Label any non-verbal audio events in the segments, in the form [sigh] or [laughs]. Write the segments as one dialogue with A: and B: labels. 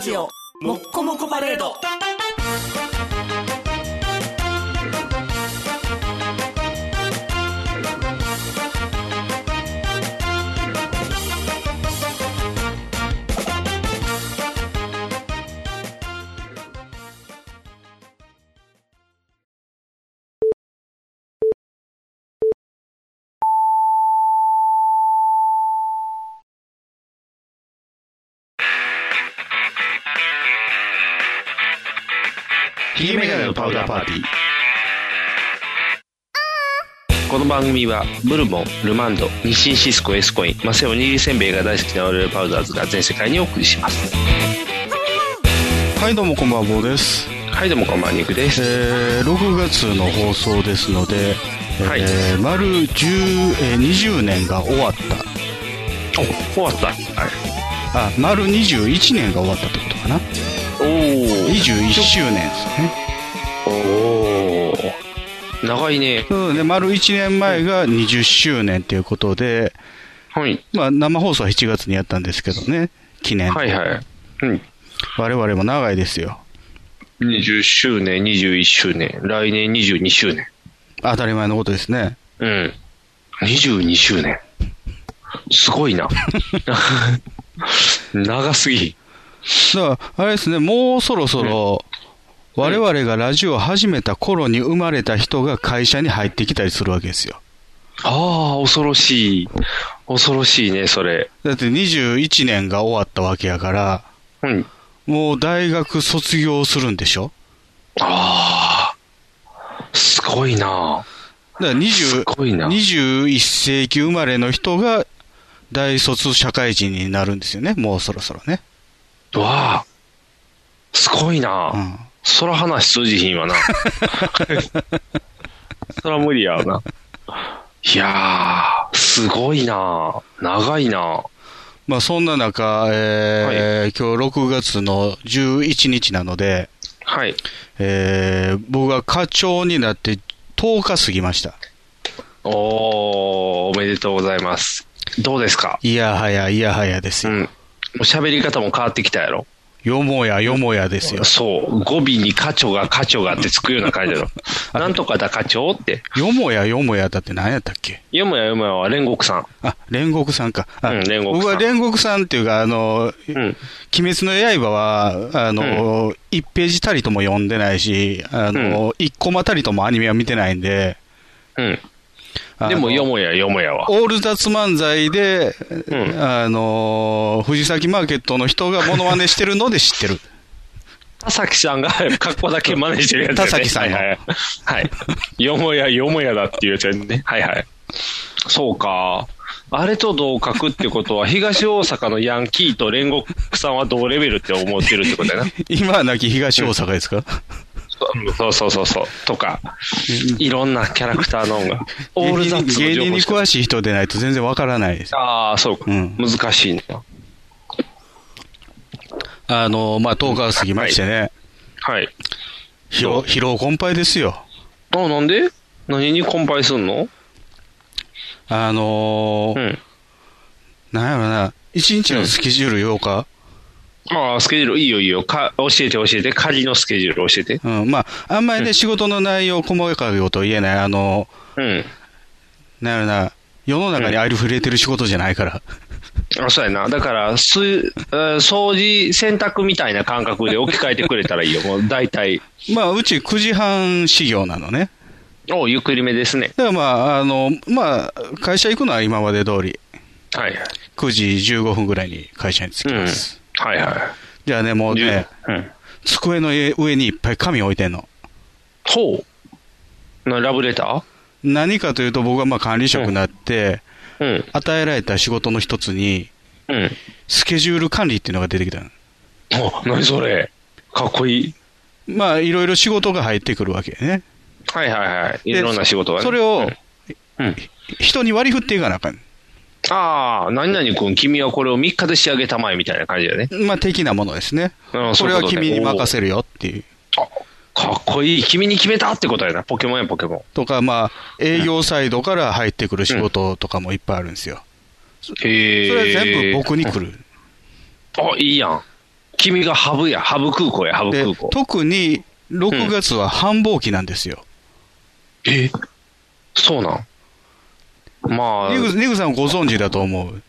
A: ジオもっこもこパレード
B: ヒゲメガネのパウダーパーティー。この番組はブルボン、ルマンド、日清シスコ、エスコイン、マセオ、ニりせんべいが大好きなオレオパウダーズが全世界にお送りします。
C: はいどうもこんばんは坊です、
B: はい、どうもこんばんは、ニクです。
C: えー、6月の放送ですので、えー
B: はい
C: 丸10、えー20年が終わった
B: お、終わった。はい。
C: あ丸21年が終わったってことかな
B: おー。
C: 21周年ですね
B: おー。長いね。
C: そうね丸1年前が20周年ということで、
B: はい。
C: まあ、生放送は7月にやったんですけどね記念、
B: はいはい。うん。
C: 我々も長いですよ
B: 20周年、21周年、来年22周年。
C: 当たり前のことですね
B: うん。22周年。すごいな。 [laughs] 長すぎ。
C: だからあれですねもうそろそろ、我々がラジオを始めた頃に生まれた人が会社に入ってきたりするわけですよ
B: ああ、恐ろしい。恐ろしいね、それ。
C: だって21年が終わったわけやから
B: うん。
C: もう大学卒業するんでしょ
B: ああ、すごいな。
C: だから
B: す
C: 20
B: ごいな。
C: 21世紀生まれの人が大卒社会人になるんですよねもうそろそろね
B: わあ、すごいな。
C: うん
B: そら話通じひんわな。そら無理やわな。いやー、すごいな。長いな。
C: まあそんな中、えー今日6月の11日なので、
B: はい。
C: えー僕が課長になって10日過ぎました
B: おー、おめでとうございます。どうですか
C: いやはやいやはやです
B: う
C: よ、
B: ん。もう喋り方も変わってきたやろ。
C: よもやよもやですよ
B: そう、語尾に課長が課長がってつくような感じだ
C: [laughs]
B: ろ。なんとかだ課長って。
C: よもやよもやだって何やったっけ
B: よもやよもやは煉獄さん。
C: あ煉獄さんか、あ
B: うん煉獄さん
C: 僕は煉獄さんっていうかあの、
B: うん。
C: 鬼滅の刃は、あの、1ページたりとも読んでないし、あの、1コマたりともアニメは見てないんで、
B: うん。
C: あの
B: でもよもやよもやは。
C: オール雑漫才で、あの、藤崎マーケットの人がモノマネしてるので知って
B: [laughs]
C: る。
B: 田崎さんが [laughs] 格好だけ真似してるやつ、ね。
C: 田崎さんの
B: はい、はい。はい。よもやよもやだっていうやつやね。はいはい。そうか。あれと同格ってことは、東大阪のヤンキーと煉獄さんは同レベルって思ってるってことやな。
C: 今はなき東大阪ですか、
B: そうそうそうそう。とか、いろんなキャラクターの音
C: [laughs]
B: が。オールザッツの
C: 芸
B: 情
C: 人
B: 報
C: に
B: しか
C: 詳しい人でないと全然わからないです。
B: ああ、そうか。
C: うん
B: 難しいな。
C: あの、まあ、10日過ぎましてね、
B: はい。
C: 疲労疲労困憊ですよ。
B: あなんで何にコンパイすんの
C: あの
B: う
C: ー
B: ん。
C: なんやろな、一日のスケジュール8日、
B: ああ、スケジュール、いいよいいよ。か教えて教えて。仮のスケジュール教えて。
C: うん、まあ、あんまり
B: う
C: ね、仕事の内容、細かいこと言えない、あの、
B: うん。
C: なんやろな、世の中にありふれてる仕事じゃないから、
B: あそうやな。だから、す、えー掃除、洗濯みたいな感覚で置き換えてくれたらいいよ。もう大体。
C: まあ、うち9時半始業なのね。
B: おうゆっくりめですね。
C: だからまあ、あの、まあ、会社行くのは今まで通り、
B: はい。
C: 9時15分ぐらいに会社に着
B: う
C: き
B: ん。は
C: ま
B: い
C: す。
B: は
C: じゃあね、もう
B: い。
C: ね、
B: うん。
C: 机の上にいっぱい紙置いてんの。
B: ほう。なラブレタ
C: 何かというと、僕はまあ管理職になって、
B: ーうん。
C: 与えられた仕事の一つに、
B: うん。
C: スケジュール管理っていうのが出てきたの。
B: お、
C: [laughs]
B: 何それ。かっこいい。
C: まあ、いろいろ仕事が入ってくるわけね。
B: はいはいはい。い
C: で
B: ろんな仕事がね。
C: それを
B: うん。うん
C: 人に割り振っていかなあかん。
B: ああ、何々君、君はこれを3日で仕上げたまえみたいな感じだね。
C: まあ、的なものですね。
B: うん
C: これは君に任。
B: そういう
C: せるよっていう。
B: ことねおーかっこいい。君に決めたってことやな。ポケモンやポケモン。
C: とか、まあ、営業サイドから入ってくる仕事とかもいっぱいあるんですよ。
B: へえ。
C: それは全部僕に来る。
B: あ、いいやん。君がハブや、ハブ空港や、ハブ
C: で
B: 空港。
C: 特に6月は繁忙期なんですよ。
B: えそうなんま
C: ニグニグさんご存知だと思う。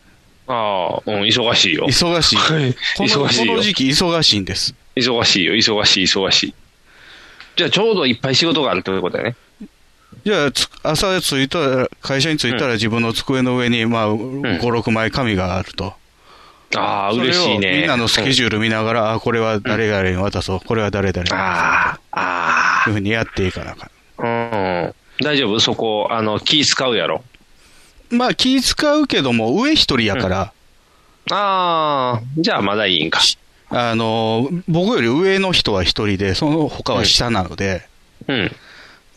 B: あ、ああ、うん、忙しいよ。
C: 忙しい。この
B: [laughs] 忙しい
C: こ
B: よ
C: の。時期忙しいんです。
B: 忙しいよ、忙しい、忙しい。じゃあ、ちょうどいっぱい仕事があるってことだよね。
C: じゃあ、つ朝着いたら、会社に着いたら自分の机の上に、まあ、5、6枚紙があると。
B: ああ、
C: それを
B: 嬉しいね。
C: みんなのスケ
B: ュール。
C: ジュール見ながら、あ、これは誰々に渡そう、これは誰々に渡
B: ああ、あ
C: そう、いうふうにやっていかなあか
B: あ、うん。大丈夫そこ、あの、気使うやろ。
C: ん。まあ、気使うけども、上一人やから、
B: ああ、じゃあまだいいんか。
C: あの、僕より上の人は一人で、その他は下なので、
B: うん。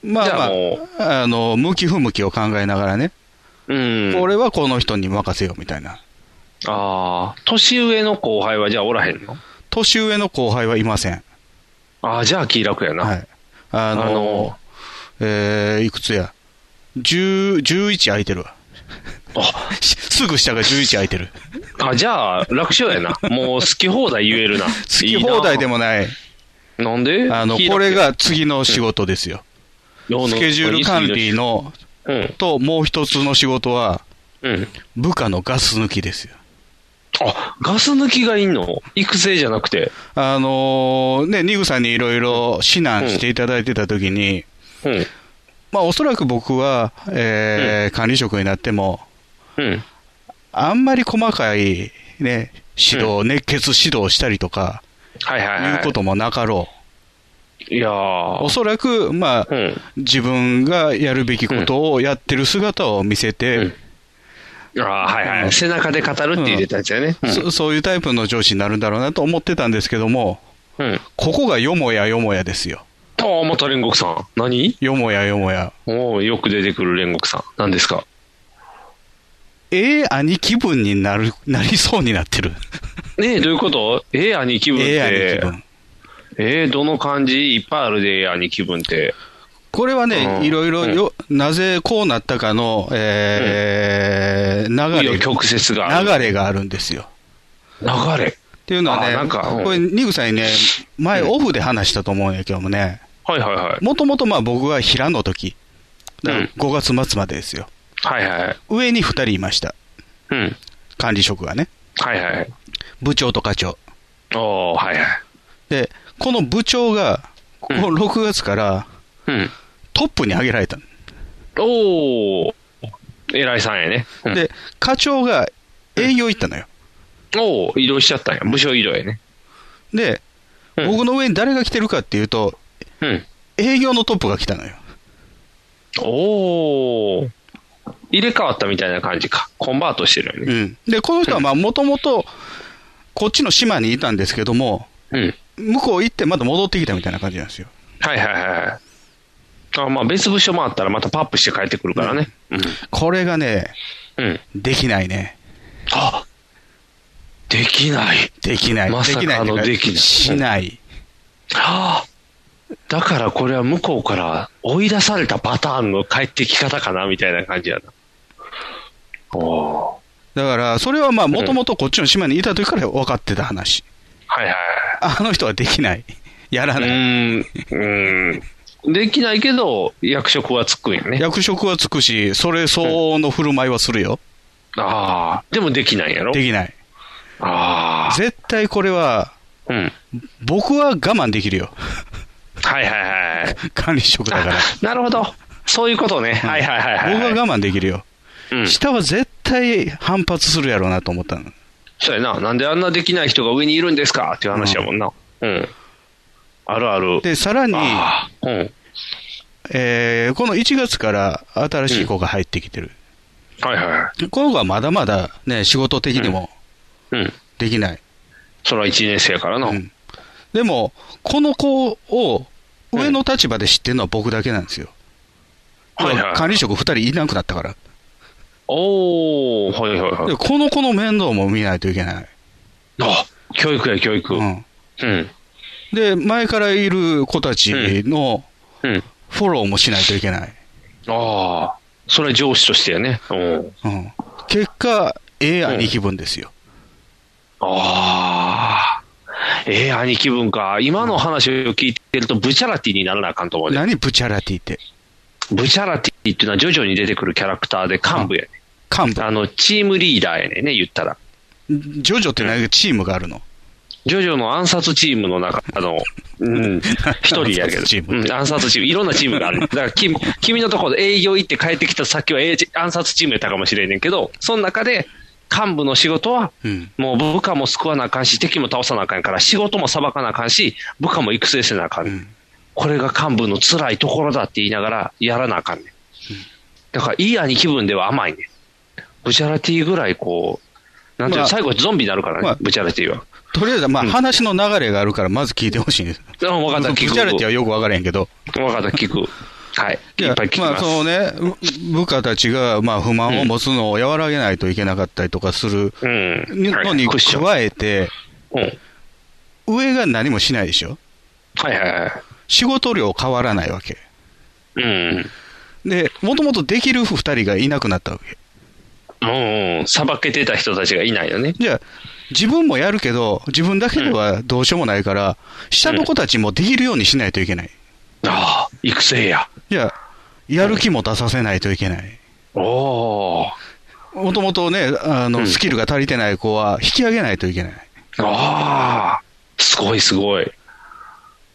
C: まあ
B: じゃあ
C: ま
B: も
C: あ、あの、向き不向きを考えながらね、
B: うん。
C: 俺はこの人に任せようみたいな。
B: ああ、年上の後輩はじゃあおらへんの
C: 年上の後輩はいません。
B: ああ、じゃあ気楽やな。
C: はい。あの、
B: あの
C: えー、いくつや10 ?11 空いてるわ。
B: あ
C: し [laughs] すぐ下が11空いてる。
B: あ、じゃあ楽勝やな。もう好き放題言えるな。好
C: [laughs] 好き放題で
B: も。
C: もない。
B: なんで
C: あの、
B: 気楽
C: これが次の仕事ですよ。
B: どうの
C: スケジュール管理の、
B: うん。
C: と、もう一つの仕事は、
B: うん。
C: 部下のガス抜きですよ。
B: あ、ガス抜きがいんの育成じゃなくて。
C: あのーね、ニグさんにいろいろ指南していただいてたときに、
B: うん。
C: まあ、おそらく僕は、えー管理職になっても、
B: うん。
C: あんまり細かい、ね、指導、熱血指導したりとか、
B: はいはいはい。
C: いうこともなかろ
B: いや
C: う。お
B: ー。
C: そらく、まあ
B: う、ん。
C: 自分がやるべきことをやってる姿を見せて、
B: ああ、はいはい、
C: うん
B: 背中で語るって言ってたやつやね。
C: そそういうタイプの上司になるんだろうなと思ってたんですけども、
B: うん。うん。
C: ここがよもやよもやですよ。
B: ああ、また煉獄さん。何
C: よもやよもや。
B: おうよく出てくる煉獄さん。何ですか
C: ええ兄貴分になる、なりそうになってる。
B: ねえ、どういうことええ兄貴分っ
C: え
B: て。
C: え兄貴分。
B: えー、どの漢字いっぱいあるで、ええ兄貴分って。
C: これはね、
B: うん
C: いろいろよ、なぜこうなったかの、えー
B: い
C: 流
B: よ
C: れ、
B: 曲折がある。
C: 流れがあるんですよ。
B: 流れ。
C: っていうのはね、
B: あなんかうん
C: これ、ニグさんにね、前、
B: うん
C: オフで話したと思うんやけどもね、
B: はいはいはい。
C: もともとまあ僕は平の時だから
B: うん
C: 5月末までですよ。
B: はいはいはい。
C: 上に2人いました。
B: うん。
C: 管理職がね。
B: はいはい。
C: 部長と課長。
B: おー、はいはい。
C: で、この部長が、こ
B: うん
C: の6月から
B: うん。
C: トップに上げられたの。
B: おー、偉いさんやね。うん、
C: で、課長が営業行ったのよ。
B: おー、移動しちゃったんや。部署移動やね。
C: で、
B: うん
C: 僕の上に誰が来てるかっていうと、
B: うん。
C: 営業のトップが来たのよ。
B: おー。入れ替わったみたいな感じか。コンバートしてるよ
C: う
B: ね。
C: ん。で、この人はまあもともと、こっちの島にいたんですけども、
B: うん。
C: 向こう行ってまた戻ってきたみたいな感じなんですよ。
B: はいはいはいはい。あまあ、別部署回ったらまたパップして帰ってくるからね。うん。
C: これがね、
B: うん。
C: できないね。
B: あできない。
C: できない。
B: まさかの
C: ってう
B: できない
C: しない。
B: はあ。だからこれは向こうから追い出されたパターンの帰ってき方かなみたいな感じやな。おお。
C: だから、それはまあ、もともとこっちの島にいた時から分かってた話。
B: はいはい。
C: あの人はできない。やら
B: う
C: ない。
B: ーん。うーん。できないけど、役職はつくんやね。
C: 役職はつくし、それ相応の振る舞いはするよ。
B: ああ。でもできないんやろ
C: できない。
B: ああ。
C: 絶対これは、
B: うん。
C: 僕は我慢できるよ。 [laughs]
B: はいはい [laughs] はい。
C: 管理職だから。
B: なるほど。そういうことね。はいはいはいはい。
C: 僕は我慢できるよ。
B: うん。
C: 下は絶対反発するやろうなと思ったの。
B: そうやな。なんであんなできない人が上にいるんですかっていう話やもんな。うん。あるある。
C: で、さらに、
B: ああ。うん。
C: えーこの1月から新しい子が入ってきてる。
B: はいはいはい。
C: この子はまだまだね、仕事的にも
B: うん。
C: できない。
B: それは1年生やからな。
C: うんでも、この子を上の立場で知ってるのは僕だけなんですよ。
B: はいはい。
C: 管理職2人いなくなったから。
B: おおはいはいは
C: で
B: い。
C: この子の面倒も見ないといけない。
B: あ教育や教育。う。
C: うんん、
B: うん。
C: で、前からいる子たちのフォローもしないといけない。
B: ああ。それは上司としてやね。うん。
C: うん、結果、ええ兄貴分ですよ。
B: ああ。えー、兄貴分か。今の話を聞いてると、ブチャラティにならなあかんと思うで。
C: 何ブチャラティって。
B: ブチャラティっていうのは徐々に出てくるキャラクターで幹部やね
C: 幹部
B: ん。。あの、チームリーダーやねんね、言ったら。
C: ジョジョって何かチームがあるの
B: ジョジョの暗殺チームの中の、
C: [laughs]
B: うん、一人やけど、
C: 暗殺チーム
B: うん、暗殺チーム、いろんなチームがある。だから君、君のところで営業行って帰ってきた先は、えー暗殺チームやったかもしれんねんけど、その中で、幹部の仕事は、
C: うん
B: もう部下も救わなあかんし、敵も倒さなあかんから、仕事も裁かなあかんし、部下も育成せなあかんねん、これが幹部の辛いところだって言いながら、やらなあかんねん。だから、いい兄気分では甘いねん。ブチャラティぐらい、こう、なんていうの、
C: まあ
B: 最後ゾンビになるからね、
C: まあ
B: ブチャラティは。
C: とりあえず、まあ、話の流れがあるから、まず聞いてほしいんです。
B: あ分かった、
C: ブチ
B: 聞く。
C: ャラティはよくわからへんけど。
B: 分かった、聞く。はい。いっぱい聞き
C: ま
B: ま
C: あ、
B: す。
C: そのね、う部下たちが、まあ、不満を持つのを和らげないといけなかったりとかする
B: うん。はい
C: のに
B: クッション。うん。
C: 加えて、
B: はい
C: 上が何もしないでしょ
B: はいはい。
C: 仕事量変わらないわけ。
B: うん。
C: で、もともとできる二人がいなくなったわけ。
B: うんうん。さばけてた人たちがいないよね。
C: じゃあ、自分もやるけど、自分だけではどうしようもないから、下の子たちもできるようにしないといけない。
B: ああ、育成や。
C: じゃあ、やる気も出させないといけない。
B: おお。
C: もともとね、あ
B: う
C: の、
B: ん
C: スキルが足りてない子は引き上げないといけない。
B: ああ。すごいすごい。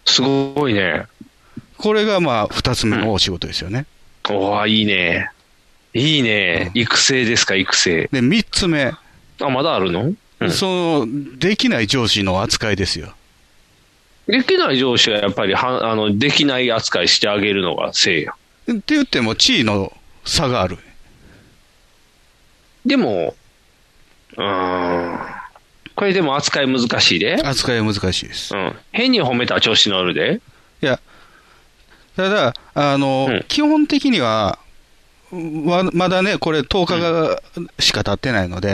B: すごいね。
C: これがまあ、二つ目のお仕事ですよね。
B: おおいいね。いいね。育成ですか、育成。
C: で、三つ目、
B: あ、まだあるのうん。
C: その、できない上司の扱いですよ。
B: できない上司はやっぱりはあの、できない扱いしてあげるのがせいや。
C: って言っても、地位の差がある。
B: でも、うーん。これでも扱い難しいで。
C: 扱いは難しいです
B: う。ん。変に褒めたら調子乗るで。
C: いや、ただ、あの、
B: うん
C: 基本的には、わまだね、これ10日が、しか経ってないので、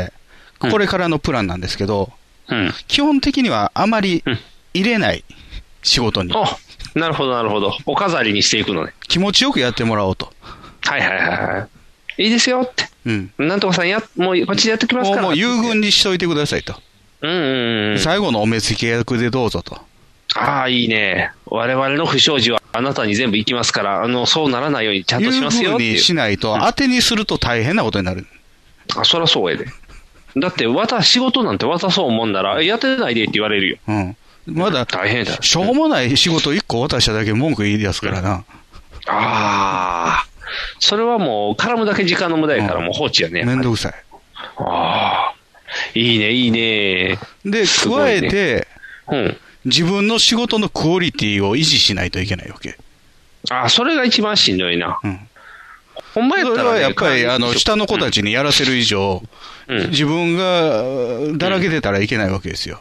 B: うん
C: これからのプランなんですけど、
B: うん。
C: 基本的にはあまり
B: うん
C: 入れない仕事に、
B: あ、なるほど、なるほど。お飾りにしていくのね。
C: 気持ちよくやってもらおうと。
B: はいはいはいはい。いいですよって。
C: うん。
B: なんとかさんや、もうこっちでやってきます
C: も
B: か
C: う
B: ら。
C: もう優遇にしといてくださいと。
B: うんうんうん。
C: 最後のお目付け役でどうぞと。
B: ああ、いいね。我々の不祥事はあなたに全部行きますから、あの、そうならないようにちゃん
C: い
B: と
C: う
B: します
C: ふ
B: よっ
C: う
B: てい
C: に
B: う。
C: しないと、当てにすると大変なことになる。
B: あ、そらそうやで。だって、渡、仕事なんて渡そうもんなら、えやってないでって言われるよ。
C: うん。まだ、
B: 大変だ。
C: しょうもない仕事1個渡しただけ文句言い出すからな。
B: ああ。それはもう、絡むだけ時間の無駄やから、もう放置やね。
C: めんどくさい。
B: ああ。いいね、いいね。
C: で、
B: すご
C: 加
B: い
C: え
B: ね
C: て、
B: うん。
C: 自分の仕事のクオリティを維持しないといけないわけ。
B: ああ、それが一番しんどいな。
C: うん
B: ほんまやっ
C: そ
B: た
C: れ
B: ら、
C: は
B: ね、
C: やっぱり、あの、下の子た
B: ち。
C: ちにやらせる以上、
B: うん。
C: 自分がだらけてたらいけないわけですよ。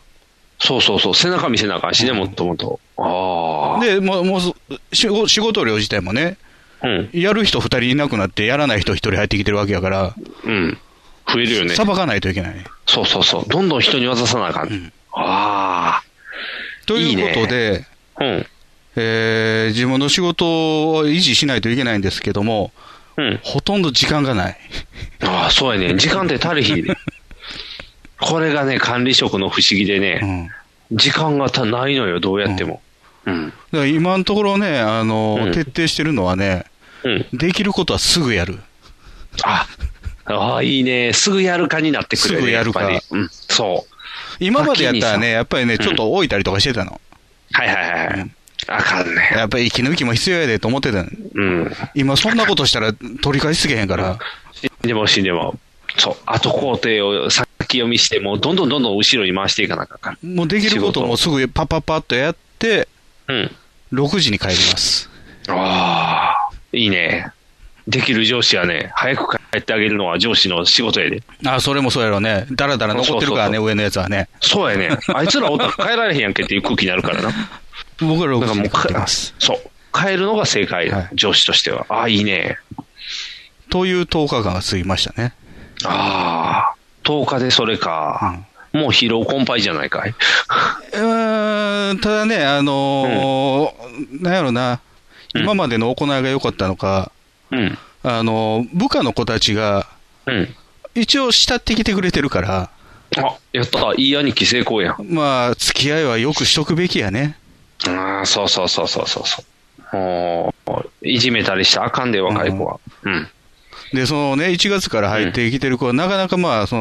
B: そうそうそう。背中見せなあかんしね、もっともっと。ああ。
C: で、もう、もうそ仕事仕事量自体もね、
B: うん。
C: やる人2人いなくなって、やらない人1人入ってきてるわけやから、
B: うん。増えるよね
C: さ。ばかないといけない。
B: そうそうそう。どんどん人に渡さなあかん。あ
C: ということ
B: いい
C: で、
B: あ。うん。
C: えー自分の仕事を維持しないといけないんですけども、
B: うん。
C: ほとんど時間がない。
B: ああ、そうやね。時間って足りひんね。これがね、管理職の不思議で
C: う
B: ね、
C: ん
B: 時間がたないのよ、どうやっても。うん。
C: だから今のところね、あの、
B: うん
C: 徹底してるのはね、
B: うん。
C: できることはすぐやる。
B: あああ、いいね。すぐやるかになってくるよね。
C: すぐやるか
B: っぱりうん。そう。
C: 今までやったら
B: 先に
C: ね、やっぱりね、ちょっと置いたりとかしてたの。
B: はいはいはいはい。あかんね。
C: やっぱり息抜きも必要やでと思ってたの。
B: うん。
C: 今そんなことしたら取り返しすぎへんから、
B: でも死んでも。そう。後工程を先読みして、もうどんどんどんどん後ろに回していかなあかんか
C: もうできることもすぐパッパッパッとやって、
B: ら。うん。
C: 6時に帰ります。
B: ああ、いいね。できる上司はね、早く帰ってあげるのは上司の仕事やで。
C: あ、それもそうやろね。だらだら残ってるからね、
B: そ
C: 上のやつはね。
B: そうやね。あいつらおったら帰られへんやんけっていう空気になるからな。
C: 僕ら
B: だ
C: 6
B: から
C: 時
B: も
C: に
B: う
C: 帰って
B: か
C: ます。
B: そう。帰るのが正解、
C: はい
B: 上司としては。ああ、いいね。
C: という10日間が過ぎましたね。
B: ああ、10日でそれ
C: う
B: か
C: ん。
B: もう疲労困憊じゃないかい。
C: うーんただね、あのーなんやろな、
B: うん
C: 今までの行いが良かったのか、
B: うん。
C: あのー部下の子たちが、
B: うん。
C: 一応慕ってきてくれてるから、
B: あ、やった。いい兄貴成功やん。
C: まあ、付き合いはよくしとくべきやね。
B: ああ、そうそうそうそうそうそう。おーいじめたりしたらあかんで、若い子は。うん。
C: で、そのね、1月から入ってきてる子は、なかなかまあ、そ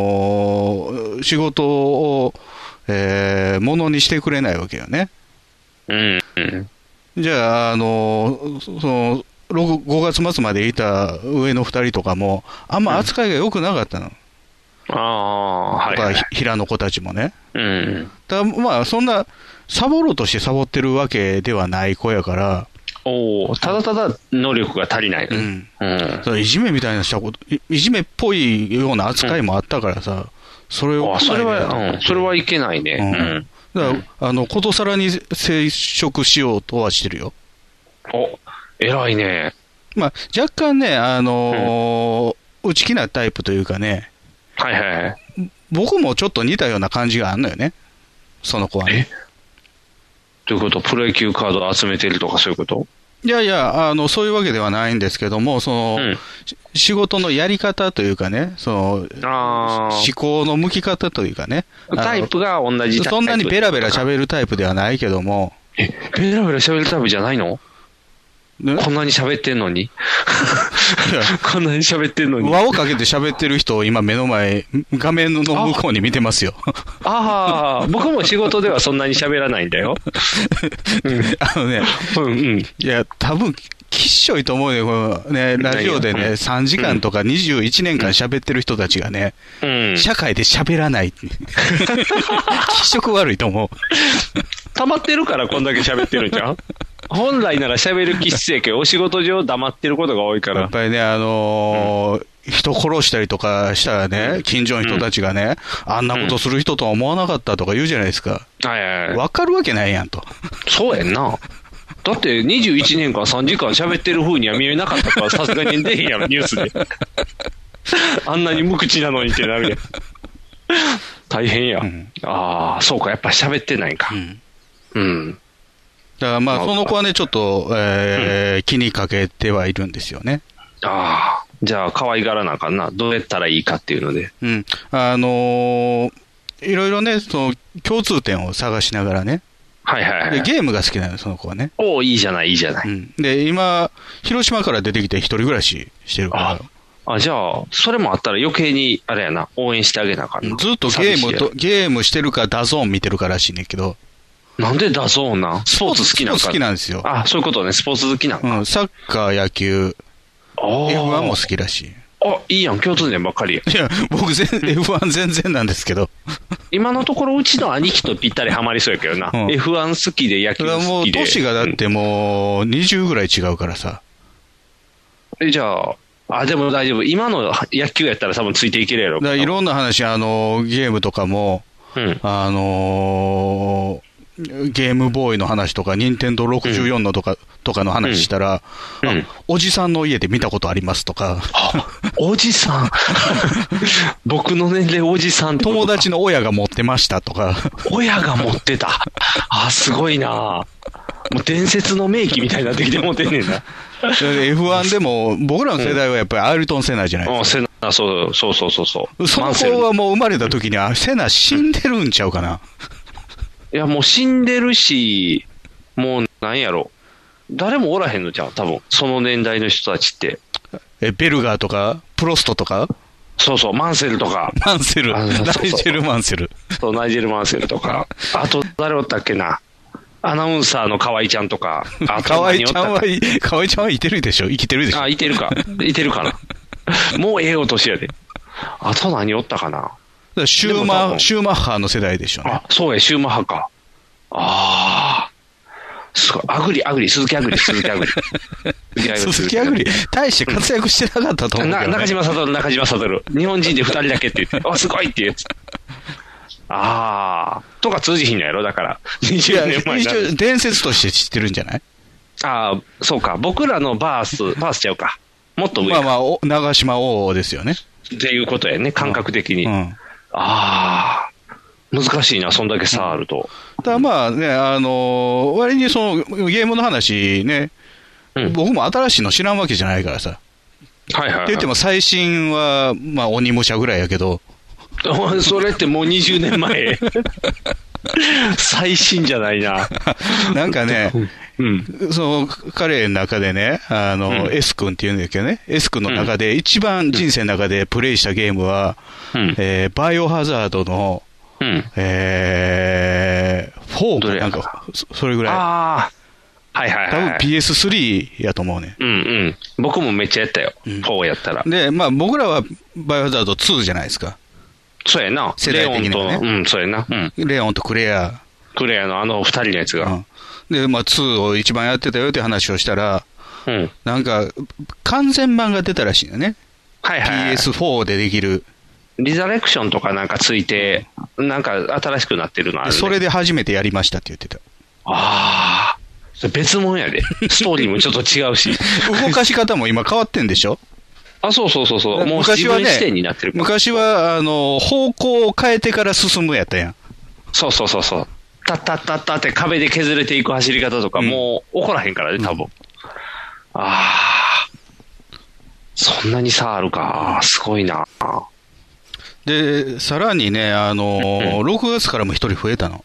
C: の、仕事を、えー、ものにしてくれないわけよね。
B: うん。うん。
C: じゃあ、あの、その、6 5月末までいた上の2人とかも、あんま扱いが良くなかったの。
B: ああ、は
C: と
B: い
C: か、
B: はい。
C: ひ平の子たちもね。
B: うん。
C: ただまあ、そんな、サボろうとしてサボってるわけではない子やから、
B: おお、ただただ能力が足りない。
C: ん
B: うん。
C: そのいじめみたいなしたこと、いいじめっぽいような扱いもあったからさ、それを、
B: あそれは、うん、それ
C: は、
B: はいけないね。うん。
C: だから、あの、ことさらに接触しようとはしてるよ。
B: お、偉いね。
C: まあ、若干ね、あのー内気なタイプというかね、
B: はいはいはい。
C: 僕もちょっと似たような感じがあんのよね、その子はね。
B: ということ、プロ野球カード集めてるとかそういうこと
C: いやいや、あの、そういうわけではないんですけども、その、
B: うん。
C: し仕事のやり方というかね、その、
B: ああ。
C: 思考の向き方というかね。
B: タイプが同
C: あ
B: じ
C: のそんなにベラベラ
B: る。
C: 喋るタイプではないけども、
B: えベラベラ喋るタイプじゃないの
C: ね
B: こんなに喋ってんのに [laughs] こんなに喋ってんのに。
C: 輪をかけて喋ってる人を今目の前、画面の向こうに見
B: [laughs]
C: てますよ。
B: ああ、僕も仕事ではそんなに喋らないんだよ。
C: あのね、
B: うんうん。
C: いや、多分、きっしょいと思うね、このね、ラジオで
B: いやい
C: ね、
B: や
C: 3時間とか21年間喋ってる人たちがね、
B: うん。
C: 社会で喋ら
B: [laughs]
C: ない。 [laughs] 気色悪いと思う。
B: 溜まってるからこんだけ喋ってるじ [laughs] ゃん本来なら喋る気質やけど、お仕事上黙ってることが多いか
C: や
B: ら
C: っ。ぱりね、あのー人殺したりとかしたらね、近所の人たちがね、あんなことする人とは思わなかったとか言うじゃないですか。
B: はいはいはい。
C: わかるわけないやんと。
B: そうやんな。だって21年間3時間喋ってる風には見えなかったからさすがに出へんや [laughs] ろ、ニュースで。あんなに無口なのにってなるやん。大変や。
C: ん
B: ああ、そうか、やっぱ喋ってないんか。うん。
C: だからま
B: ま
C: あ、
B: あ
C: その子はね、ちょっと、えー気にかけてはいるんですよね。
B: ああ、じゃあ可愛がらなあかんな。どうやったらいいかっていうので。
C: うん。あのーいろいろね、その共通点を探しながらね。
B: はいはいは
C: で、
B: い。
C: ゲームが好きなの、その子はね。
B: おお、いいじゃない、いいじゃな
C: う
B: い。
C: ん。で、今、広島から出てきて一人暮らししてる
B: あ
C: か
B: あ、じゃあ、それもあったら余計に、あれやな、応援してあげなあかん
C: ら、
B: な。
C: ずっとゲーム
B: 寂しい
C: と、ゲームしてるかダゾーン見てるからしいねんけど、
B: や。なんでだそうなんスポーツ好きなん
C: スポーツ
B: か
C: 好きなんですよ。
B: あ、そういうことね、スポーツ好きなん
C: う
B: か。
C: ん、サッカー、野球、
B: ああ
C: F1 も好きらしい。
B: あ、いいやん、共通点ばっかりや。
C: いや、
B: [laughs]
C: 僕全、F1 全然なんですけど、
B: 今のところ、うちの兄貴とぴったりハマりそうやけどな。
C: うん
B: F1 好きで、野
C: そ
B: 球
C: れはも
B: 好
C: う、
B: きで。
C: 年がだってもう、20ぐらい違うからさ、
B: うんえじゃあ、あ、でも大丈夫。今の野球やったら多分ついていけるやろ
C: だからいろんな話、あのゲームとかも、
B: うん。
C: あのーゲームボーイの話とか、任天堂64のとか,、とかの話したら、
B: うん
C: あ
B: うん
C: おじさんの家で見たことあります
B: [laughs]
C: とか、
B: あ、おじさん。
C: [laughs]
B: 僕の年齢おじさんってこと
C: 友達の親が持ってましたと
B: [laughs]
C: か、
B: 親が持ってた。あ、すごいなもう伝説の名機みたいになってきて持ってんねんな。
C: それで F1 でも、僕らの世代はやっぱりアイルトン・セナじゃないですか
B: うん、せな、そう、そうそうそうそう。
C: そ
B: マ
C: の
B: ンセル
C: 子はもう生まれた時に、あ、セナ死んでるんちゃうかな。
B: いや、もう死んでるし、もうなんやろ。誰もおらへんのじゃん、多分。その年代の人たちって。
C: え、ベルガーとか、プロストとか、
B: そうそう、マンセルとか、
C: マンセル、
B: あ
C: ライ
B: そうそうそう
C: ジェル・マンセル。
B: そうナイジェル・マンセルとか、あと誰おったっけな。アナウンサーの河合ちゃんとか。あと
C: [laughs] 河合ちゃん
B: 何おった
C: は
B: っけ、
C: 河合ちゃんは生きてるでしょ生きてるでしょ
B: あ、いてるか。いてるかな。もうええお年やで。あと何おったかな。
C: だからシュー
B: でも多
C: マー、
B: 分
C: シューマッハの世代でしょうね
B: あ。、そうや、シューマッハか。ああ。すごい。アグリ、アグリ、鈴木アグリ、鈴木アグ
C: [laughs]
B: リ。
C: 鈴木アグリ、大して活躍してなかったと思う
B: な
C: けど、
B: 中
C: ね。
B: 島悟、中島悟。日本人で2人だけって言って、
C: [laughs]
B: あ、すごいって言うやつ。ああ。とか通じひんのやろ、だから。
C: いや
B: 20年前
C: 一
B: な
C: 応伝説として知ってるんじゃない
B: ああ、そうか。僕らのバース、バースちゃうか。もっと上
C: まあ
B: か、
C: まあ、お長島王ですよね。
B: っていうことやね、感覚的に。
C: うん。
B: ああ。難しいな、そんだけ差あると。
C: ただまあね、あのー割にそのゲームの話ね、
B: うん
C: 僕も新しいの知らんわけじゃないからさ。
B: はいはい、はい。 [laughs]
C: って言っても最新は、まあ、鬼武者ぐらいやけど、
B: それってもう20年
C: [laughs]
B: 前最新じゃないな。
C: なんかね、
B: うん。
C: その彼の中でね、あの、
B: うん
C: S 君っていうんだけどね、S 君の中で、一番人生の中でプレイしたゲームは、
B: うん。
C: えーバイオハザードの、
B: うん。
C: えー、4
B: ど
C: か
B: れや
C: なんか、そそれぐらい。
B: ああ。はいはい
C: 多分
B: はい。
C: PS3 やと思うね。
B: うんうん。僕もめっちゃやったよ。
C: ん
B: 4やったら。
C: で、まあ僕らはバイオハザード2じゃないですか。
B: そうやな。
C: 世代的に
B: レ
C: はね
B: オンと、うん、そうやな。うん。
C: レオンとクレア。
B: クレアのあの二人のやつ
C: う
B: が。
C: んで、まあ2を一番やってたよって話をしたら、
B: うん。
C: なんか、完全版が出たらしいよね。
B: はいはいはい。
C: PS4 でできる。
B: リザレクションとかなんかついて、なんか新しくなってるのある、
C: で
B: ね。
C: それで初めてやりましたって言ってた。
B: ああ。それ別物やで。ストーリーもちょっと違うし。
C: [laughs] 動かし方も今変わってんでしょ [laughs]
B: あ、そうそうそうそう。もう自分視点になってるから。
C: 昔は、あの、方向を変えてから進むやったやん。
B: そうそうそうそう。タッタッタッタって壁で削れていく走り方とか、
C: うん
B: もう怒らへんからね、多分。ああ。そんなに差あるか。すごいな。
C: で、さらにね、あの、
B: う
C: [laughs] 6月からも一人増えたの。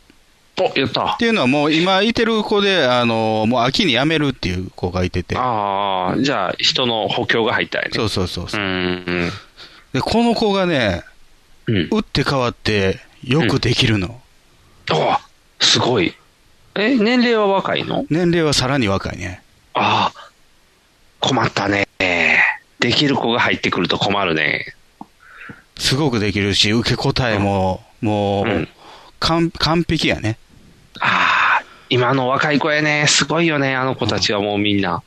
B: お、やった
C: っ。ていうのはもう今いてる子で、あの、もう秋に辞めるっていう子がいてて。
B: ああ、じゃあ人の補強が入ったよね。
C: そうそうそうそうう。
B: ん。
C: で、この子がね、
B: うん。うん
C: 打って変わってよくできるの。
B: おすごい。え、年齢は若いの
C: 年齢はさらに若いね。
B: ああ、困ったね。できる子が入ってくると困るね。
C: すごくできるし、受け答えも、もう、
B: うん
C: 完完璧やね。
B: ああ、今の若い子やね。すごいよね。あの子たちはもうみんな。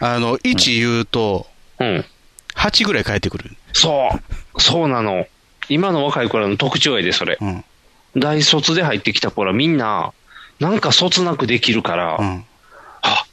C: あの、1言うと、
B: うん。
C: 8ぐらい返ってくる。
B: そう。そうなの。今の若い子らの特徴やで、それ。
C: うん。
B: 大卒で入ってきた子らみんな、なんか卒なくできるから、
C: うん。
B: あ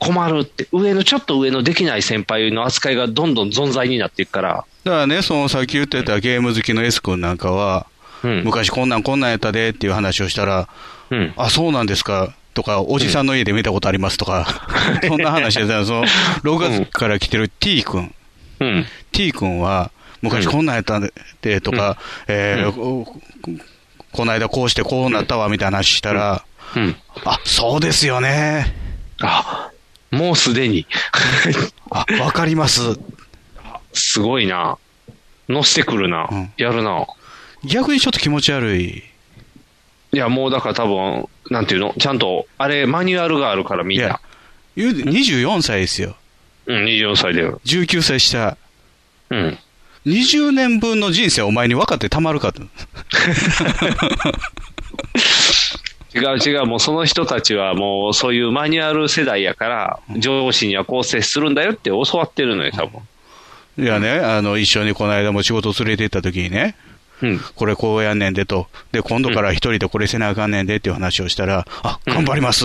B: 困るって、上の、ちょっと上のできない先輩の扱いがどんどん存在になっていくから、
C: だからね、そのさっき言ってたゲーム好きの S 君なんかは、
B: うん。
C: 昔こんなんこんなんやったでっていう話をしたら、
B: うん。
C: あ、そうなんですかとか、おじさんの家で見たことありますとか、 [laughs] そんな話してたら、その、6月から来てる T 君、
B: うん。
C: T 君は、昔こんなんやったでとか、えーここの間こうしてこうなったわみたいな話したら、
B: うん。
C: あ、そうですよね。
B: あ、もうすでに。 [laughs]
C: あ、わかります。
B: すごいな。乗せてくるな。
C: うん
B: やるな。
C: 逆にちょっと気持ち悪い。
B: いや、もうだから多分、なんていうのちゃんと、あれ、マニュアルがあるからみ
C: い
B: ん
C: や
B: な。、
C: 言う24歳ですよ。
B: うん、24歳で。
C: 19歳下。
B: うん。
C: 20年分の人生お前に分かってたまるかと。
B: 違う違う、もうその人たちはもうそういうマニュアル世代やから、上司にはこう接するんだよって教わってるのよ、多分。
C: いやね、あの、一緒にこの間も仕事連れて行った時にね、
B: うん。
C: これこうやんねんでと。で、今度から一人でこれせなあかんねんでっていう話をしたら、あ、頑張ります。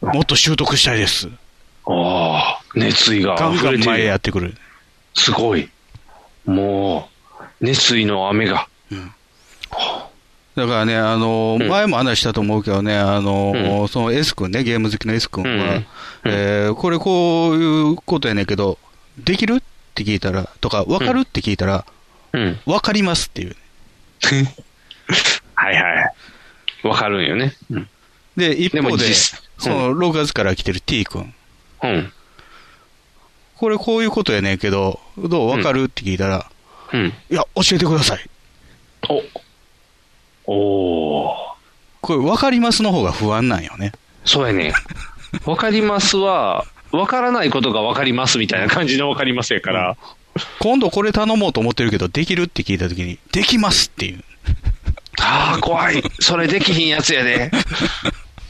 C: もっと習得したいです。
B: ああ、熱意が
C: ガン
B: 溢
C: ガ
B: れ
C: ン
B: て
C: 前へ
B: る。
C: やってくる。
B: すごい。もう、熱意の雨が。
C: だからね、あの、
B: うん
C: 前も話したと思うけどね、あの、その S 君ね、ゲーム好きの S 君は、
B: うんうん
C: えーこれこういうことやねんけど、できるって聞いたら、とか、わかるって聞いたら、 [laughs]
B: うん。
C: わかりますっていう。
B: はいはい。わかるんよね。うん。
C: で、一
B: で
C: 方
B: も
C: で、
B: 実
C: その、6月から来てる T 君。
B: うん。
C: これこういうことやねんけど、どうわかるって聞いたら、
B: うん。
C: いや、教えてください。
B: お、おー
C: これ、わかりますの方が不安なんよね。
B: そうや
C: [laughs]
B: ね。わかりますは、わからないことがわかりますみたいな感じのわかりますやから、
C: 今度これ頼もうと思ってるけど、できるって聞いたときに、できますっていう。
B: ああ、怖い。それできひんやつやで。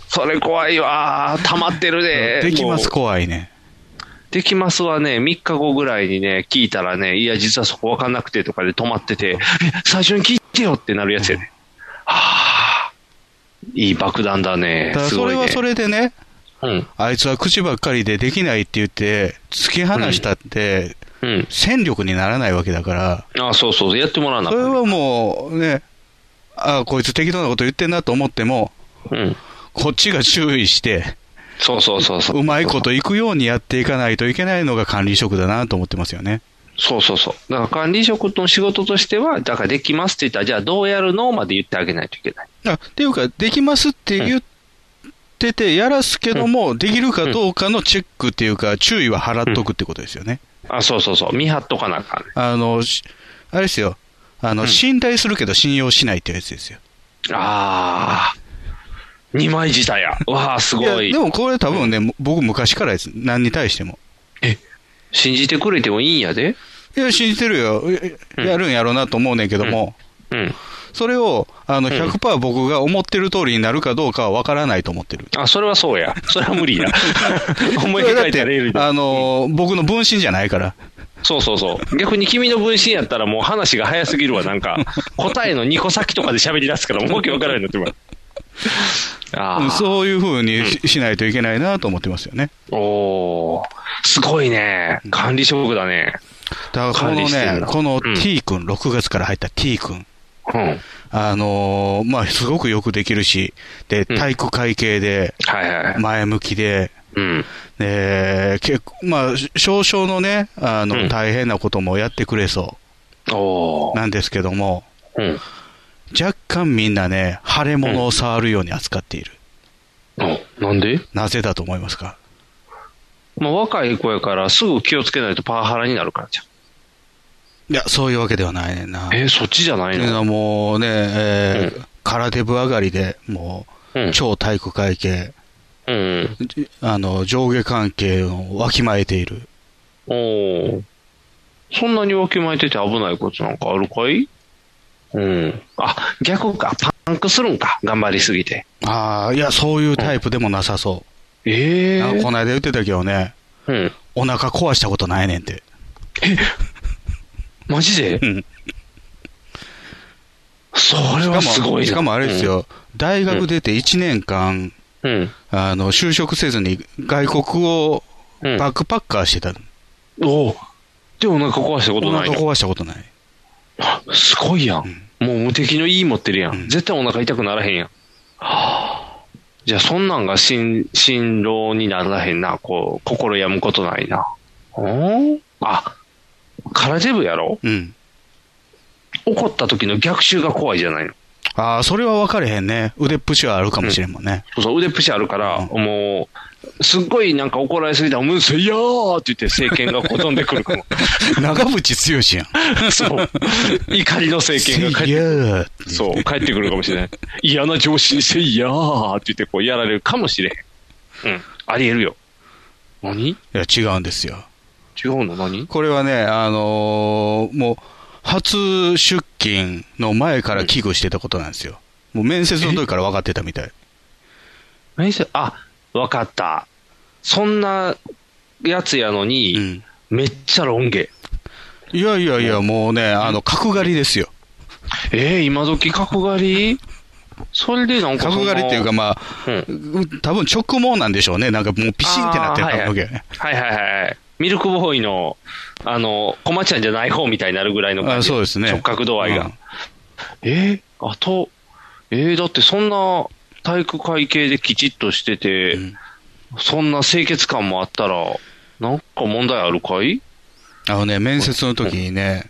B: それ怖いわ。溜まってるで。
C: できます
B: もう
C: 怖いね。
B: できますはね、3日後ぐらいにね、聞いたらね、いや、実はそこわかんなくてとかで止まってて、え最初に聞いてよってなるやつやで。はあ、いい爆弾だね
C: た。だ
B: す
C: そ
B: ご
C: れ
B: いね。
C: はそれでね、
B: うん。
C: あいつは口ばっかりでできないって言って、突き放したって、
B: うん。
C: 戦力にならないわけだから、
B: ああ、そうそう、やってもらわなあ
C: それ
B: かんね
C: はもうね、あこいつ適当なこと言ってんなと思っても、
B: うん。
C: こっちが注意して、
B: そうそうそうそう。
C: うまいこといくようにやっていかないといけないのが管理職だなと思ってますよね。
B: そうそうそう。だから管理職の仕事としては、だからできますって言ったら、じゃあどうやるのまで言ってあげないといけない。
C: あっていうか、できますって言ってて、やらすけども、できるかどうかのチェックっていうか、注意は払っとくってことですよね。
B: あ、そうそうそう。見張っとかなあかんね。
C: あの、しあれですよ。あの、
B: うん
C: 信頼するけど信用しないってやつですよ。
B: あー。二枚舌や。わあ、すごい
C: やでもこれ多分ね、僕昔からです。何に対しても。
B: 信じてくれてもいいんやで。
C: いや、信じてるよ。え
B: うん
C: やるんやろうなと思うねんけども、
B: うん。
C: それを、あの、
B: うん
C: 100%僕が思ってる通りになるかどうかは分からないと思ってる。
B: あ、それはそうや。それは無理
C: [laughs]
B: や。思い描いたレール
C: だって
B: で。
C: あのー、僕の分身じゃないから。
B: そうそうそう。逆に君の分身やったらもう話が早すぎるわ。なん
C: [laughs]
B: か、答えの2個先とかで喋り出すから、もうわけわからないなってます。あ
C: うん
B: あ。
C: そういうふうにししないといけないなと思ってますよね。
B: おー。すごいね。管理職だね。
C: だからこ
B: 管
C: の
B: 理してん
C: ね
B: だ、
C: この
B: うん
C: T 君、6月から入った T 君、
B: うん。はい
C: あのーまあ、すごくよくできるし、で、
B: うん
C: 体育会系で、
B: はい。
C: 前向きで、
B: うん。
C: で結構、まあ、し少々のね、あ
B: う
C: の、
B: ん
C: 大変なこともやってくれそ
B: お
C: う
B: ー。
C: なんですけども、
B: うん。
C: 若干みんなね、腫れ物を触るように扱っている。
B: おなんで
C: なぜだと思いますか
B: まあ、若い子やから、すぐ気をつけないとパワハラになるからじゃん。
C: いや、そういうわけではないねんな。
B: えーそっちじゃない
C: っていうの
B: の
C: はもうね、えー
B: う
C: 空手部上がりで、も
B: う
C: う、
B: ん。
C: 超体育会系、
B: うん。
C: じあの、上下関係をわきまえている。
B: おお。そんなにわきまえてて危ないことなんかあるかいうん。あ、逆か。パンクするんか。頑張りすぎて。
C: ああ、いや、そういうタイプでもなさそ
B: え
C: う。
B: え
C: あのこの間言ってたけどね、
B: うん。
C: お腹壊したことないねんって。
B: マジで
C: うん
B: それはすごいな
C: しかもあれです。よ、大学出て1年間、
B: うん。
C: あの、就職せずに外国を
B: うん。
C: バックパッカーしてたの。
B: おお。で、お腹壊したこと
C: お
B: ない
C: 腹
B: の。
C: 壊したことない。
B: あすごいやん。もう無敵の E 持ってるやん。
C: うん
B: 絶対お腹痛くならへんやん。はあ。じゃあ、そんなんが心、心労にならへんな。こう、心病むことないな。うんあ、空手部やろ
C: うん。
B: 怒った時の逆襲が怖いじゃないの。
C: ああ、それは分かれへんね。腕っぷしはあるかもしれんもんね。
B: そうそう、腕っぷしあるから、
C: う
B: もう、すっごいなんか怒られすぎたら、むせいやーって言って政権がこう飛んでくる [laughs] かも。
C: 長渕剛やん。
B: そう。怒りの政権が
C: い
B: 帰って、
C: やーって
B: そう、帰ってくるかもしれ [laughs] ない。嫌な上司にせいやーって言ってこうやられるかもしれへん。うん。ありえるよ。何違
C: いや、違うんですよ。
B: うの何
C: これはね、あのーもう、初出勤の前から危惧してたことなんですよ。もう面接の時から分かってたみたい。
B: 面接、あ、わかった。そんなやつやの
C: う
B: に、
C: ん。
B: めっちゃロン毛。
C: いやいやいや、もうね、あの、角刈りですよ。
B: えー、今時角刈りそれでなんかそ
C: 角
B: の
C: 刈りっていうか、まあ、
B: うん
C: 多分直毛なんでしょうね。なんかもうピシンってなってる
B: あーはいはい
C: 髪の毛がね。
B: はいはいはい。ミルクボーイの、あの、コマちゃんじゃない方みたいになるぐらいの感
C: あ
B: じ。
C: そうですね
B: 直角度合いが。
C: うん
B: えー、あと、えー、だってそんな体育会系できちっとしてて、
C: うん
B: そんな清潔感もあったら、なんか問題あるかい
C: あのね、面接の時にね、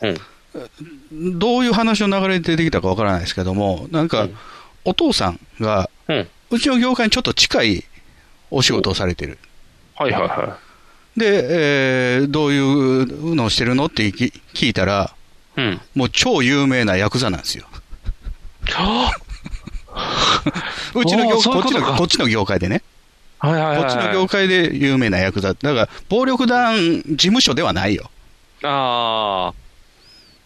B: うん。
C: どういう話の流れで出てきたか分からないですけども、なん
B: う
C: か
B: ん、
C: お父さんが、
B: うん。
C: うちの業界にちょっと近いお仕事をされてる。
B: はいはいは
C: で、えーどういうのをしてるのって聞聞いたら、
B: い。うん。
C: もう超有名なヤクザなんですよ。
B: は
C: うちの
B: お
C: 業
B: ーそうい
C: こ
B: うこ
C: っち
B: と
C: の
B: か
C: こっちの業界でね、
B: あはいはいはい。
C: こっちの業界で有名なヤクザ、だから暴力団事務所ではないよ、
B: ああ。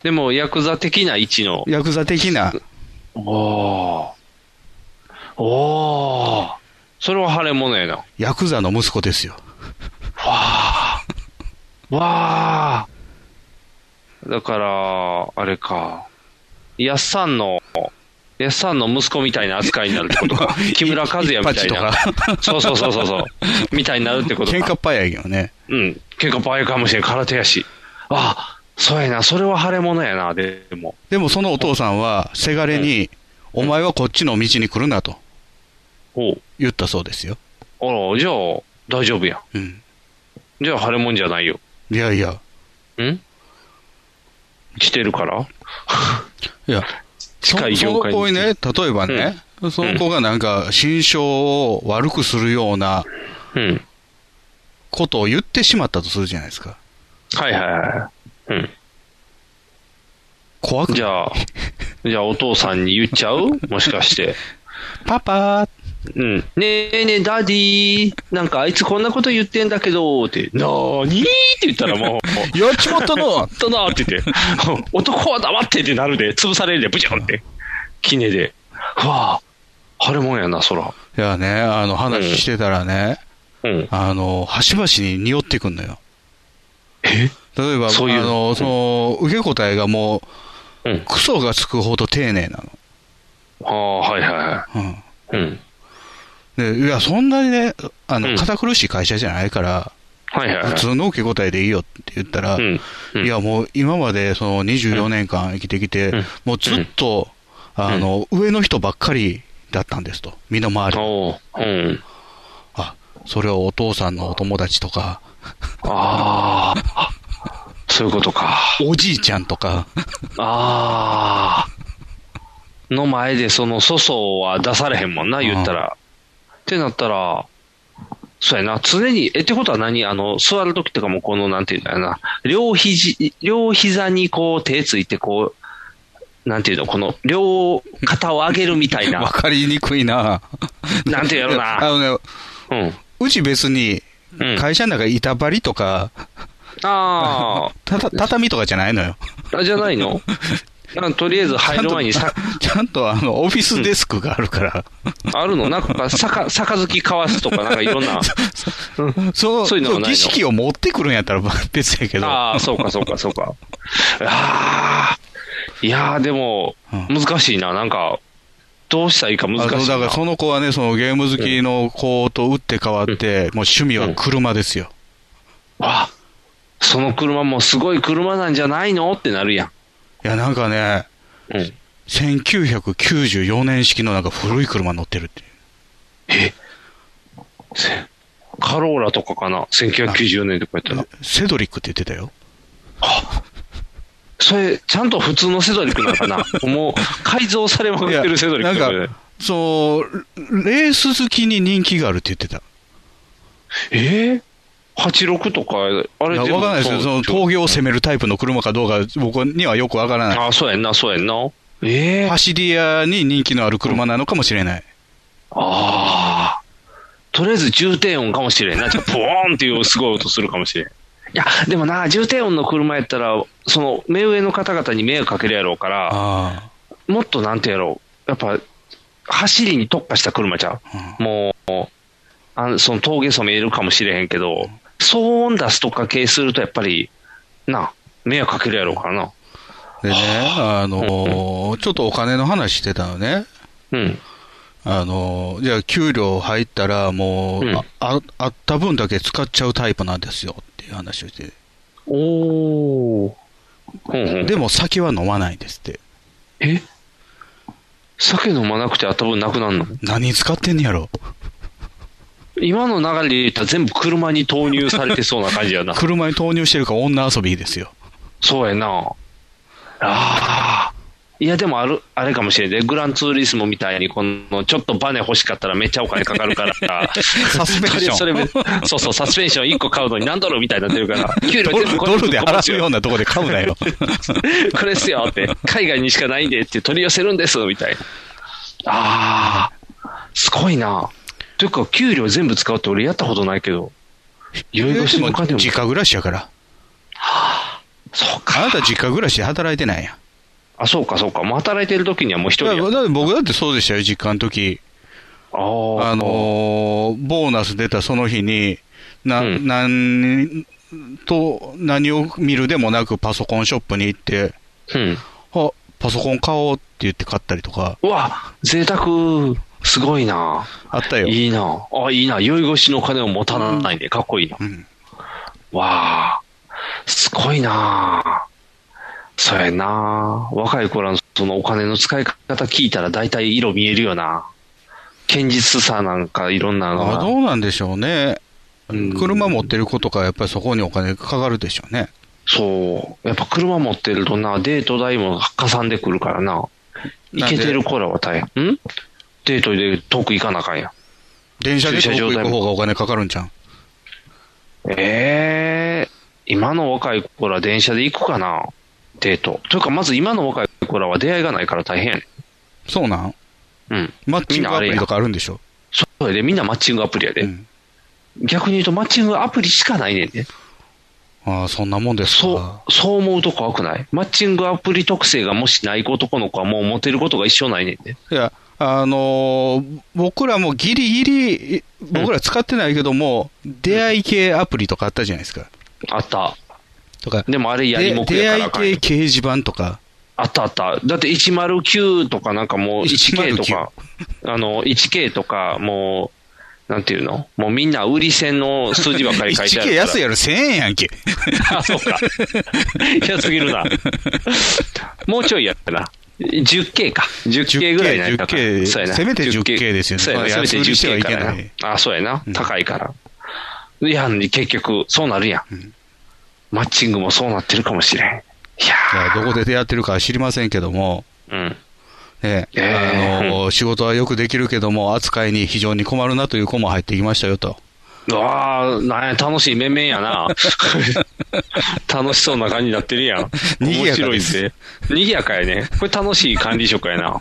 B: でも、ヤクザ的な位置の。
C: ヤクザ的な、
B: おお。おお。それは腫れ物やな。わ
C: ヤクザの息子ですよ。
B: あ。わあ。だから、あれか。やっさんの、やっさんの息子みたいな扱いになるってこと
C: [laughs]
B: か。木村和也みたいな
C: 一。発とか
B: そうそうそうそうそう。みたいになるってことか。
C: [laughs] 喧嘩っ早いけどね、
B: うん。喧嘩ばいかもしれん。空手やし。ああ、そうやな。それは腫れ物やな、でも。
C: でもそのお父さんは、せがれに、お前はこっちの道に来るなと
B: おう。
C: 言ったそうですよ。
B: あら、じゃあ、大丈夫やん。
C: うん、
B: じゃあ、腫れ物じゃないよ。
C: いやいや、
B: んしてるから
C: いや、そ
B: 近い
C: その
B: 業界
C: 子に
B: に。
C: ね、例えばね、その子がなんか、心象を悪くするような
B: うん。
C: ことを言ってしまったとするじゃないですか。
B: はいはいはい。うん。
C: 怖く
B: じ
C: ない
B: ゃあ、じゃあお父さんに言っちゃう
C: [laughs]
B: もしかして。
C: パパー
B: うん。ねえねえ、ダディなんかあいつこんなこと言ってんだけど、って、なーにーって言ったらもう、
C: [laughs]
B: [laughs]
C: やっちまったな
B: あったなーって言って、 [laughs] 男は黙ってってなるで、潰されるで、ブチョンって。キネで。うわあ、晴れもんやな、そら。
C: いやね、あの、話してたらね、
B: うん。
C: あの、端々に匂ってくんのよ。
B: え
C: 例えば、
B: そういう
C: あの、その、受け答えがも
B: う
C: う、
B: ん。
C: クソがつくほど丁寧な
B: ああ、はいはいは
C: の。
B: い。うん。
C: うん。で、いや、そんなにね、あ
B: う
C: の、
B: ん
C: 堅苦しい会社じゃないから、
B: はいはいはい。
C: 普通の受け答えでいいよって言ったら、
B: うん。うん
C: いや、もう今までその24年間生きてきて、
B: うん
C: もうずっと、あの、上の人ばっかりだったんですと、身の回り。
B: おううん。
C: あ、それをお父さんのお友達とか、
B: ああ、そういうことか。
C: おじいちゃんとか、
B: ああ。の前でその粗相は出されへんもんな、言ったら。ってなったら、そうやな、常に、え、ってことは何あの、座るときとかもこの、なんていうんだよな、両肘、両膝にこう手ついてこう、なんていうの、この、両肩を上げるみたい
C: [laughs] わ
B: な。
C: かりにくいな。
B: [laughs] なんてやろう
C: [laughs] あ
B: な。
C: のね、
B: うん。
C: うち別に
B: うん。
C: 会社の中板張りとか、
B: あ
C: たた畳とかじゃないのよ。
B: ーあ、じゃないのなんとりあえず入る前にさ、
C: ちゃんとあの、オフィスデスクがあるから、
B: あるのなんか、さか、杯交わすとか、なんかいろんな。
C: その
B: そういうのはない
C: その
B: の
C: 儀式を持ってくるんやったらまあ別やけど、
B: ああ、そうか、そうか、そうか。 [laughs] ああ、いやー、でも、
C: うん
B: 難しいな。なんか、どうしたらいいか難
C: あの
B: しいな。
C: だからその子はね、そのゲーム好きの子と打って変わって、もう趣味は車ですよ。
B: あその車もすごい車なんじゃないのってなるやん。
C: いや、なんかね、
B: うん。
C: 1994年式のなんか古い車乗ってるっていう。
B: えせカローラとかかな ?1990 年とかやったら。
C: セドリックって言ってたよ。
B: それ、ちゃんと普通のセドリックなのか
C: [laughs]
B: なもう、改造されまくってるセドリックとか
C: いやな
B: で
C: んかそう、レース好きに人気があるって言ってた。
B: えー、86とか、あ
C: い
B: れ
C: やわかんないですよ。その
B: 東
C: 峠を攻めるタイプの車かどうか、僕にはよくわからない。
B: あ、そうやんな、そうやんな。ええー。
C: 走り屋に人気のある車なのかもしれない。
B: ああ。とりあえず重低音かもしれんな。ちょっとボーンっていうすごい音するかもしれん。いや、でもな、重低音の車やったら、その、目上の方々に迷惑かけるやろうから、
C: あ
B: もっとなんてやろう、やっぱ、走りに特化した車ちゃう。もう、あのその峠層見えるかもしれへんけど、騒音出すとか系すると、やっぱり、な、迷惑かけるやろうからな。
C: あ。でね、あのーちょっとお金の話してたのね。
B: うん。
C: あのじゃあ、給料入ったら、もう、
B: うん
C: あああった分だけ使っちゃうタイプなんですよっていう話をして、
B: おー。ほんほん
C: でも酒は飲まないんですって、
B: え酒飲まなくて頭なくなるの
C: 何に使ってんねやろ、。
B: 今の流れで言ったら全部車に投入されてそうな感じやな
C: [laughs] 車に投入してるから女遊びですよ、
B: そうやな。ああ。いや、でもある、あれかもしれんで、グランツーリスモみたいに、この、ちょっとバネ欲しかったらめっちゃお金かかるから。
C: [laughs] サスペンション
B: それそうそう、サスペンション1個買うのに何ドルみたいになってるから、給料
C: ドル
B: 全部これ
C: ドルで払うよう
B: こ
C: なとこで買
B: [laughs]
C: うなよ、
B: れですよって、海外にしかないんでって取り寄せるんです、みたいな。ああ、すごいな。というか、給料全部使うって俺やったことないけど、いろいろしてもお金も
C: 実家暮らしやから、
B: そうか。
C: あなた、実家暮らしで働いてないやん、
B: あ、そうか、そうか。もう働いてる時にはもう一
C: だ
B: 人
C: か
B: や。
C: らだって僕だってそうでしたよ、実家の時
B: あー
C: あのーボーナス出たその日に、な、
B: うん
C: なんと、何を見るでもなく、パソコンショップに行って、
B: うん。
C: あ、パソコン買おうって言って買ったりとか、
B: うわ、贅沢、すごいな。
C: あったよ。
B: いいな。あ、いいな。酔い越しの金を持たないで、かっこいいな。
C: うん
B: わあ、すごいな。そうやな。若い子らのそのお金の使い方聞いたら大体色見えるよな。堅実さなんかいろんなの
C: あ
B: が
C: ど。うなんでしょうね。
B: うん
C: 車持ってる子とか、やっぱりそこにお金かかるでしょうね。
B: そう。やっぱ車持ってるとな、デート代もかさんでくるからな。行
C: なんで
B: けてる子らは大変。んデートで遠く行かなあかんやん。
C: 電車で
B: 駐車場
C: 遠く
B: 代
C: 行く
B: も
C: 方がお金かかるんちゃう
B: ええ今の若い子ら電車で行くかなデート。というか、まず今の若い子らは出会いがないから大変。
C: そうなん
B: うん。
C: マッチングアプリとかあるんでしょ
B: それでみんなマッチングアプリやで。
C: うん
B: 逆に言うとマッチングアプリしかないねんね。
C: ああ、そんなもんですか
B: そ。う、そう思うと怖くないマッチングアプリ特性がもしない男の子はもうモテることが一生ないねんね。
C: いや、あのー僕らもギリギリ、僕ら使ってないけども、出会い系アプリとかあったじゃないですか。
B: あった。
C: とか、
B: でもあれやり
C: で
B: もく
C: 出
B: やから
C: 会
B: あ
C: い
B: かんよ
C: 系掲示板とか、
B: あったあった。だって109とかなんかもう 1K とか、あの、1K とかもう、なんていうのもうみんな売り線の数字ばっかり書いてあ
C: 1K
B: る
C: [laughs]
B: から。
C: 安いやろ、1000円やん
B: [laughs]
C: け。
B: あ、そう
C: [laughs]
B: か。安すぎるな。もうちょいやったな。10K か。10K ぐらいになったから。
C: 10K
B: そうやな
C: せめて 10K ですよね
B: そうや
C: ま
B: な。
C: あ
B: せめて
C: 安売りしてはい
B: 10K
C: け
B: か
C: ない
B: らな。あ、そうやな。高いから。いや、結局、そうなるやん,、マッチングもそうなってるかもしれん。いや
C: いや
B: ー
C: どこで出会ってるかは知りませんけども、
B: うん。
C: ね
B: ええ
C: あのー仕事はよくできるけども、扱いに非常に困るなという子も入ってきましたよと。
B: うわあ、なんや、楽しい面々や
C: [laughs]
B: な。楽しそうな感じになってるやん。
C: 賑
B: 面
C: やか
B: 白
C: で
B: い
C: す
B: ぜ。賑やかやね。これ楽しい管理職やな。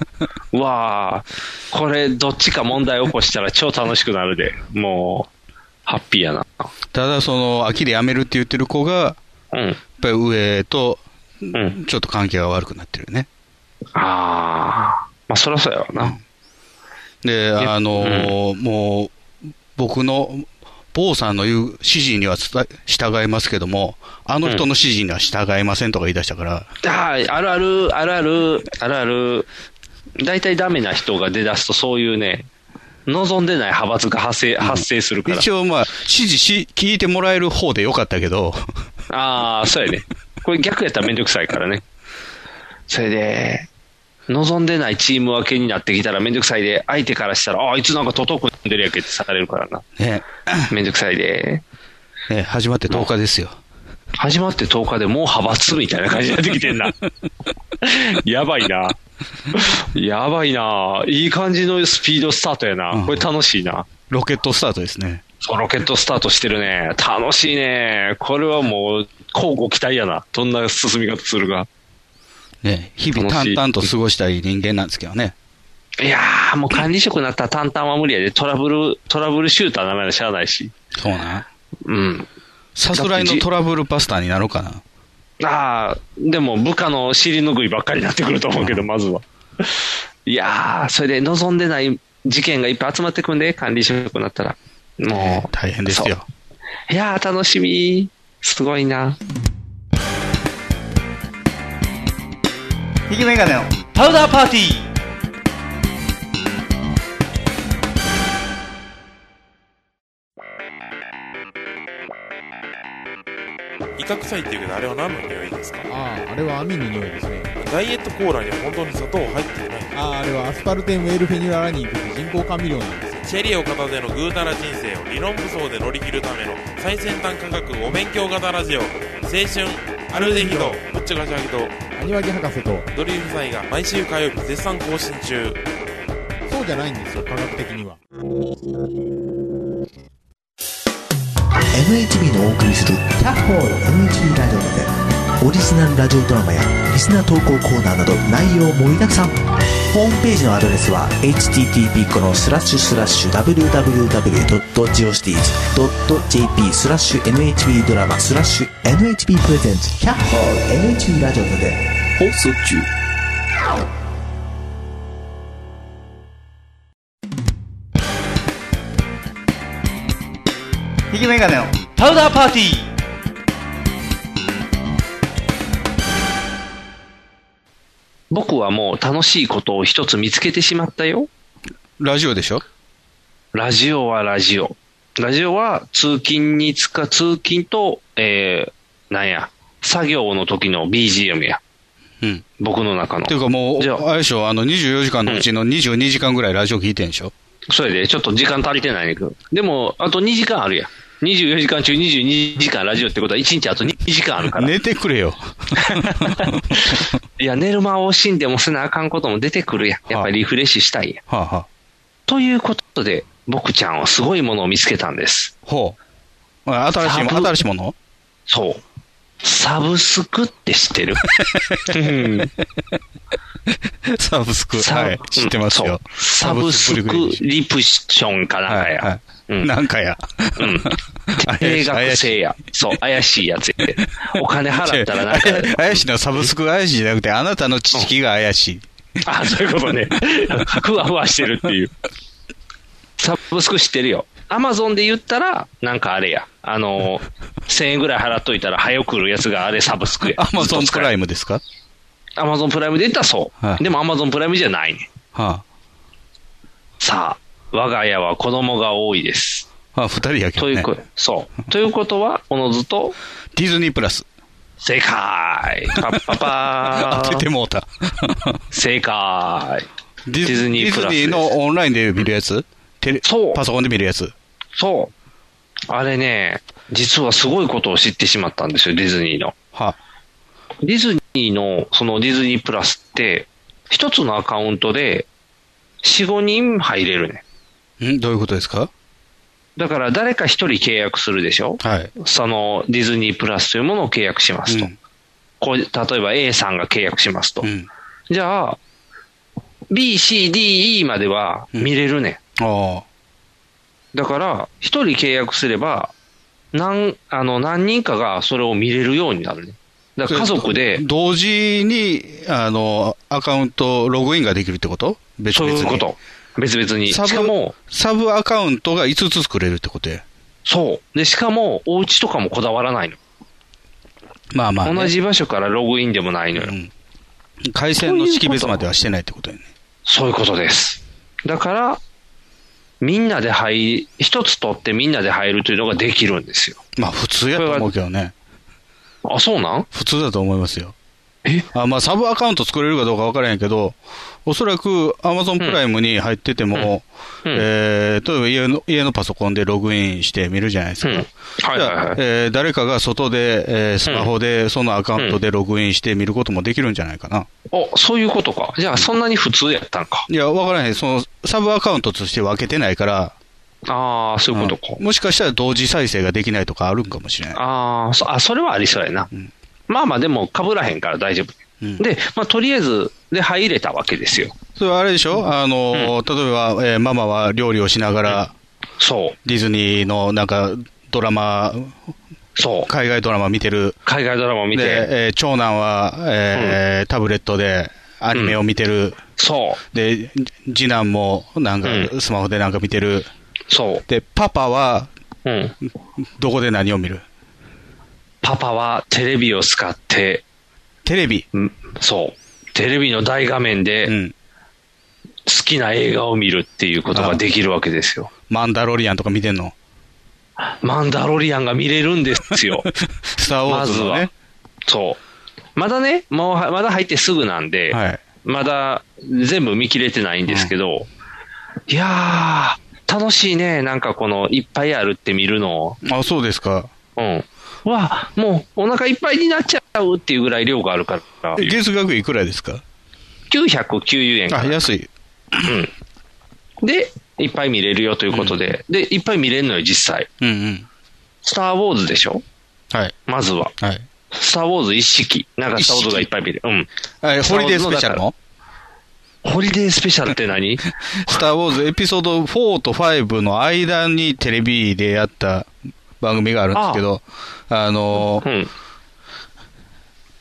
B: うわあ、これどっちか問題起こしたら超楽しくなるで。もう、ハッピーやな。
C: ただ、その、秋で辞めるって言ってる子が、
B: う
C: やっ
B: ん、
C: ぱり上と、
B: うん。
C: ちょっと関係が悪くなってるね。
B: ああ、まあそりゃそうやわな。
C: で、あのーもう、僕の、坊さんの言う指示には伝え従いますけども、あの人の指示には従いませんとか言い出したから、
B: ああ、あるある、あるある、あるある。大体ダメな人が出だすとそういうね、望んでない派閥が発生、発生するから。
C: 一応、まあ、指示し、聞いてもらえる方でよかったけど、
B: ああ、そうやね。これ逆やったらめんどくさいからね。それで、望んでないチーム分けになってきたらめんどくさいで、相手からしたら、ああ、いつなんかととくんでるやんけってされるからな。
C: ね、
B: めんどくさいで。
C: ね始まって10日ですよ。
B: 始まって10日でもう派閥みたいな感じになってきてんな。やばいな。やばいな。いい感じのスピードスタートやな。これ楽しいな。
C: ロケットスタートですね。
B: そうロケットスタートしてるね。楽しいね。これはもう、交互期待やな。どんな進み方するか。
C: ね、日々淡々と過ごしたい人間なんですけどね。
B: いやー、もう管理職になったら淡々は無理やで、トラブル、トラブルシューター名前のしゃあないし。
C: そうなん。
B: うん。
C: さす
B: だっ
C: らいの
B: てじ
C: トラブルバスターになろうかな。
B: ああ、でも部下の尻拭いばっかりになってくると思うけど、まずは。いやー、それで望んでない事件がいっぱい集まってくんで、管理職になったら。もう。
C: 大変ですよ。
B: そう。いやー、楽しみ。すごいな。
C: ひきメガネの
A: パウダーパーティー
D: 威嚇臭いっていうけどあれは何の匂いですか
E: あああれは網の匂いですね
D: ダイエットコーラには本当に砂糖入っていない
E: あああれはアスパルテンウェルフェニュララニンという人工甘味料なんですよ
D: チェリーを片手のぐうたら人生を理論武装で乗り切るための最先端科学お勉強型ラジオ青春アルデヒドぶっちゃかしゃぎと
E: アニワギ博士と
D: ドリル夫妻が毎週火曜日絶賛更新中
E: そうじゃないんですよ科学的には
F: NHB のお送りする「キャッホール NHB ラジオ」でオリジナルラジオドラマやリスナー投稿コーナーなど内容盛りだくさんホームページのアドレスは http このスラッシュスラッシュ www.geocities.jp スラッシュ NHB ドラマスラッシュ NHB プレゼンツキャッホール NHB ラジオで放送中
C: ひきメガネの
A: パウダーパーティー
B: 僕はもう楽しいことを一つ見つけてしまったよ。
C: ラジオでしょ
B: ラジオはラジオ。ラジオは通勤に使う、通勤と、えー、なんや、作業の時の BGM や。
C: うん。
B: 僕の中の
C: ってい。うかもう、
B: じゃあ
C: あれでしょ、あの24時間のうちの22時間ぐらいラジオ聞いてんでしょ、
B: それで、ちょっと時間足りてないねんけど。でも、あと2時間あるやん。 24時間中22時間ラジオってことは1日あと2時間あるから。
C: 寝てくれよ。
B: [laughs] いや、寝る間を惜しんでもせなあかんことも出てくるやん。やっぱりリフレッシュしたいやん。
C: はあ、はあ、
B: ということで、僕ちゃんはすごいものを見つけたんです。
C: ほう。あ新しいも、
B: サブ
C: 新しいもの
B: そう。サブスクって知
C: [laughs]
B: ってる
C: サブスク。はい。知ってますよ。
B: サブスク
C: リ
B: リプションかなん
C: は
B: か
C: い、
B: や。
C: は
B: う
C: い。
B: ん
C: なんかや。
B: うん。 [laughs] 定額制や。そう、怪しいやつやで。お金払ったらなんか、
C: [laughs] 違う怪しいのはサブスク怪しいじゃなくて、あなたの知識が怪しい。
B: あ、そういうことね。ふわふわしてるっていう。サブスク知ってるよ。アマゾンで言ったら、なんかあれや。あの、1000円ぐらい払っといたら、早く来るやつがあれサブスクや。
C: アマゾンプライ
B: ム。
C: ムですか
B: アマゾンプライムで言ったらそう。
C: はい
B: でもアマゾンプライムじゃないね。
C: は
B: さあ、我が家は子供が多いです。
C: あ。はあ、二人やけど
B: という
C: ね。
B: こ、そう。ということは、おのずと、
C: ディズニープラス。
B: 正解パッパ
C: [laughs]
B: パ
C: 当てて
B: ー
C: もうた。
B: 正解
C: ディ
B: ディズニープラス
C: ディズニーのオンラインで見るやつテレ
B: そう
C: パソコンで見るやつ。
B: そう。あれね、実はすごいことを知ってしまったんですよ、ディズニーの。
C: は
B: ディズニーの、そのディズニープラスって、一つのアカウントで、4、5人入れるね。
C: あ。んどういうことですか
B: だから誰か一人契約するでしょ
C: はい。
B: そのディズニープラスというものを契約しますと。
C: うん
B: こう例えば A さんが契約しますと。
C: うん。
B: じゃあ、B、C、D、E までは見れるね。
C: あ
B: だから、一人契約すれば、何、あの、何人かがそれを見れるようになるね。だ
C: あ。
B: から家族で、
C: 同時に、あの、アカウント、ログインができるってこと別
B: そう
C: 々に。
B: いうこと。別々に。し
C: サブ
B: かも、
C: サブアカウントが5つ作れるってことや。
B: そう。で、しかも、お家とかもこだわらないの。
C: まあまあ、ね。
B: 同じ場所からログインでもないのよ。
C: うん。回線の識別まではしてないってことやね。
B: そういうことです。だから、みんなで入、一つ取ってみんなで入るというのができるんですよ。
C: まあ普通やと思うけどね。
B: あ、そうなん
C: 普通だと思いますよ。
B: え
C: あまあサブアカウント作れるかどうか分からへんけど、おそらくアマゾンプライムに入ってても、
B: うんうん
C: えー例えば家の家のパソコンでログインして見るじゃないです
B: う
C: か。
B: ん。はいはい
C: じゃあ
B: はい。
C: えー誰かが外で、えースマホで、そのアカウントでログインして見ることもできるんじゃないかな。
B: お、そういうことか。じゃあ、そんなに普通やったんか。
C: いや、分からへん、そのサブアカウントとして分けてないから、
B: ああ、そういうことか。
C: うんもしかしたら同時再生ができないとかあるんかもしれない。
B: あーそあ、それはありそうやな。まあまあ、でも、かぶらへんから大丈夫。
C: うん
B: で、まあ、とりあえず、で、入れたわけですよ。
C: それはあれでしょ、あの例えば、えーママは料理をしながら、
B: そ
C: ディズニーのなんかドラマ、
B: う、そう。
C: 海外ドラマ見てる、
B: 海外ドラマを見て、
C: でえー長男は、えータブレットでアニメを見てる、
B: そ
C: で次男もなんか、
B: う
C: スマホでなんか見てる、
B: う、そ
C: でパパは
B: う、うん。
C: どこで何を見る
B: パパはテレビを使って、
C: テレビ、
B: うんそう、テレビの大画面
C: う
B: で
C: ん、
B: 好きな映画を見るっていうことができるわけですよ。
C: マンダロリアンとか見てんの、
B: マンダロリアンが見れるんです
C: [laughs]
B: よ。
C: スター・ウォーズのね、
B: そう。まだね、もうは、まだ入ってすぐなんで、
C: はい、
B: まだ全部見切れてないんですけど、いやー、楽しいね、なんかこのいっぱいあるって見るの、
C: あそうですか、
B: うん、うわ、もうお腹いっぱいになっちゃうっていうぐらい量があるから、
C: え月額いくらですか、
B: 990円か
C: あ
B: な
C: 安い、
B: で、いっぱい見れるよということで、で、いっぱい見れるのよ、実際。
C: うんうん、
B: スター・ウォーズでしょ、
C: はい、
B: まずは。
C: はい、
B: スター・ウォーズ一式、なんかスター・ウォーズがいっぱい見れる。うん。
C: はいホリデースペシャルの
B: ホリデースペシャルって
C: [laughs]
B: 何
C: スター・ウォーズエピソード4と5の間にテレビでやった番組があるんですけど、あの
B: う、ん。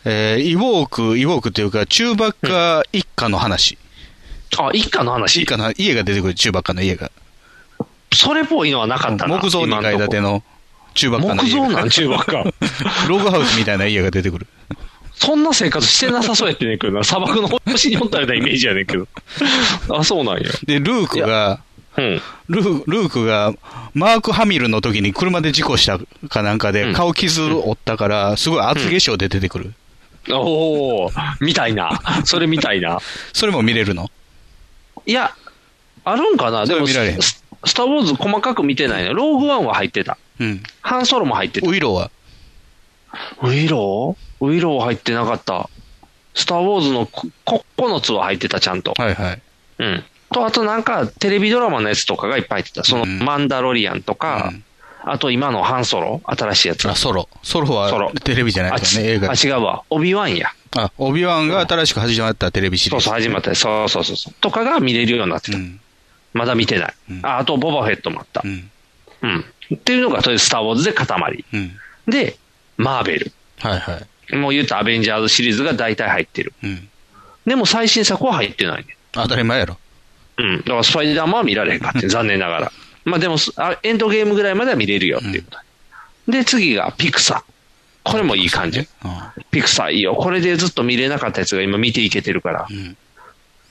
C: えーイウォーク、イウォークっていうか、中ばっか一家の話。
B: あ、一家の話。
C: 一家の家が出てくる、中ばっかの家が。
B: それっぽいのはなかったな。
C: 木造2階建て
B: の。
C: の中ばっかの
B: 木
C: 家が
B: 造なん中ばっ
C: [laughs]
B: か。
C: ログハウスみたいな家が出てくる。
B: そんな生活してなさそうやってんねんけど
C: [laughs]
B: な。砂漠の星におったようなイメージやねんけど。あ、そうなんや。
C: で、ルークが、
B: うん。
C: ルールークが、マーク・ハミルの時に車で事故したかなんか
B: う
C: で、
B: ん
C: 顔傷を負ったから、すごい厚化粧で出てくる。
B: おおみたいな。それみたいな。
C: それも見れるの
B: いや、あるんかなでも
C: それ見られへん
B: ス、スター・ウォーズ細かく見てないの。ローグワンは入ってた。
C: うん。
B: ハンソロも入ってた。
C: ウイローは
B: ウイローウイロー入ってなかった。スター・ウォーズのこ9つは入ってた、ちゃんと。
C: はいはい。
B: うん。と、あとなんか、テレビドラマのやつとかがいっぱい入ってた。その、
C: うん
B: マンダロリアンとか、
C: うん
B: あと今のハンソロ、新しいやつ。
C: あ、ソロ。ソロ
B: ソ
C: は
B: ロ
C: テレビじゃない
B: あ
C: ですよね、映画。
B: ちあ違うわ。オビワンや。
C: あ、オビワンが新しく始まったテレビシリ
B: そ
C: ー
B: う
C: ズ。
B: そう、始まった。そうそうそうそう。とかが見れるようになってた。
C: うん。
B: まだ見てない。ああと、ボバフェットもあった
C: う。ん。
B: うん。っていうのが、とりあえずスター・ウォーズで塊。
C: うん。
B: で、マーベ
C: はいはい。
B: ル。もう言ったアベンジャーズシリーズが大体入ってる。
C: うん。
B: でも最新作は入ってないね。
C: 当たり前やろ。
B: うん。だからスパイダーマンは見られへんかって、残念ながら。まあでもすあ、エンドゲームぐらいまでは見れるよっていうこと、で、次がピクサー。これもいい感じ。
C: う
B: ピクサーいいよ。これでずっと見れなかったやつが今見ていけてるから。
C: ん。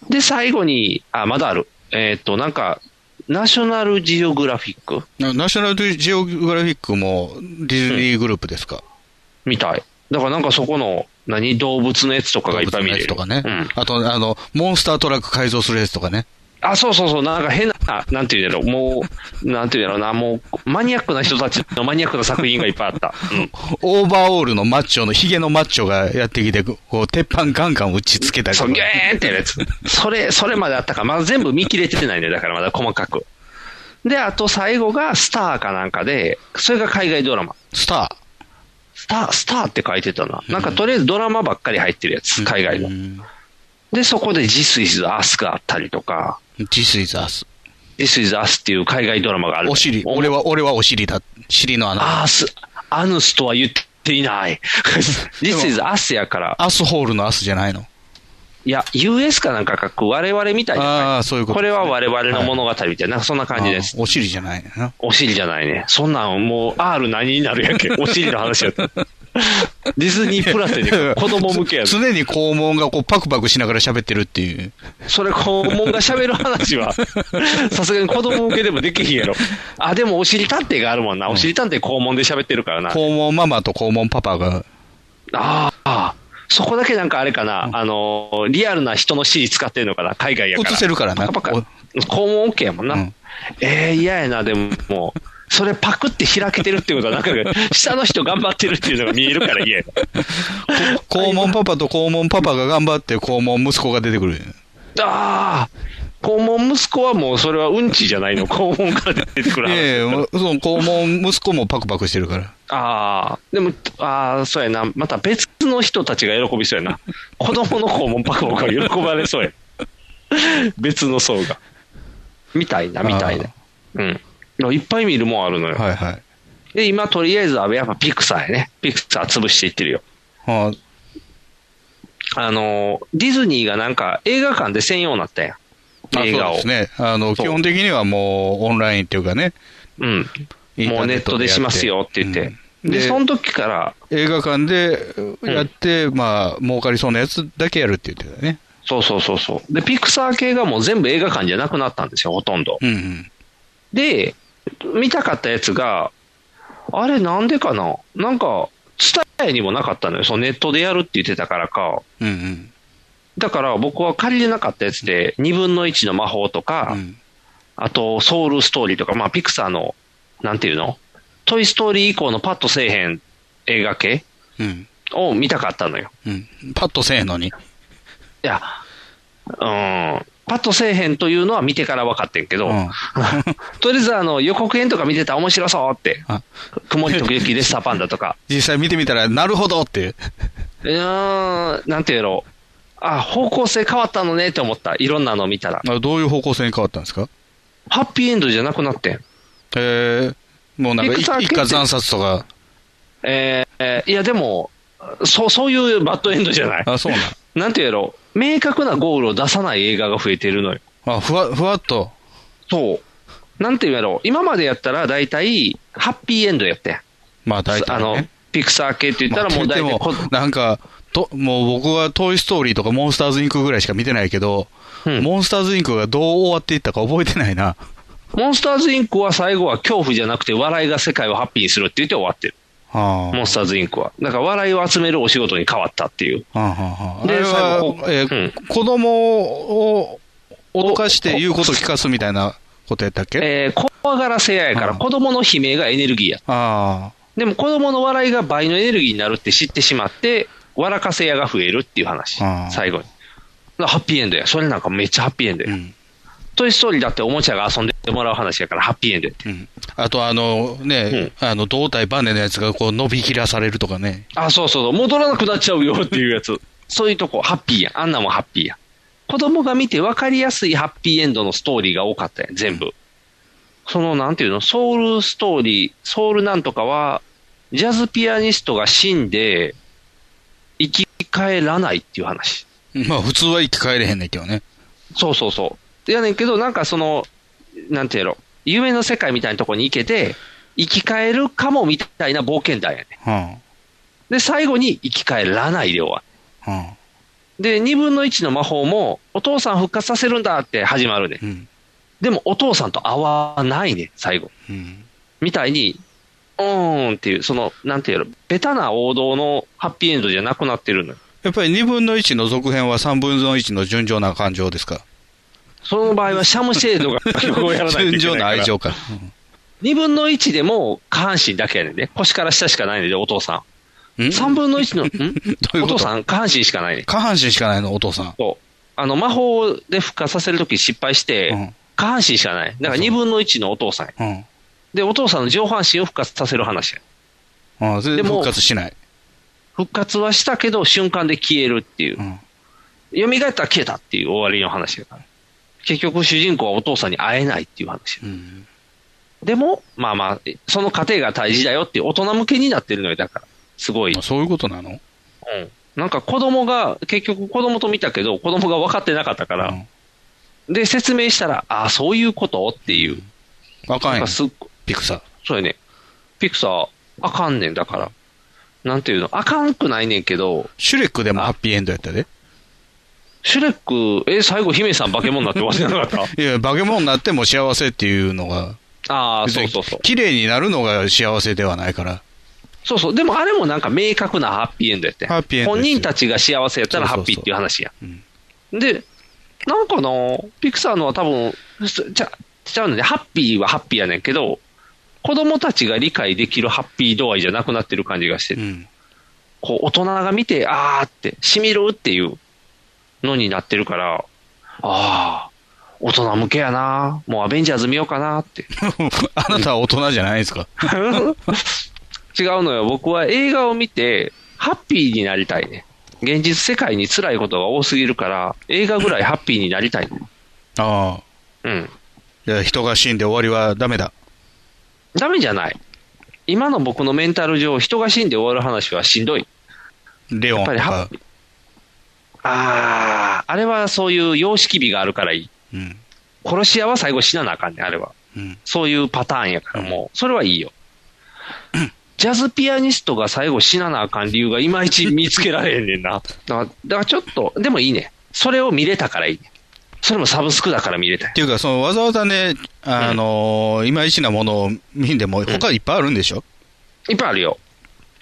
B: で、最後に、あ、まだある。えーっと、なんか、ナショナルジオグラフィック
C: うん。ナショナルジオグラフィックもディズニーグループですか。
B: みたい。だからなんかそこの、何動物のやつとかがいっぱい見れる。
C: 動物のやつと
B: う
C: かね
B: ん。。
C: あと、あの、モンスタートラック改造するやつとかね。
B: あ、そうそうそう、なんか変な、なんていうんだろう、もう、なんていうんだろうな、もう、マニアックな人たちのマニアックな作品がいっぱいあった。うん。
C: オーバーオールのマッチョの、ヒゲのマッチョがやってきて、こう、鉄板ガンガン打ちつけたりと
B: そう、
C: か
B: ギューンってやるやつ。それ、それまであったから、まだ全部見切れてないね、だからまだ細かく。で、あと最後がスターかなんかで、それが海外ドラマ。
C: スタ
B: スター、スターって書いてたな。なんかとりあえずドラマばっかり入ってるやつ、
C: ー。
B: 海外の
C: う。ん
B: で、そこで This is Us があったりとか、
C: This is us.
B: This is Us っていう海外ドラマがある。
C: お尻。俺は、俺はお尻だ。尻の穴。
B: アース、アヌスとは言っていない。This is us やから、
C: アスホールのアスじゃないの。
B: いや、US かなんか書く我々みたいな。
C: ああ、そういうこと
B: こ
C: で
B: れ
C: すね。
B: は我々の物語みたいな、なんかそんな感じです
C: あ。ーお尻じゃないな。
B: お尻じゃないね。そんなんもう R 何になるやんけ。お尻の話やった。ディズニープラスで子供向けやぞ
C: 常に肛門がこうパクパクしながら喋ってるっていう。
B: それ子供が喋る話は、さすがに子供向けでもできへんやろ。あ、でもお尻探偵があるもんな。お尻探偵肛門で喋ってるからな。
C: 肛門ママと肛門パパが、
B: ああ、そこだけなんかあれかな、あの、リアルな人の尻使ってるのかな、海外やから。
C: 映せるからな
B: パカパカ肛門 OK やもんな。
C: うん
B: ええ嫌やな、でももう。それパクって開けてるってことは、なんか、下の人頑張ってるっていうのが見えるから
C: [laughs]
B: 嫌や
C: 肛門パパと肛門パパが頑張って肛門息子が出てくる。
B: な。ああ、肛門息子はもうそれはうんちじゃないの、肛門から出てくる話。
C: ええ、その肛門息子もパクパクしてるから。
B: ああ、でも、ああ、そうやな。また別の人たちが喜びそう [laughs] やな。子供の肛門パクパクが喜ばれそうや。別の層が。みたいな、みたいな。うん。いやいっぱい見るもんあるのよ。
C: はいはい。
B: で、今とりあえず、あやっぱピクサーやね。ピクサー潰していってるよ。
C: あー
B: あのー、ディズニーがなんか映画館で専用になったやん。
C: あ
B: 映画を。
C: そうですね。あの、
B: そう
C: 基本的にはもうオンラインっていうかね。
B: うん。もうネットでしますよって言って。
C: うん
B: で、
C: で
B: その時から、
C: 映画館でやって、まあ、儲かりそうなやつだけやるって言ってたね。
B: そうそうそうそう。で、ピクサー系がもう全部映画館じゃなくなったんですよ、ほとんど。
C: うんうん。
B: で、見たかったやつが、あれなんでかななんか、伝えにもなかったのよ。そのネットでやるって言ってたからか。
C: うんうん。
B: だから僕は借りれなかったやつで、2分の1の魔法とか、
C: うん
B: あとソウルストーリーとか、まあピクサーの、なんていうのトイストーリー以降のパッとせえへん映画系
C: うん。
B: を見たかったのよ。
C: うん。パッとせえのに。
B: いや、うん、パッとせえへんというのは見てから分かってんけど、
C: うん
B: [laughs] とりあえずあの予告編とか見てたら面白そうって
C: あ、
B: 曇り時々レッサーパンダと
C: [laughs]
B: か、
C: 実際見てみたら、なるほどって。
B: うーん、なんていうやろ、あ、方向性変わったのねって思った、いろんなの見たら、
C: あどういう方向性に変わったんですか
B: ハッピーエンドじゃなくなってん。
C: えー、もうなんか
B: い
C: い
B: くつ開け
C: 一
B: て
C: 家惨殺とか、
B: えーえーいや、でも、そう、そういうバッドエンドじゃない。
C: あ、そうなん。
B: なんていうやろ、明確なゴールを出さない映画が増えてるのよ。
C: あ、ふわ、ふわっと。
B: そう。なんていうやろ、今までやったら大体、ハッピーエンドやってん。
C: まあ大
B: あ
C: 体、
B: の
C: ね。、
B: ピクサー系って言ったらもう
C: まあ
B: 大
C: で
B: 体
C: も
B: こ、
C: なんか、と、もう僕はトイストーリーとかモンスターズインクぐらいしか見てないけど、
B: うん
C: モンスターズインクがどう終わっていったか覚えてないな。
B: モンスターズインクは最後は恐怖じゃなくて笑いが世界をハッピーにするって言って終わってる。
C: あー
B: モンスターズインクは。だから笑いを集めるお仕事に変わったっていう。
C: はあはあはああ
B: で
C: れは
B: 最後、
C: えー
B: うん
C: 子供を脅かして言うことを聞かすみたいなことやったっけ、
B: えー、怖がらせ屋やから、
C: うん
B: 子供の悲鳴がエネルギーや。
C: あ
B: でも子供の笑いが倍のエネルギーになるって知ってしまって、笑かせ屋が増えるっていう話
C: あ、ー
B: 最後に。だからハッピーエンドや。それなんかめっちゃハッピーエンド
C: あ、う
B: や。
C: ん。
B: トイ・ストーリーだっておもちゃが遊んでもらう話やから、ハッピーエンドやって。
C: うんあと、あのね、あの胴体バネのやつがこう伸びきらされるとかね、
B: あ、そうそうそう、戻らなくなっちゃうよっていうやつ。そういうとこ、ハッピーやん。あんなもんハッピーやん。子供が見て分かりやすいハッピーエンドのストーリーが多かったやん、全部。その、なんていうの、ソウルストーリー、ソウルなんとかは、ジャズピアニストが死んで、生き返らないっていう話。
C: まあ、普通は生き返れへんねんけどね、
B: そうそうそう。やねんけど、なんかその、なんていうの、夢の世界みたいなとこに行けて、生き返るかもみたいな冒険だやねん。
C: うん
B: で、最後に生き返らないで終わる
C: うん
B: で、2分の1の魔法も、お父さん復活させるんだって始まるね。
C: うん
B: でも、お父さんと会わないね、最後。
C: うん
B: みたいに、うーんっていう、その、なんていうの、ベタな王道のハッピーエンドじゃなくなってるのよ。
C: やっぱり2分の1の続編は3分の1の純情な感情ですか、
B: その場合は、シャムシェード
C: [laughs]
B: が曲をやらないと
C: 純
B: いけない
C: 情な
B: から。
C: 愛情か、
B: 2分の1でも、下半身だけやねんね。腰から下しかないねんで、お父さ
C: うん
B: ん。3分の1の、
C: [laughs] うんいう
B: お
C: こと
B: 父さん、下半身しかないねん。
C: 下半身しかないの、お父さん。
B: そう。あの、魔法で復活させるとき失敗して、
C: うん
B: 下半身しかない。だから2分の1のお父さんや
C: うん
B: で、お父さんの上半身を復活させる話や。
C: うん、それで
B: でも
C: 復活しない、
B: 復活はしたけど、瞬間で消えるっていう
C: う。ん
B: 蘇ったら消えたっていう終わりの話やから。結局、主人公はお父さんに会えないっていう話
C: う
B: や。
C: ん
B: でも、まあまあ、その過程が大事だよっていう大人向けになってるのよ、だから。すごい。
C: まあそういうことなの、
B: うん。なんか子供が、結局子供と見たけど、子供が分かってなかったか
C: う
B: ら、
C: ん、
B: で、説明したら、ああ、そういうことっていう。
C: あか
B: なん
C: んやん
B: か、すっご
C: ピクサー。
B: そうやね。ピクサー、あかんねん、だから。なんていうの、あかんくないねんけど、
C: シュレックでもハッピーエンドやったで。
B: シュレック、え、最後、姫さん化け物になって忘れなかっ
C: いや、化け物になっても幸せっていうのが、
B: た [laughs] ああ、
C: 別
B: そう
C: に
B: そうそう。
C: 綺麗になるのが幸せではないから。
B: そうそう。でも、あれもなんか明確なハッピーエンドやってん。
C: ハッピーエンド
B: 本
C: ですよ
B: 人たちが幸せやったらハッピーっていう話や。で、なんかな、ピクサーのは多分、すちゃ、ちゃうのね、ハッピーはハッピーやねんけど、子供たちが理解できるハッピー度合いじゃなくなってる感じがして
C: う、ん。
B: こう、大人が見て、あーって、しみるっていうのになってるから、あー、大人向けやなもうアベンジャーズ見ようかなって。
C: [laughs] あなたは大人じゃないですか。
B: [laughs] 違うのよ。僕は映画を見て、ハッピーになりたいね。現実世界に辛いことが多すぎるから、映画ぐらいハッピーになりたい、ね。
C: ああ。
B: うん。
C: いや人が死んで終わりはダメだ。
B: ダメじゃない。今の僕のメンタル上、人が死んで終わる話はしんどい。
C: レオン
B: やっぱ
C: と
B: りハ
C: か
B: ッ。ピー。あー、あれはそういう様式美があるからいい。
C: うん。
B: 殺し屋は最後死ななあかんねんあれは。
C: うん。
B: そういうパターンやから、もう、それはいい
C: [clears throat]
B: よ。ジャズピアニストが最後死ななあかん理由がいまいち見つけられへんねんな。だから、だからちょっと、でもいいね。それを見れたからいいね。それもサブスクだから見れたよ
C: っていうか、そのわざわざね、あのーいまいちなものを見んでも、他いっぱいあるんでしょ、
B: いっぱいあるよ。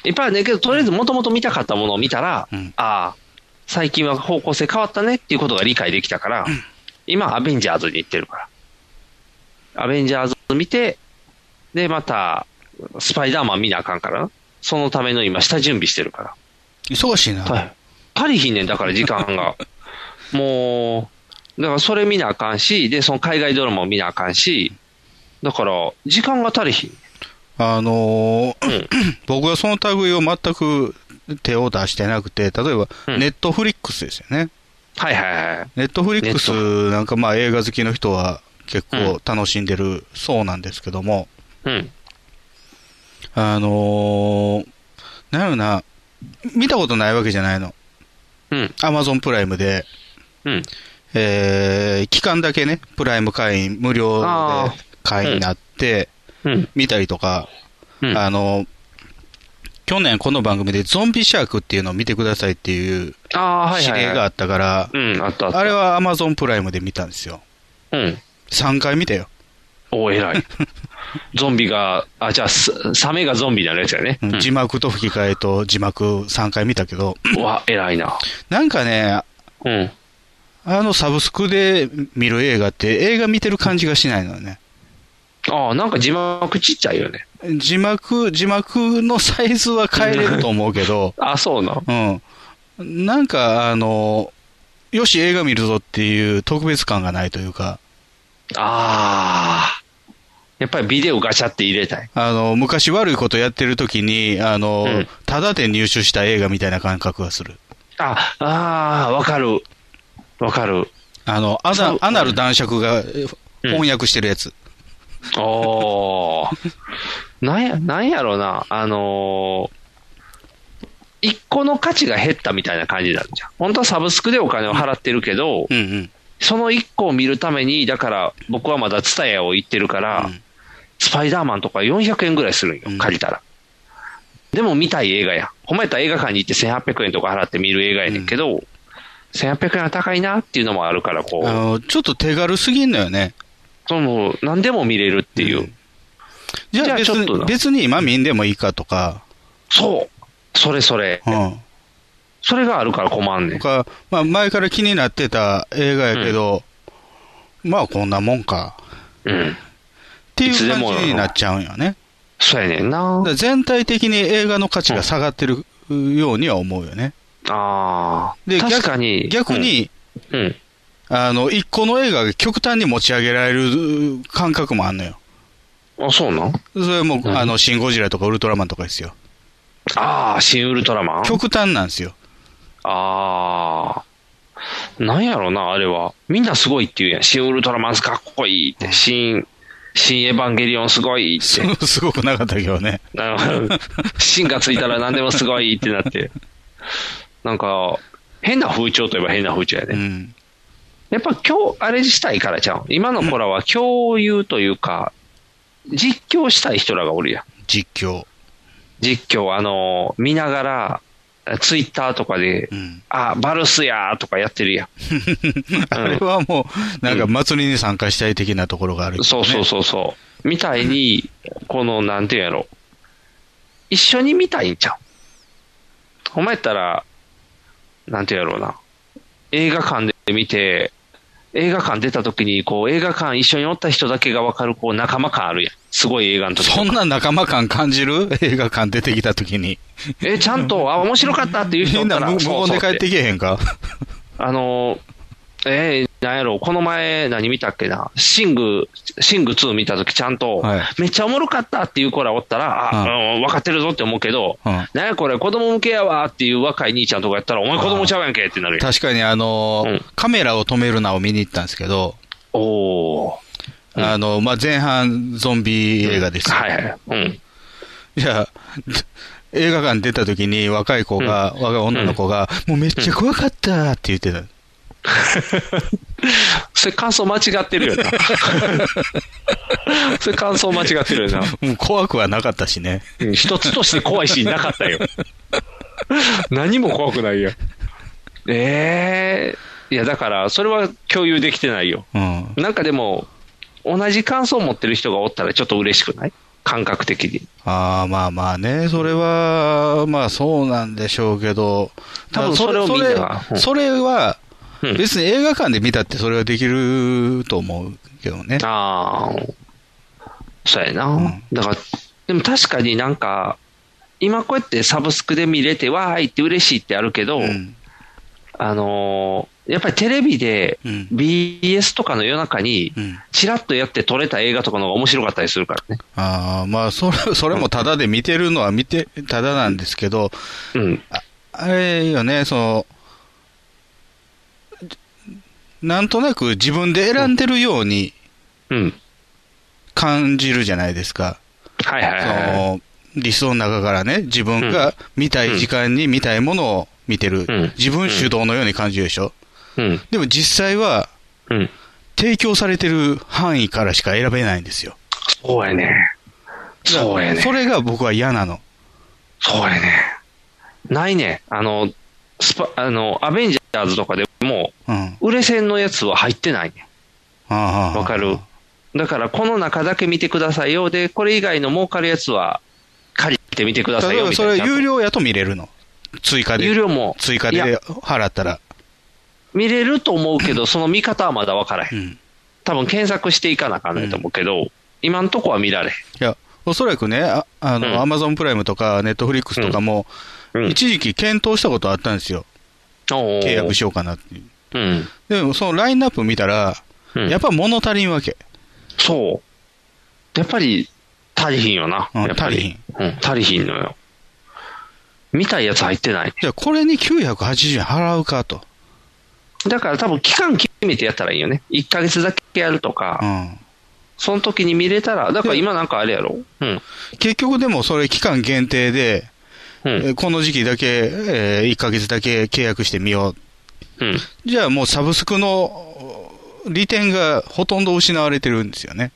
B: いっぱいあるねんけど、とりあえずもともと見たかったものを見たら、
C: うん
B: ああ、最近は方向性変わったねっていうことが理解できたから、今、アベンジャーズに行ってるから。アベンジャーズ見て、で、また、スパイダーマン見なあかんからな。そのための今、下準備してるから。
C: 忙しいな。
B: はい、足りひんねん、だから時間 [laughs] が。もう、だからそれ見なあかんし、で、その海外ドラマを見なあかんし、だから、時間が足りひん。
C: あのー
B: うん
C: [clears throat] 僕はその類を全く手を出してなくて、例えば、
B: うん
C: ネットフリックスですよね。
B: はいはいはい。
C: ネットフリック
B: ネ
C: スなんかまあ映画好きの人は結構楽しんでるそうなんですけども、
B: うん。
C: あのー、なんやろな、見たことないわけじゃないの。
B: うん。
C: アマゾンプライムで、
B: うん。
C: えー期間だけね、プライム会員、無料で
B: あ
C: 会員になって、
B: うん。
C: 見たりとか、
B: うん。
C: あのー去年この番組でゾンビシャークっていうのを見てくださいっていう
B: ああ、はい
C: 指
B: はい、
C: 令が
B: は
C: あ
B: い。
C: ったから、
B: うん、あったあった。
C: あれはアマゾンプライムで見たんですよ。
B: うん。
C: 3回見たよ。
B: おー
C: [laughs]
B: 偉い。ゾンビが、あ、じゃあ、すサメがゾンビになるやつやね。
C: うん字幕と吹き替えと字幕3回見たけど、
B: うん、うわ、偉いな。
C: なんかね、
B: うん。
C: あのサブスクで見る映画って映画見てる感じがしないのよね。
B: ああ、なんか字幕ちっちゃいよね。
C: 字幕、字幕のサイズは変えれると思うけ
B: [laughs]
C: ど、
B: あそうなの。
C: うん。なんか、あの、よし映画見るぞっていう特別感がないというか、
B: ああ。やっぱりビデオガチャって入れたい。
C: あの、昔悪いことやってる時に、あの、
B: うん
C: ただで入手した映画みたいな感覚がする。
B: あ、ああ、わかる。わかる。
C: あの、ア
B: そ
C: ナ
B: う
C: アナル男爵がえ翻訳してるやつ。
B: おー。なんや、なんやろうな。あのー一個の価値が減ったみたいな感じになるじゃん。本当はサブスクでお金を払ってるけど、
C: うんうん。
B: その一個を見るために、だから僕はまだツタヤを行ってるから、
C: うん
B: スパイダーマンとか400円ぐらいするんよ
C: うん、
B: 借りたら。でも見たい映画やん。ほんまやったら映画館に行って1800円とか払って見る映画やねんけど、1800円は高いなっていうのもあるから、こ
C: あ
B: う、
C: の、ちょっと手軽すぎんのよね。
B: その何でも見れるっていう。
C: うんじゃあ
B: じ
C: 別
B: ゃあちょっと
C: に、
B: な
C: 別に今見んでもいいかとか、
B: そう。それそれ。
C: うん。
B: それがあるから困んねん
C: と。か、まあ前から気になってた映画やけど、まあこんなもんか。
B: うん。
C: ってい
B: いつ
C: う
B: で
C: 感
B: も
C: じになっちゃうんよね。
B: そうやねんな
C: だか。ら全体的に映画の価値が下がってるようには思うよね。
B: ああ。
C: で
B: 確かに。
C: 逆に、
B: うん。うん。
C: あの、一個の映画が極端に持ち上げられる感覚もあんのよ。
B: あ、そうなん
C: それも、
B: うん
C: あの、シン・ゴジラとかウルトラマンとかですよ。
B: ああ、新ウルトラマン
C: 極端な
B: [laughs]
C: んですよ。
B: ああ。なんやろな、あれは。みんなすごいって言うやん。新ウルトラマンかっこいいって。新、新エヴァンゲリオンすごいって。
C: そうすごくなかったけどね。
B: あの芯がついたら何でもすごいってなって。なんか、変な風潮といえば変な風潮やね。
C: うん。
B: やっぱ今日、あれしたいからじゃん。今の子らは共有というか、実況したい人らがおるやん。
C: 実況。
B: 実況、あの、見ながら、ツイッターとかで、
C: うん。
B: あ、バルスやーとかやってるやん。
C: [laughs] あれはもう、なんか祭りに参加したい的なところがあるけどね。
B: そうそうそうそう。みたいに、この、なんていうんやろ。一緒に見たいんちゃうほんまやったら、なんていうんやろうな。映画館で見て、映画館出た時に、こう、映画館一緒におった人だけがわかる、こう、仲間感あるやん。すごい映画の時とか
C: そんな仲間感感じる [laughs] 映画館出てきたときに。
B: え、ちゃんと、あ、面白かったっていう人
C: み
B: おっ
C: ん
B: た
C: な
B: ら、
C: 無無
B: そう
C: 言
B: そう
C: で帰ってけえへんか
B: あの、えー、なんやろ、この前何見たっけな、シング、シング2見たときちゃんと、
C: はい
B: めっちゃおもろかったっていう子らおったら、あ、うん、分かってるぞって思うけど、
C: うん
B: なんやこれ子供向けやわっていう若い兄ちゃんとかやったら、お前子供ちゃうやんけってなるやん。
C: 確かにあの、
B: うん
C: カメラを止めるなを見に行ったんですけど、
B: おー。うん
C: あの、まあ、前半ゾンビ映画ですよ。
B: はいはい。うん。
C: じゃあ、 [laughs] 映画館出た時に若い子が、若い女の子が、もうめっちゃ怖かったって言ってた。
B: それ感想間違ってる
C: [laughs]
B: よな。それ感想間違ってるよな。
C: もう怖くはなかったしね。
B: うん一つとして怖いシーンなかったよ。何も怖くないよ。ええいや、だから、それは共有できてないよ。
C: うん。
B: なんかでも、同じ感想を持ってる人がおったらちょっと嬉しくない感覚的に。
C: ああ、まあまあね、それは、まあそうなんでしょうけど、
B: 多分それを
C: そ
B: みん
C: れ
B: ながうん
C: それは、
B: うん
C: 別に映画館で見たってそれはできると思うけどね。
B: ああ、そうやな。
C: ん
B: だから、でも確かになんか、今こうやってサブスクで見れて、わーいって嬉しいってあるけど、
C: うん。
B: あのーやっぱりテレビで
C: うん
B: BS とかの夜中に
C: うん、
B: ちらっとやって撮れた映画とかの方が面白かったりするからね。
C: ああ、まあそれ、 [laughs] それもただで見てるのは見て、ただなんですけど、
B: うん。
C: あれよね、その、なんとなく自分で選んでるように
B: うん。
C: 感じるじゃないですか。
B: はいはい
C: そ
B: は
C: の理想の中からね、自分が見たい時間に見たいものを見てる、
B: うん
C: 自分主導のように感じるでしょ、
B: い。うん。
C: でも実際は、
B: うん。
C: 提供されてる範囲からしか選べないんですよ、
B: そうやね。そうやね。
C: それが僕は嫌なの、
B: そうやね。ないね。あの、スパ、あの、アベンジャーズとかでも、
C: うん、あ
B: 売れ線のやつは入ってないね。
C: あ
B: わかるだから、この中だけ見てくださいよ。で、これ以外の儲かるやつは、借りてみてください
C: 例え
B: よ。
C: ば
B: み
C: そ
B: たいな
C: れ、有料やと見れるの、追加で、
B: 有料も。
C: 追加
B: いや
C: で払ったら、
B: 見れると思うけど、その見方はまだ分からへ。
C: うんん
B: 多分検索していかなあかんないと思うけど、今んとこは見られへん。
C: いや、おそらくね、ああ
B: う
C: の、
B: ん
C: アマゾンプライムとか、ネットフリックスとかも、
B: うん
C: 一時期検討したことあったんですよ。
B: おー
C: 契約しようかなっていう。
B: うん。
C: でも、そのラインナップ見たら、
B: うん
C: やっぱ物足りんわけ。
B: そう。やっぱり、足りひんよな。
C: うん
B: やっぱり
C: 足りひ
B: ん。うん、足りひんのよ。見たいやつ入ってない。
C: じゃあ、これに980円払うかと。
B: だから多分期間決めてやったらいいよね。1ヶ月だけやるとか、
C: うん。
B: その時に見れたら、だから今なんかあれやろ。うん。
C: 結局でも、それ期間限定で、
B: うん。
C: えこの時期だけ、え1ヶ月だけ契約してみよ
B: うん。
C: う。じゃあ、もうサブスクの利点がほとんど失われてるんですよね。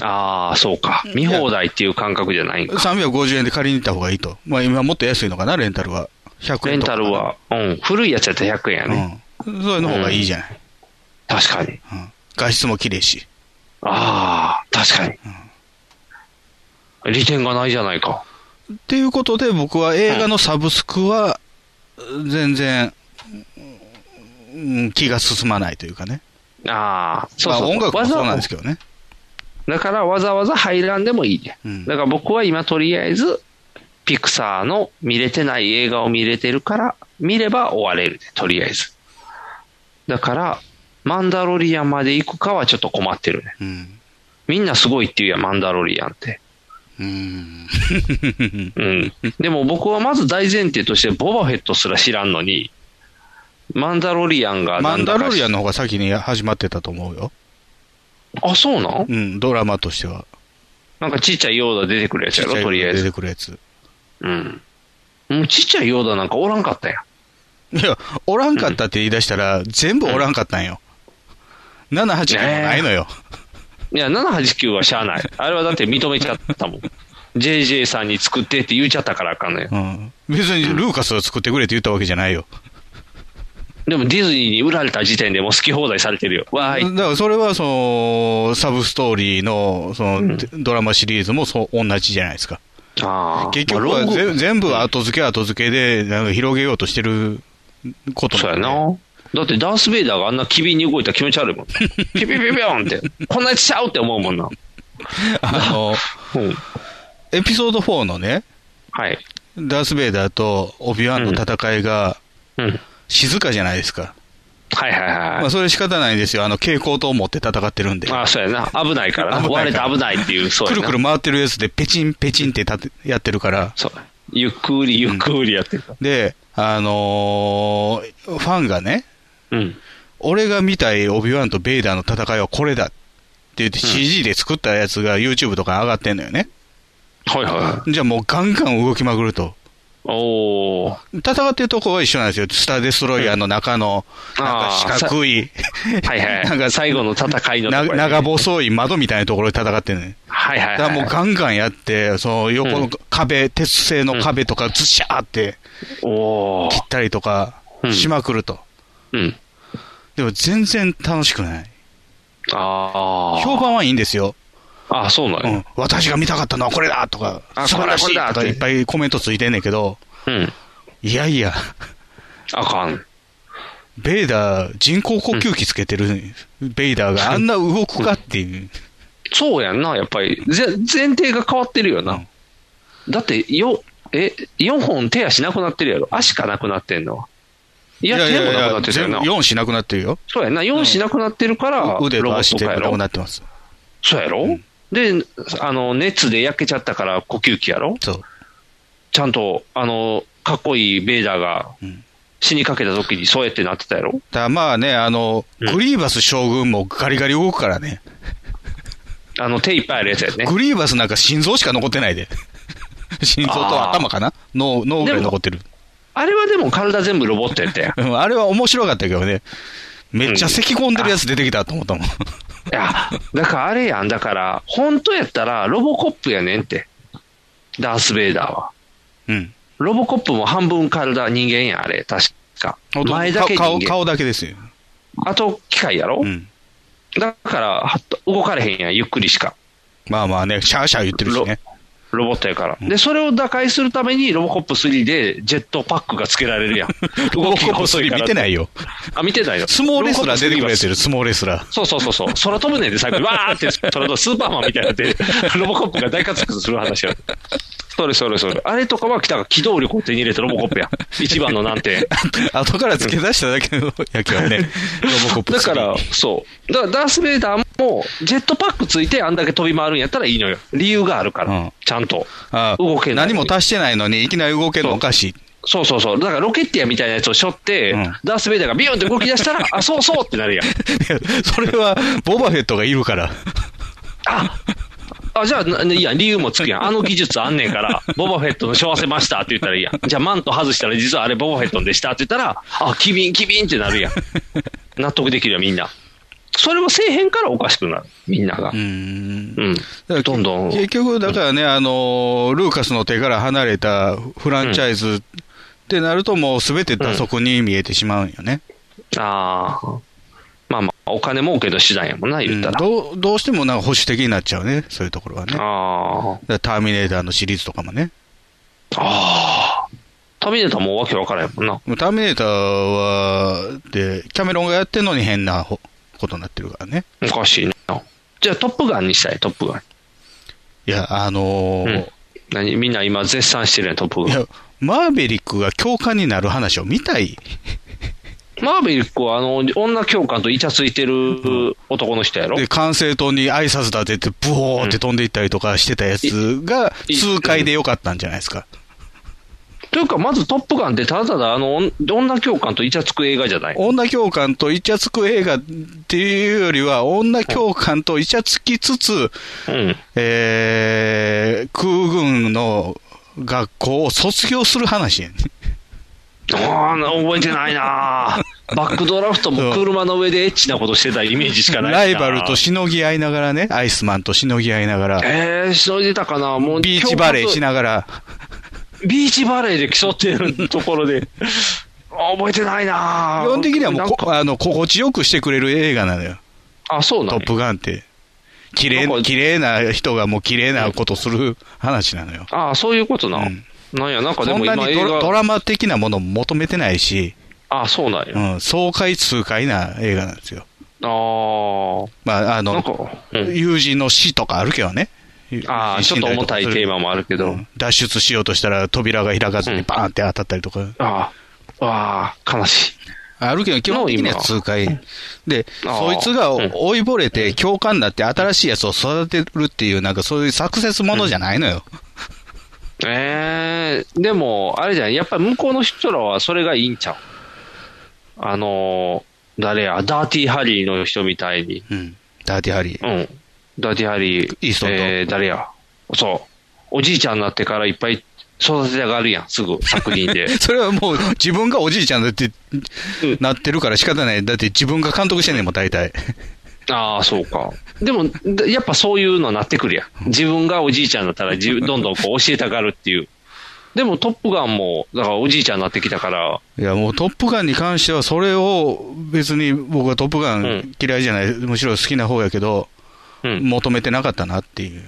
B: ああ、そうか。見放題っていう感覚じゃないんか。
C: 350円で借りに行った方がいいと。まあ、今もっと安いのかな、レンタルは。100
B: レ
C: 円
B: ン
C: とか
B: タルは、うん。古いやつやったら100円やね。
C: うん。それの方がいいじゃない。
B: 確かに。
C: うん画質も綺麗し。
B: ああ、確かに。利点がないじゃないか。
C: っていうことで、僕は映画のサブスクは、全然、うん気が進まないというかね。
B: ああ、そうそう。
C: まあ、音楽もそうなんです
B: け
C: けどね。
B: ど。だからわざわざ入らんでもいいね。
C: うん
B: だから僕は今とりあえず、ピクサーの見れてない映画を見れてるから、見れば終われるね、とりあえず。だから、マンダロリアンまで行くかはちょっと困ってるね。
C: うん。
B: みんなすごいって言うやん、マンダロリアンって。
C: うん。 [laughs]
B: うん。でも僕はまず大前提として、ボバフェットすら知らんのに、マンダロリアンが
C: マ
B: な
C: ン
B: んだ
C: ダ
B: か
C: ロリアンの方が先に始まってたと思うよ。
B: あ、そうなん
C: うん、ドラマとしては。
B: なんかちっちゃいヨーダ出てくるやつやろ、とりあえ
C: 出
B: ず。
C: てくるやつ。
B: うん。もうちっちゃいヨーダなんかおらんかったやん。
C: いや、おらんかったって言い出したら、全部おらんかったんよ。7、8がもうないのよ。
B: いや、789はしゃあない。あれはだって認めちゃったもん。JJ さんに作ってって言っちゃったからあかんのよ。
C: うん。別にルーカスを作ってくれって言ったわけじゃないよ。
B: でもディズニーに売られた時点でもう好き放題されてるよ。わーい。
C: だからそれはそのサブストーリーのその、ドラマシリーズもそう同じじゃないですか。
B: ああ。
C: 結局
B: まあ
C: は
B: ロング
C: ぜ全部後付け後付けでなんか広げようとしてること
B: そうや
C: んで
B: な。だってダース・ベイダーがあんな機敏に動いたら気持ち悪いもん。
C: [laughs]
B: ピピピピョンって。こんなやつちゃうって思うもんな。
C: あの、
B: うん。
C: エピソード4のね、
B: はい。
C: ダース・ベイダーとオビワンの戦いが
B: うん。はい
C: 静かじゃないですか。
B: はいはい
C: ま
B: は
C: あ
B: い。
C: それ仕方ないんですよ。あの蛍光灯を持って戦ってるんで。
B: ああ、そうやな。危ないからな。
C: 危な
B: 割
C: い
B: れ
C: か
B: て
C: ら
B: 危ないっていう、そう
C: く
B: や
C: る
B: な
C: くる。回ってるやつでペチンペチンって立てやってるから。
B: そう。ゆっくりゆっくりやってる。
C: で、あのーファンがね、
B: うん。
C: 俺が見たいオビワンとベイダーの戦いはこれだって言って
B: うん
C: CG で作ったやつが YouTube とか上がってんのよね。
B: はいはいはい。
C: じゃあもうガンガン動きまくると。
B: おー。
C: 戦ってるとこは一緒なんですよ。スターデストロイヤーの中の、
B: うん
C: なんか四角い、
B: はいはい。
C: [laughs]
B: な
C: な
B: んん
C: か
B: か最後の戦いのとこや
C: な
B: ね
C: 長細い窓みたいなところで戦ってるね。
B: はいはい、
C: だ
B: はい。
C: からもうガンガンやって、その横の壁、鉄製の壁とかズシャーって
B: お
C: 切
B: ー
C: ったりとか
B: うん
C: しまくると。
B: うん。
C: でも全然楽しくない。
B: ああ。
C: 評判はいいんですよ。
B: あそうなの、
C: う
B: ね
C: ん、私が見たかったのはこれだとか、
B: あ
C: 素晴らしいと
B: こ
C: か
B: れだこれだって
C: いっぱいコメントついてんねんけど、
B: うん。
C: いやいや、
B: あかん。
C: ベイダー、人工呼吸器つけてるベイダー
B: [laughs]
C: があんな動くかっていう、
B: そうやんな、やっぱり。ぜ前提が変わってるよな。
C: うん
B: だって、よ、え、4本手足なくなってるやろ。足かなくなってんのは。いや、手もなくなってるよな。
C: 4しなくなってるよ、
B: そうやな。4しなくなってるから、ロボ
C: 腕と
B: ッ
C: 足
B: ト
C: 手
B: かや
C: がなく
B: ろ。
C: なってます、
B: そうやろ、で、あの、熱で焼けちゃったから呼吸器やろ
C: そう、
B: ちゃんと、あの、かっこいいベーダーが
C: ん
B: 死にかけた時にそうやってなってたやろ
C: だからまあね、あの
B: うん
C: グリーバス将軍もガリガリ動くからね、
B: あの、手いっぱいあるやつやね。
C: グリーバスなんか心臓しか残ってな
B: [laughs]
C: いで、心臓と頭かな、脳脳ぐらい残ってる、
B: あれはでも体全部ロボットやったやん。い
C: うんあれは面白かったけどね、めっちゃ咳込んでるやつ出てきたと思ったもん。
B: や、だからあれやん。だから、本当やったらロボコップやねんって。ダース・ベイダーは。
C: [laughs] うん。
B: ロボコップも半分体人間やん、あれ。確か。前だけ人
C: 顔
B: 間。
C: 顔だけですよ。
B: あと、機械やろ、
C: うん。
B: だから、は動かれへんやん、ゆっくりしか。
C: まあまあね、シャーシャー言ってるしね。
B: ロボットやから。で、それを打開するためにロボコップ3でジェットパックがつけられる
C: [laughs]
B: やん。動きが細いから。
C: 見てない
B: よ。
C: よ。
B: あ、見てないよ。
C: 相撲レスラー出てくるやつい
B: ロボコップ3は
C: る、相撲レスラー。
B: そうそうそうそう。空飛ぶねんで、最後にわーって [laughs] 空飛ぶ、スーパーマンみたいになって、ロボコップが大活躍する話や。それそれそれ。あれとかは、北が機動力を手に入れたロボコップや。一番の難
C: [laughs]
B: 点。
C: 後から付け出しただけ
B: [laughs]
C: の野球はね、ロボコップ
B: だ
C: 好き
B: から、そう。だから、ダース・ベイダーも、ジェットパックついてあんだけ飛び回るんやったらいいのよ。理由があるから、
C: うん
B: ちゃんと。
C: あ
B: 動けない
C: 何も足してないのに、いきなり動けるのおかしい。
B: そうそうそう。だから、ロケットやみたいなやつを背負って、
C: うん
B: ダース・ベイダーがビヨンって動き出
C: [laughs]
B: したら、あ、そうそうってなるやん。
C: いや [laughs] それは、ボバフェットがいるから。
B: ああじゃあ、ないいやん、理由もつくやん。あの技術あんねんから、ボバフェットのしょわせましたって言ったらいいやん。じゃあ、マント外したら、実はあれボバフェットンでしたって言ったら、あ、機敏、機敏ってなるやん。納得できるやん、みんな。それもせえへんからおかしくなる、みんなが。うん。
C: だから
B: どんどん
C: 結局、だからね、あのールーカスの手から離れたフランチャイズってなると、もうすべて打足に見えてしまうんよね、
B: ああ。まあまあ、お金儲けの手段やもんな、
C: う
B: 言っ
C: ん
B: たら。
C: どうどうしてもなんか保守的になっちゃうね、そういうところはね、だか
B: ああ。
C: らターミネーターのシリーズとかもね、
B: ああ。旅でたらもうわけわからんやもんな。
C: ターミネーターはで、キャメロンがやってんのに変なほことになってるからね、
B: おかしいな。じゃあ、トップガンにしたい、トップガン。
C: いや、あの
B: う
C: ー
B: ん。何みんな今絶賛してるやん、トップ
C: い
B: ガン。
C: や、マーベリックが共感になる話を見たい、
B: マーベリックは、あの、女教官とイチャついてる男の人やろ
C: で、管制塔に挨拶だって言って、ブオーって飛んでいったりとかしてたやつが、
B: いい
C: 痛快でよかったんじゃないですか。
B: というか、まずトップガンってただただ、あの、女教官とイチャつく映画じゃない。
C: 女教官とイチャつく映画っていうよりは、女教官とイチャつきつつ、
B: うん。
C: えー、空軍の学校を卒業する話やね
B: ああ、覚えてない
C: [laughs]
B: なバックドラフトも車の上でエッチなことしてたイメージしかないな
C: ライバルとしのぎ合いながらね、アイスマンとしのぎ合いながら、
B: えー、しのいでたかなもう
C: ビーチバレーしながら、
B: ビーチバレーで競ってるところで、 [laughs] あ覚えてないな
C: 基本的にはもう
B: なんか
C: こ、あの、心地よくしてくれる映画なのよ。
B: あ、そうな
C: ト
B: の
C: ップガンって。綺麗
B: なん
C: な、
B: か
C: 綺麗な人がもう綺麗なことする話なのよ。
B: あそういうことな。
C: うん
B: なんや、なんかで
C: そん
B: も
C: な
B: 今
C: に
B: 映
C: ドラド
B: 画、
C: ラマ的なものも求めてないし、
B: あそうなんや。
C: う
B: あ
C: ん、爽快痛快な映画なんですよ。
B: あー
C: まあ、あ
B: なん
C: の
B: か、、うん、
C: 友人の死とかあるけどね。
B: ああ、ちょっと重たいテーマもあるけ
C: け
B: ど、
C: 脱出しようとしたら扉が開かず
B: う
C: に
B: ん
C: バーンって当たったりとか。
B: ああ、ああ、悲しい。
C: あるけど、基本的には
B: 今
C: 痛快。で、
B: あ
C: そ
B: ー
C: いつが
B: うん
C: 追いぼれて共感になって新しいやつを育てるっていう、なんかそういうサクセスものじゃないのよ。
B: ええでも、あれじゃん、やっぱり向こうの人らはそれがいいんちゃうあのー誰や、ダーティーハリーの人みたいに。
C: うん。ダーティーハリー。
B: うん。ダーティーハリー、
C: イーストンと
B: えー誰や。そう。おじいちゃんになってからいっぱい育てたがるやん、すぐ、作品
C: [laughs]
B: で。
C: それはも
B: [laughs]
C: う自分がおじいちゃんだって
B: うん
C: なってるから仕方ない。だって自分が監督してんねんもん、
B: [laughs]
C: 大体。
B: ああ、そうか。でも、でやっぱそういうのなってくるやん。自分がおじいちゃんだったら、自
C: [laughs]
B: 分どんどんこう教えたがるっていう。でも、トップガンも、だからおじいちゃんになってきたから、
C: いや、もうトップガンに関してはそれを別に僕はトップガ
B: う
C: ン
B: ん
C: 嫌いじゃない、むしろ好きな方やけど、
B: うん。
C: 求めてなかったなっていう。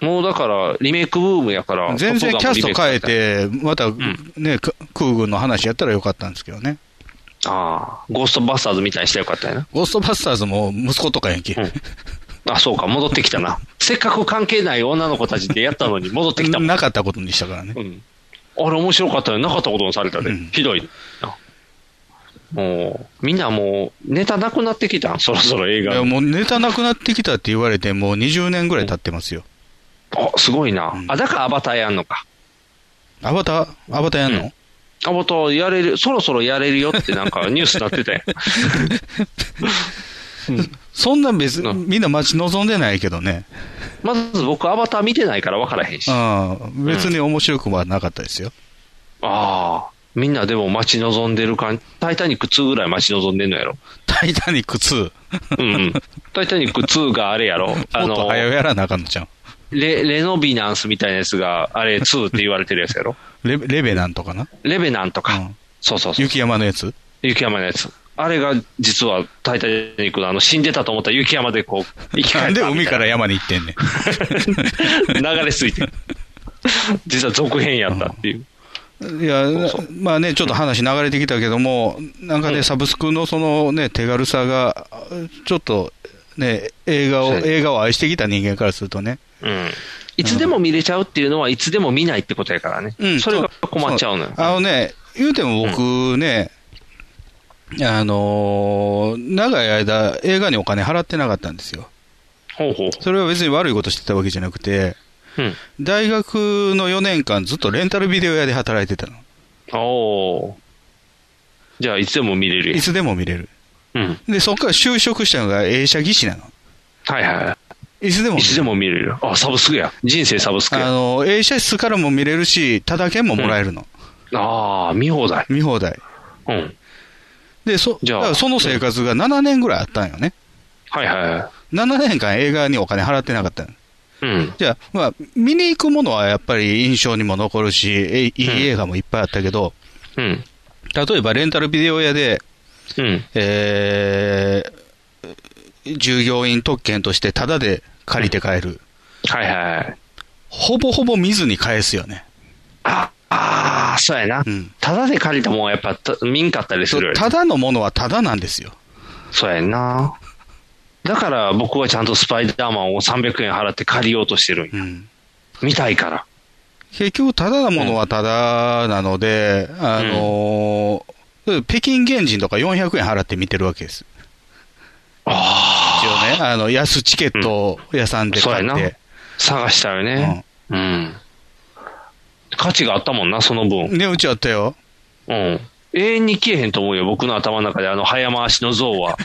B: もうだから、リメイクブームやから、
C: 全然
B: トップ
C: キ
B: ガンも
C: ャス
B: リ
C: ト
B: メイクさ
C: 変え
B: れた
C: て、また
B: ん
C: ね、か空軍の話やったらよかったんですけどね。
B: ああ、ゴーストバスターズみたいにしてよかったよな。
C: ゴーストバスターズも息子とかやんけ。
B: あ、そうか、戻ってきたな。せっかく関係ない女の子たちでやったのに戻ってきたもん。
C: なかったことにしたからね
B: う。ん、あれ面白かったよ。なかったことにされたで。
C: うん
B: ひどいな。もう、みんなもう、ネタなくなってきたんそろそろ映
C: いや、
B: 画。
C: もうネタなくなってきたって言われて、もう20年ぐらい経ってますよ。
B: あ、すごいな。
C: うん
B: あ、だからアバターやんのか。
C: アバター、アバターやんの、
B: うんアバターやれる、そろそろやれるよってなん
C: [laughs]
B: かニュースになってたよ。
C: そんなん別、
B: うん
C: みんな待ち望んでないけどね。
B: まず僕アバター見てないから分からへんし。あ
C: うん。別に面白くはなかったですよ。
B: あ、みんなでも待ち望んでる感じ。タイタニック2ぐらい待ち望んでんのやろ。
C: タイタニック2、
B: うん
C: [laughs]
B: うん。タイタニック2があれやろ。あ
C: もっと
B: の、
C: 早うやらなあかんのじゃん。
B: レレノビナンスみたいなやつが、あれ2って言われてるやつやろ。
C: レレベナントかな
B: レベナンとか。
C: うん
B: そうそうそう。
C: 雪山のやつ
B: 雪山のやつ。あれが実はタイタニックのあの死んでたと思った雪山でこう、生き
C: な
B: 返
C: ん
B: っ
C: で
B: たみ
C: 海
B: た
C: か
B: い
C: ら山に行ってんねん。
B: な [laughs] 流れすいてる。実は続編やったっていう。 [laughs]
C: いや、まあね、ちょっと話流れてきたけども、なんかね、サブスクのそのね、手軽さが、ちょっとね、映画を、
B: はい
C: 映画を愛してきた人間からするとね。
B: うん。いつでも見れちゃうっていうのは、いつでも見ないってことやからね。
C: うん
B: それが困っちゃうのよ。
C: あのね、言うても僕ね、あのー長い間映画にお金払ってなかったんですよ。
B: ほうほう。
C: それは別に悪いことしてたわけじゃなくて、
B: うん。
C: 大学の4年間ずっとレンタルビデオ屋で働いてたの。
B: おーじゃあ、いつでも見れる
C: い
B: や
C: つでも見れる。
B: うん。
C: で、そこから就職したのが映写技師なの。
B: はいはい
C: つで
B: い。
C: も
B: い
C: 見れ
B: つ
C: る
B: でも見れる。あ、サブスクや。人生サブスク
C: あ
B: や。
C: の、映写室からも見れるし、ただ券ももらえるの。
B: ああ、見放題。
C: 見放題。
B: うん。
C: で、そ、
B: じゃあ
C: だからその生活が7年ぐらいあったんよね。
B: はいはいはい。
C: 7年間映画にお金払ってなかったの。
B: うん。
C: じゃあ、まあ、見に行くものはやっぱり印象にも残るし、えいい
B: うん
C: 映画もいっぱいあったけど、
B: うん。
C: 例えばレンタルビデオ屋で、
B: うん。
C: えー従業員特権としてタダで借りて帰る。
B: はいはいはい。
C: ほぼほぼ見ずに返すよね。
B: あ、ああ、そうやな
C: うん。
B: ただで借りたもんはやっぱた見んかったりするよね
C: ただのものはただなんですよ。
B: そうやんな。だから僕はちゃんとスパイダーマンを300円払って借りようとしてるん
C: う
B: や。
C: ん
B: 見たいから。
C: 結局、ただなものはただなので、あのー北京原人とか400円払って見てるわけです。
B: あ
C: 一応ね、あの安チケット屋さん
B: あ、
C: で
B: そうや
C: 買っ
B: な
C: て。。
B: 探したよね。うん。価値があったもんな、その
C: う
B: 分。
C: んね、うちあったよ。
B: うん。永遠に消えへんと思うよ、僕の頭の中で、あの早回しの像
C: [laughs]
B: は。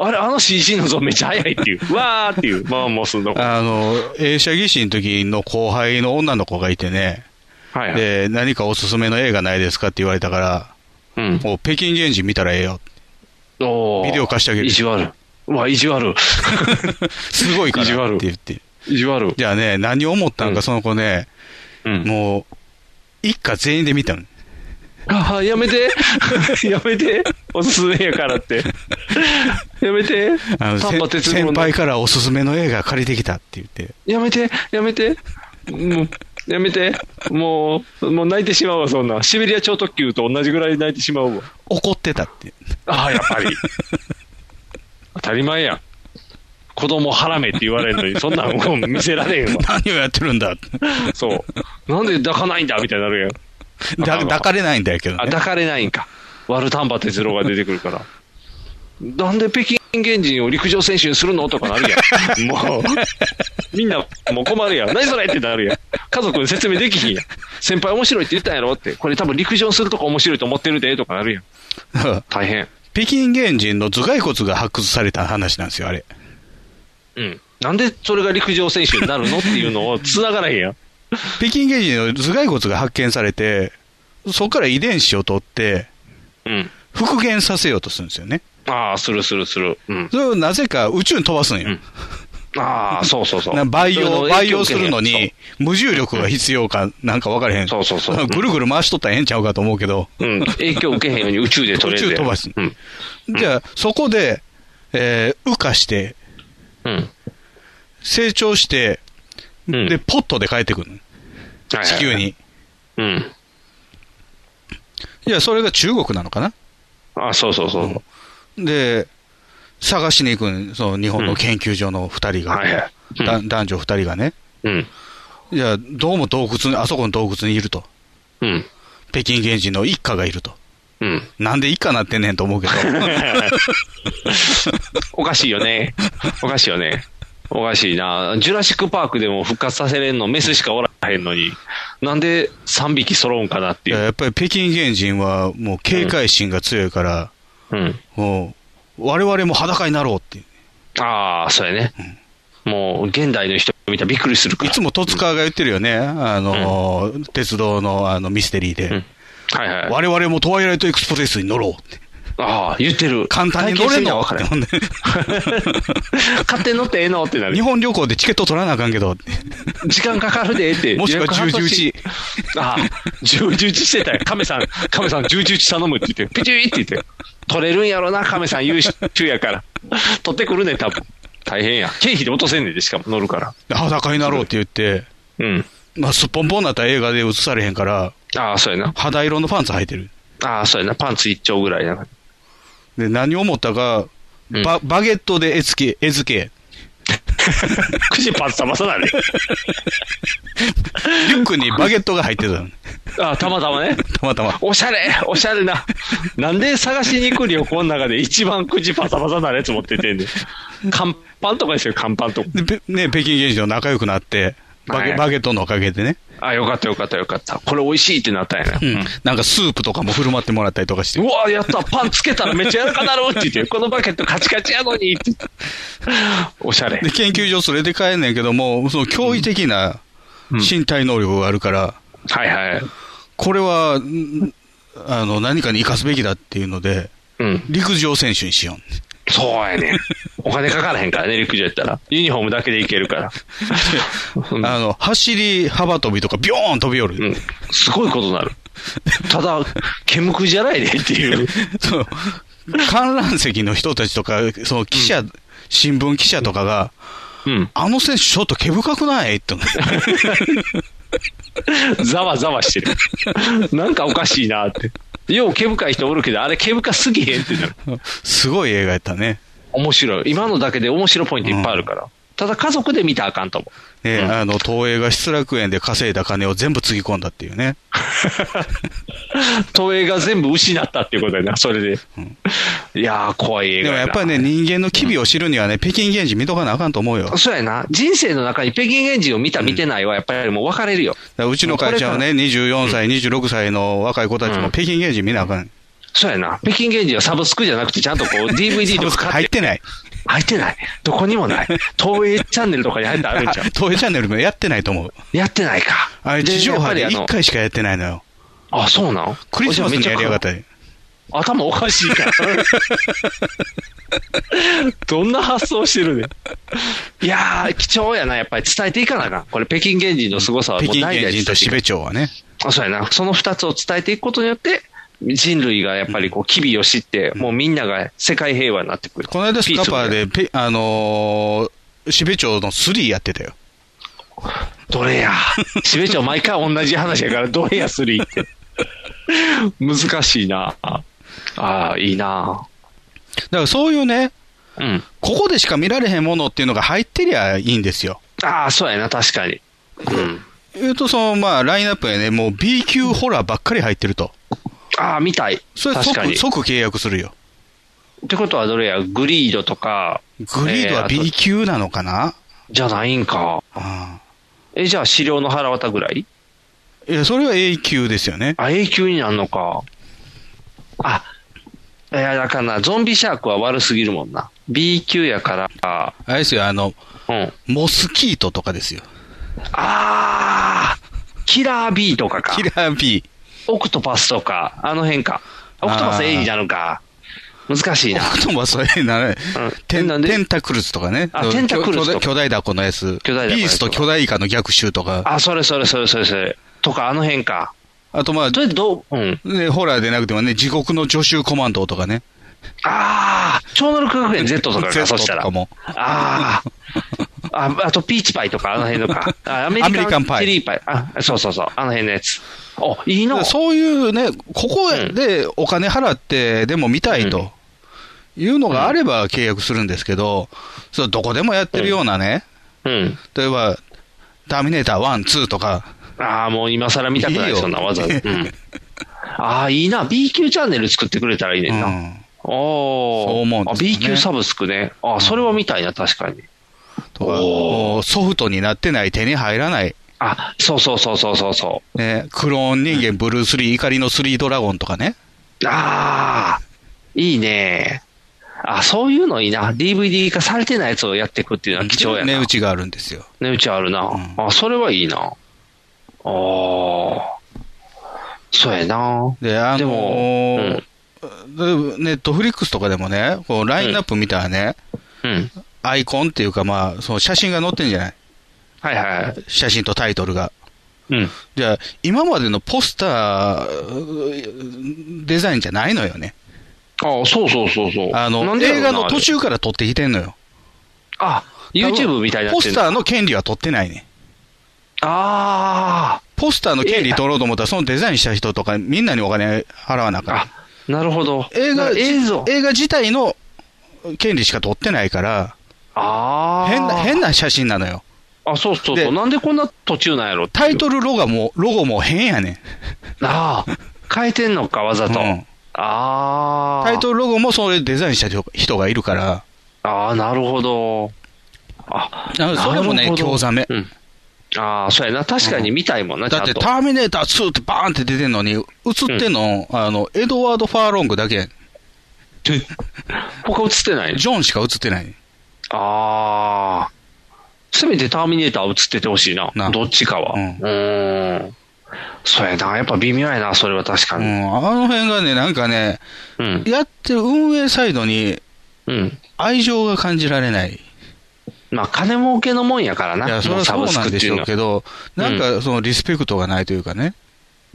B: あれ、あの CG の像めっちゃ速いっていう。わーっていう。まあもうすんの。はい
C: あの、映写技師の時の後輩の女の子がいてね、
B: はい。
C: で、何かおすすめの映画ないですかって言われたから、
B: うん。
C: もう北京原人見たらえ
B: [laughs]
C: えよ。
B: おー
C: ビデオ貸してあげる
B: 意地悪。うわ、意地
C: [laughs]
B: 悪。
C: すごいから
B: 意地悪
C: って言って。
B: 意地悪。
C: じゃあね、何を思ったの
B: う
C: か、
B: ん
C: その子ね、
B: うん。
C: もう、一家全員で見たの。
B: ああ、やめ
C: [laughs]
B: て。やめて。おすすめやからって。やめて。
C: あの
B: 丹波
C: 先
B: 哲郎
C: 先
B: の
C: 輩からおすすめの映画借りてきたって言って。
B: やめて。やめて。もう、やめて。もう、もう泣いてしまうわ、そんな。シベリア超特急と同じぐらい泣いてしまうわ。
C: 怒ってたって。
B: ああ、やっぱり。当たり前やん。子供腹めって言われるのに、そんなんもう見せられへんわ。
C: 何をやって
B: [laughs]
C: るんだって。
B: そう。なんで抱かないんだみたいになるやん。
C: だ抱かれないんだけど
B: あ、
C: ね。
B: 抱かれないんか。悪丹波哲郎が出てくるから。 [laughs] なんで北京原人を陸上選手にするのとかなるやん。
C: [laughs]
B: もう、みんなもう困るやん。何それってなるやん。家族に説明できひんやん。先輩面白いって言ったんやろって。これ多分陸上するとこ面白いと思ってるで、とかなるやん。大変。
C: [laughs] 北京原人の頭蓋骨が発掘された話なんですよ、あれ。
B: うん。なんでそれが陸上選手になるのっていうのを [laughs] 繋がらへんやん。
C: 北京原人の頭蓋骨が発見されて、そこから遺伝子を取って、
B: うん。
C: 復元させようとするんですよね。
B: ああ、するするする。うん。
C: それをなぜか宇宙に飛ばすんよ。
B: うんああ、そうそうそう。
C: な培養、培養するの
B: そう
C: に、無重力が必要か、なんか分からへん。
B: そうそうそう
C: [laughs] ぐるぐる回しとったらええんちゃうかと思うけど。
B: うん、影響受けへんように宇宙で取れる
C: [laughs] 宇
B: で。
C: 宙飛ばす
B: うん。
C: じゃあ、そこで、えー、羽化して、
B: うん。
C: 成長して、
B: うん
C: で、ポットで帰ってくるの
B: はいはいはい
C: 地球。に。
B: うん。
C: いや、それが中国なのかな
B: あ、そうそうそう。
C: で、探しに行くのその日本の研究所の二人が、
B: はいはい。
C: だ男女二人がね。
B: うん。
C: いや、どうも洞窟に、あそこの洞窟にいると。
B: うん。
C: 北京原人の一家がいると。
B: うん。 [laughs]
C: なんで一家なってんねんと思うけ [laughs] ど。
B: おかしいよね。おかしいよね。おかしいな。ジュラシック・パークでも復活させれんのメスしかおらへんのに、なんで3匹揃うんかなって
C: い
B: い
C: や
B: う。
C: やっぱり北京原人はもう警戒心が強いから、
B: うん。
C: もう、我々も裸になろうって。
B: ああ、そうやね。もう、現代の人見たらびっくりするか
C: い
B: ら。
C: つも戸塚が言ってるよね、あの、鉄道のあのミステリー
B: う
C: で、
B: んはいはい。
C: 我々もトワイライトエクスプレスに乗ろうって、
B: ああ、言ってる。
C: 簡単に乗れんの
B: 体験して
C: ってほんで
B: みな [laughs] 勝手に乗ってええのってなる
C: [laughs] 日。本旅行でチケット取らなあかんけどって、
B: 時間かかるでって。
C: もしくは
B: 10
C: 10 11。
B: ああ、10、11してたよ。亀さん、亀さん、10、11頼むって言って、ピチューって言って。取れるんやろな、亀さん優秀やから。取ってくるね、多分。大変や。経費で落とせんねんで、しかも乗るから。
C: 裸になろうって言って、
B: うん。
C: まあ、すっぽんぽんになったら映画で映されへんから、
B: ああ、そうやな。
C: 肌色のパンツ履いてる。
B: ああ、そうやな。パンツ一丁ぐらいやな。
C: で、何を思ったか、
B: うん
C: ババゲットで絵付け、絵付け、
B: 口パッサパサだね。
C: リュック
B: [laughs]
C: にバゲットが入ってたの、
B: ああ、たまたまね。
C: たまたま。
B: おしゃれおしゃれな。なんで探しに行く旅行の中で一番口パサパサなやつ持ってってんねん。乾パンとかですよ、乾パンとか。
C: で、ぺね、北京現地と仲良くなって、バゲ
B: はい
C: バゲットのおかげでね、
B: あ、よかったよかったよかった。これ美味しいってなったんやな。
C: うん、なんかスープとかも振る舞ってもらったりとかして
B: う、わやったパンつけたらめっちゃ柔らかなろうって言って、このバケットカチカチやのにって言って。おしゃれ
C: で。研究所それで帰んねんけども、その驚異的な身体能力があるから、
B: はいはい。
C: これは、んあの、何かに生かすべきだっていうので、
B: うん。
C: 陸上選手にしよう。
B: そうやねん。お金かからへんからね、陸上やったら。ユニフォームだけでいけるから。うん
C: あの、走り幅跳びとか、ビョーン飛び降り
B: う
C: る。
B: ん。すごいことになる。ただ、煙くじじゃないでっていう。
C: その観覧席の人たちとか、その記者、新聞記者とかが、
B: うん。
C: あの選手ちょっと毛深くないって。
B: [laughs] ざわざわしてる。なんかおかしいなって。よう毛深い人おるけど、あれ毛深すぎへんってなる。
C: すごい映画やったね。
B: 面白い。今のだけで面白いポイントいっぱいあるから。ただ家族で見たらあかんと思う。
C: ね
B: うん
C: あの、東映が失楽園で稼いだ金を全部つぎ込んだっていうね。
B: 東映が全部失ったっていうことやな、それで。いやー、怖い映
C: で
B: 画
C: も
B: やな。
C: やっぱりね、人間の機微を知るにはね、北京現地見とかなあかんと思うよ。だか
B: そうやな。人生の中に北京エンジンを見た、見てないは、やっぱりもう分かれるよ。
C: らうちの会社はね、24歳、26歳の若い子たち
B: う
C: も
B: ん
C: 北京現地見なあかん。
B: そうやな。北京エンジンはサブスクじゃなくて、ちゃんとこう、DVD
C: サ
B: と
C: ブスク
B: か
C: 入
B: 買
C: ってない。
B: 入ってない。どこにもない。東映チャンネルとかに入ってあるん
C: あ
B: ちゃう
C: [laughs] 東映チャンネルもやってないと思う。
B: やってないか。
C: あれ、地上波で
B: やっぱりあの
C: 1回しかやってないのよ。
B: あ、そうなん
C: クリスマスにやりやが
B: め
C: った
B: ちゃ
C: り。
B: 頭おかしいから。どんな発想してるねん。いやー、貴重やな。やっぱり伝えていかなあかん。これ、北京原人の凄さは
C: 北
B: もう
C: 京
B: 代々伝
C: 現
B: えて
C: 人と
B: いか
C: 標
B: な
C: 町はね。
B: あそうやな。その二つを伝えていくことによって、人類がやっぱりこう、機微を知って、もうみんなが世界平和になってくる。
C: この間スカパー
B: ピ
C: で、ペあのー、標町の3やってたよ。
B: スをね。どれや。しべちゃん毎回同じ話やから、どれやスリーって。難しいな。ああー、いいな。
C: だからそういうね、
B: うん。
C: ここでしか見られへんものっていうのが入ってりゃいいんですよ。
B: ああ、そうやな、確かに。うん。
C: 言うと、その、まあ、ラインナップやね、もう B 級ホラーばっかり入ってると。
B: ああ、見たい。
C: それ
B: 確かに。
C: 即、
B: っ
C: 即契約するよ。
B: てことはどれや、グリードとか、
C: グリード
B: えー
C: は
B: あと
C: B 級なのかな、
B: じゃないんか。
C: あ
B: え、じゃあ、資料の腹渡ぐらい
C: あいや、それは A 級ですよね。
B: あ、永久になんのか。あ、いや、だからな、ゾンビシャークは悪すぎるもんな。B 級やから、
C: あれですよ、あの、
B: うん。
C: モスキートとかですよ。
B: あー、キラー B とかか
C: キ。ラー B。
B: オクトパスとか、あの辺か。オクトパス
C: あー
B: A になるか。難しいな。
C: 僕ともそれならない。
B: うん
C: テ
B: えなん
C: ン
B: で
C: テンタクルズとかね。
B: あテンタクルズとか
C: 巨巨大ダコのやつ。
B: 巨大ダコのやつ
C: ビースと巨大イカの逆襲とか。
B: あ、それそれそれそれそれ。とか、あの辺か。
C: あとまあ
B: と、りあえずどう、うん。
C: ね、ホラーでなくてもね、地獄の助手コマンドとかね。
B: あー、超能力学園 Z とか
C: Z
B: か、そした
C: と
B: ら
C: か。も。
B: あーあ、
C: [laughs]
B: あとピーチパイとか、あの辺のか。あアメ
C: アメリカンパイ
B: チェリーパイ。あ、そうそうそう。あの辺のやつ。お、いいの
C: そういうね、ここでお金払ってでも見たいというのがあれば契約するんですけど、それどこでもやってるようなね、
B: うん。
C: 例えば、ターミネーター1、2とか、
B: ああ、もう今更見たくない
C: いいよ
B: そんなわざわざ。
C: [laughs]
B: うん。ああ、いいな。B 級チャンネル作ってくれたらいいねんな。
C: うん
B: おー
C: そう思うん
B: あ
C: ですよね
B: B 級サブスクね。ああ、それは見たいな、確かに。
C: とか、
B: おー
C: もうソフトになってない、手に入らない、
B: あ、そうそうそうそうそうそ
C: ね、クローン人間、ブルース・リー、怒りのスリードラゴンとかね、
B: う。ああ、いいね。あそういうのいいな。DVD 化されてないやつをやっていくっていうのは貴重やな。
C: 値打ちがあるんですよ。
B: 値打ちあるな。
C: うん
B: あ、それはいいな。ああ、そうやな。
C: で、あ
B: で
C: の
B: も、
C: ーでネットフリックスとかでもね、こうラインナップ見たらね、
B: うん。うん。
C: アイコンっていうか、まあ、その写真が載ってんじゃない
B: はいはいはい。
C: 写真とタイトルが。
B: うん。
C: じゃあ、今までのポスター、うーデザインじゃないのよね。
B: あそうそうそうそう。
C: あの、
B: なんでやろ
C: 映
B: うな
C: 画の途。中から撮ってきてんのよ。
B: あれあ、YouTube みたいにな
C: ポ
B: って
C: ス
B: る。あ
C: ターの権利は取ってないね。
B: あ
C: ポスターの権利取ろうと思ったら、そのデザインした人とか、みんなにお金払わなあ
B: ー。
C: か
B: あ、なるほど。
C: ら。映画、
B: 映像。
C: 映画自体の権利しか取ってないから、
B: ああ。
C: 変な、変な写真なのよ。
B: あ、そうそうそ
C: で
B: う。なんでこんな途中なんやろ
C: タイト
B: ル。
C: ルロゴも、ロゴも変やね
B: ああ。変えてんのか、わざ
C: ん。
B: と。
C: うん
B: ああ。
C: タイトルロゴもそれデザインした人がいるから、
B: ああ、なるほど。あ、
C: だからそれも
B: なる
C: ね
B: ほど
C: 興ざめ
B: うん。ああ、そうやな。確かに見たいもんな、ち
C: だ
B: ゃ
C: っ
B: ん
C: て
B: と。
C: ターミネーター2ってバーンって出てんのに、映ってんの、あの、エドワード・ファーロングだけやねん、
B: 他映ってない
C: ジョンしか映ってないねん。
B: ああ。せめてターミネーター映っててほしいな。
C: な
B: どっちかは。
C: う
B: うんーん。そうやな。やっぱ微妙やな、それは確か
C: う
B: に。
C: ん、あの辺がね、なんかね、
B: うん。
C: やってる運営サイドに
B: うん。
C: 愛情が感じられない。
B: まあ、金儲けのもんやからな。
C: いや、そ
B: も
C: れは
B: うサ
C: そう
B: ブス
C: な
B: ク
C: ん
B: って
C: で
B: い
C: し
B: うの
C: ょう
B: は
C: けど、なんかそのリスペクトがないというかね、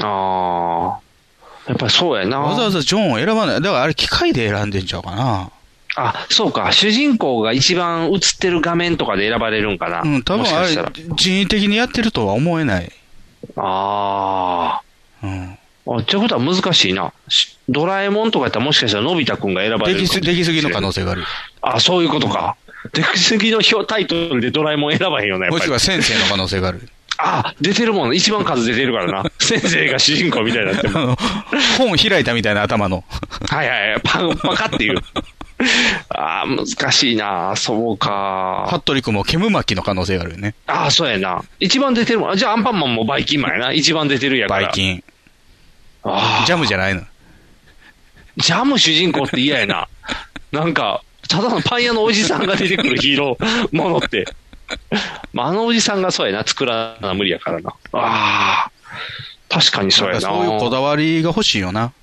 B: ああ。やっぱりそうやな。
C: わざわざジョンを選ばない。だからあれ機械で選んでんちゃうかな。
B: あ、そうか。主人公が一番映ってる画面とかで選ばれるんかな。
C: うん、多
B: も
C: 分
B: し
C: あ
B: か
C: れ
B: したら。、
C: 人為的にやってるとは思えない。
B: あ
C: うん。
B: ーあ。ってことは難しいな。しドラえもんとかやったらもしかしたらのび太くんが選ばれる
C: でき
B: か
C: す
B: も
C: できすぎの可能性がある。
B: あ、そういうことか。出来すぎの表タイトルでドラえもん選ばへんよね、や
C: も
B: っぱ
C: しく
B: り
C: は。先生の可能性がある。
B: あ、出てるもん。一番数出てる
C: [laughs]
B: からな。先生が主人公みたいになってる。
C: あの本開いたみたいな頭の。
B: はいはいはい。パンパカっていう。あー難しいな。そうか。
C: 服部君も煙巻きの可能性があるよね。
B: ああ、そうやな。一番出てるもん。あじゃあ、アンパンマンもバイキンマンやな。一番出てるやか
C: バ
B: ら。
C: イキン。
B: ああ、
C: ジャムじゃないの。
B: ジャム主人公って嫌やな。なんか、ただのパン屋のおじさんが出てくるヒーローものって。まあ、あのおじさんがそうやな。作らな無理やからな。ああ、確かにそうやな。
C: そういうこだわりが欲しいよな。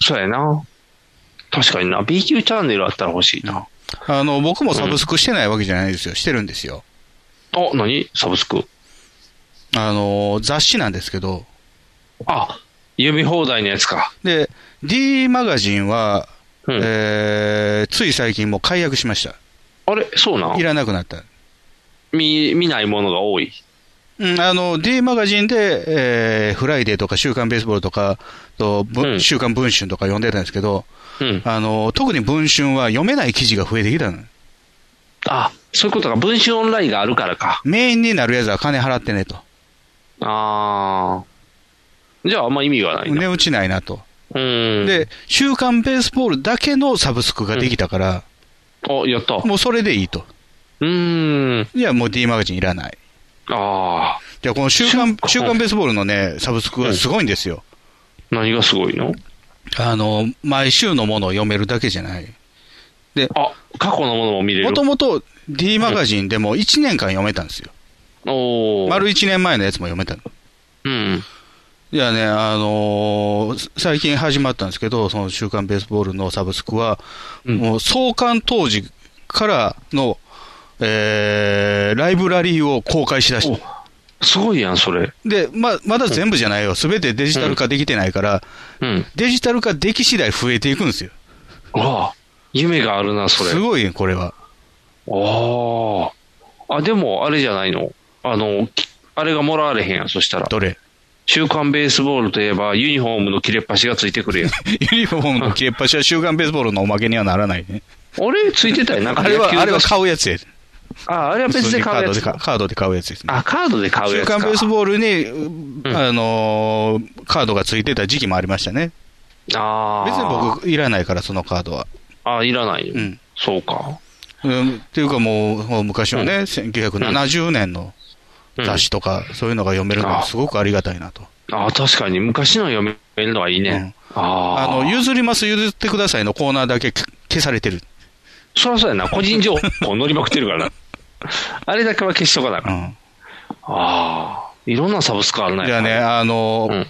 B: そうやな。確かにな。B 級チャンネルあったら欲しいな。
C: あの、僕もサブスクしてないわけじゃないですよ。してるんですよ。
B: お、何サブスク。
C: あの、雑誌なんですけど。
B: あ、読み放題のやつか。
C: で、D マガジンは、
B: うん。
C: えーつい最近もう解約しました。
B: あれそうないん
C: らなくなった。
B: 見、見ないものが多い。
C: うん、あの、D マガジンで、えーフライデーとか週刊ベースボールとか、と、ぶ
B: うん
C: 週刊文春とか読んでたんですけど、
B: うん。
C: あの、特に文春は読めない記事が増えてきたの。
B: あ、そういうことか。文春オンラインがあるからか。
C: メインになるやつは金払ってねと。
B: ああ。じゃあ、あんま意味がないな。
C: 値打ちないなと。
B: うん。
C: で、週刊ベースボールだけのサブスクができたから、
B: お、やった。う
C: もうそれでいいと。
B: ーん。
C: いや、もう D マガジンいらない。
B: ああ。
C: じゃあ、この週刊、
B: 週
C: 週
B: 刊
C: 刊ベースボールのね、サブスクはすごいんですよ。
B: 何がすごいの
C: あの、毎週のものを読めるだけじゃない。
B: あ、過去のものも見れる。
C: もともと D マガジンでも1年間読めたんですよ。
B: おー
C: 丸1年前のやつも読めたの。
B: うん。
C: いやね、あのー最近始まったんですけど、その週刊ベースボールのサブスクは、
B: うん
C: もう創刊当時からの、えーライブラリーを公開しだし
B: おすごいやん、それ。
C: た。で、ま、まだ全部じゃないよ。すべてデジタル化できてないから、
B: うん。
C: デジタル化でき次第増えていくんですよ。
B: うわあ。夢があるな、それ。
C: すごいね、これは。
B: ああ。あ、でも、あれじゃないの。あの、きあれがもらわれへんやん、そしたら。
C: どれ [laughs]
B: 週刊ベースボールといえば、ユニフォームの切れっ端がついてく
C: [laughs]
B: るやん。
C: ユニフォームの切れっ端は週刊ベースボールのおまけにはならないね。
B: あれついてたよ。なんか
C: あれ
B: 野
C: は、
B: 球雑誌
C: あれは買うやつや。
B: あ、あれは別で買うやつ
C: 普通にカードで買
B: か。
C: カードで買うやつですね。
B: あ、カードで買う
C: 週
B: やつか。
C: 刊ベースボールに、あのーカードが付いてた時期もありましたね。
B: ああ。
C: 別に僕、いらないから、そのカードは。
B: あ、いらないよ。
C: うん
B: そうか。
C: うん、っていうかもう、もう昔はね、1970年の
B: うん
C: 雑誌とか、そういうのが読めるのは
B: あ
C: すごくありがたいなと。
B: あ確かに昔の読めるのはいいね。
C: あ
B: ああ。
C: の、譲ります、譲ってくださいのコーナーだけ消消されてる。
B: そりゃそうやな。個人情報乗りまくってる
C: [laughs]
B: からな。あれだけは消しとかなあか。
C: うんん。
B: ああ。いろんなサブスクあるね。
C: いやね、あのー
B: うん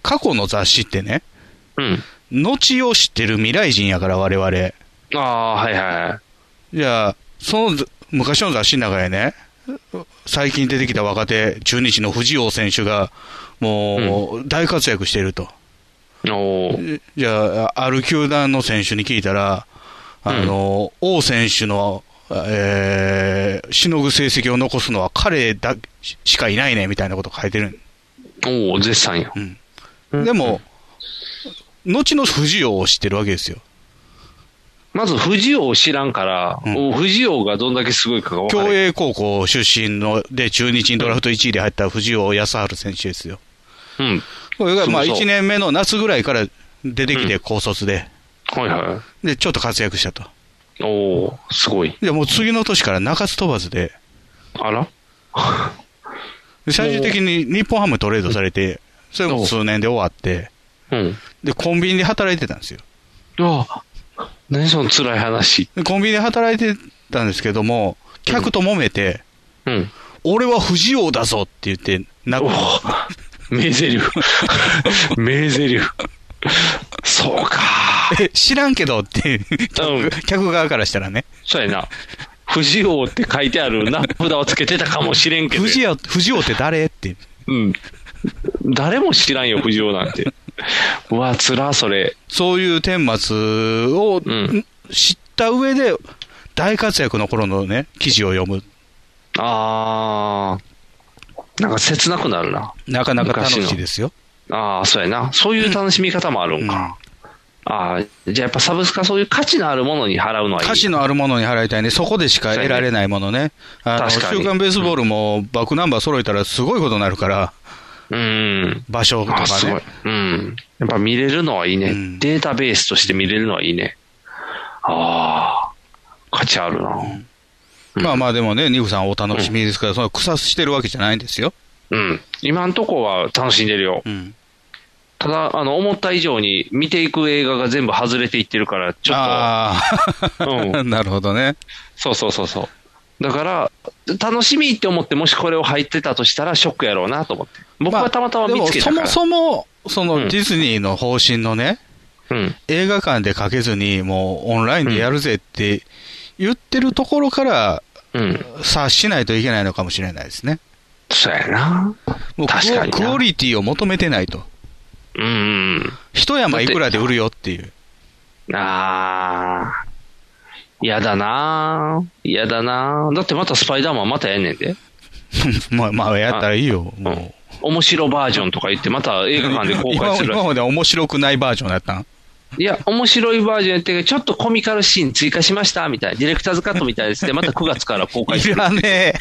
C: 過去の雑誌ってね、
B: うん。
C: 後を知ってる未来人やから、我々。
B: ああ、はいはいはい。
C: じゃあ、そのず昔の雑誌の中でね、最近出てきた若手、中日の藤尾選手が、もう大活躍していると、
B: おー
C: じゃあ、ある球団の選手に聞いたら、あの、王選手の、えー、しのぐ成績を残すのは彼だししかいないね、みたいなこと書いてる。
B: おー絶賛や。
C: でも、後の藤尾を知ってるわけですよ。
B: まず、藤尾を知らんから、
C: うん
B: お藤尾がどんだけすごいかが分から
C: 共
B: ない。
C: 栄高校出身ので、中日にドラフト1位で入った藤尾康春選手ですよ。
B: うん。
C: これがまあ
B: そうそう
C: 1年目の夏ぐらいから出てき
B: う
C: て、高卒で、
B: はいは
C: で、ちょっと活躍したと。
B: い。おーすごい。
C: で、もう次の年から中津飛ばずで、
B: あら
C: で最終的に日本ハムにトレードされて、それも数年で終わって、
B: うん。
C: で、コンビニで働いてたんですよ。
B: ああ、何その辛い話。
C: で、コンビニで働いてたんですけども、客と揉めて、
B: うん。
C: 俺は不二雄だぞって言って、な
B: おお、
C: [laughs]
B: 名台詞。名台詞。そうか。
C: え知らんけどって、
B: うん
C: 客客側からしたらね、
B: そうやな。不二雄って書いてある名札をつけてたかもしれんけど。
C: 不二雄不二雄って誰って。
B: うん。誰も知らんよ、不二雄なんて。うわ、辛それ。
C: そういう顛末を
B: うん
C: 知った上で、大活躍の頃のね、記事を読む。
B: あー。なんか切なくなるな。
C: なかなか楽
B: 昔
C: しい
B: の
C: ですよ。
B: ああ、そうやな。そういう楽しみ方もあるんか。ああ、じゃあやっぱサブスクはそういう価値のあるものに払うのはいい。
C: 価値のあるものに払いたいね。そこでしか得られないものね。あの、
B: 確かに
C: 週刊ベースボールもバックナンバー揃えたらすごいことになるから、
B: うん。
C: 場所とか
B: あすごい
C: ね。。
B: うん。やっぱ見れるのはいいね、
C: うん
B: データベースとして見れるのはいいね。ああ、価値あるな。
C: まあまあでもね、ニフさんお楽しみですから、その草してるわけじゃないんですよ。
B: うん。今んとこは楽しんでるよ。
C: うん。
B: ただ、あの、思った以上に見ていく映画が全部外れていってるから、ちょっ
C: あ
B: う
C: あ、 [laughs] なるほどね。
B: と、そうそうそうそう。だから、楽しみって思って、もしこれを入ってたとしたらショックやろうなと思って。僕
C: ま
B: は
C: あ
B: たまたま見つけたから。
C: でもそもそも、そ
B: うん
C: のディズニーの方針のね、
B: うん。
C: 映画館でかけずに、もうオンラインでやるぜって言ってるところから、
B: うん。
C: 察しないといけないのかもしれないですね。
B: そうやな。
C: もうクオ
B: 確かにな
C: クオリティを求めてないと。
B: うん。
C: 一山いくらで売るよっ
B: [laughs]
C: ていう。
B: ああ。嫌だな嫌だなだってまたスパイダーマンまたやんねんで。
C: まあ、まあ、やったらいいよ。
B: う
C: も
B: ん。面白バージョンとか言って、また映画館で
C: う
B: 公
C: 今
B: 開する
C: [laughs] 今
B: らし
C: まで面白くないバージョンだった
B: [laughs]
C: ん
B: い。いや、面白いバージョンやってるけど、ちょっとコミカルシーン追加しました、みたいな。ディレクターズカットみたいですって、また9月から公開す
C: い
B: る。
C: らねえ。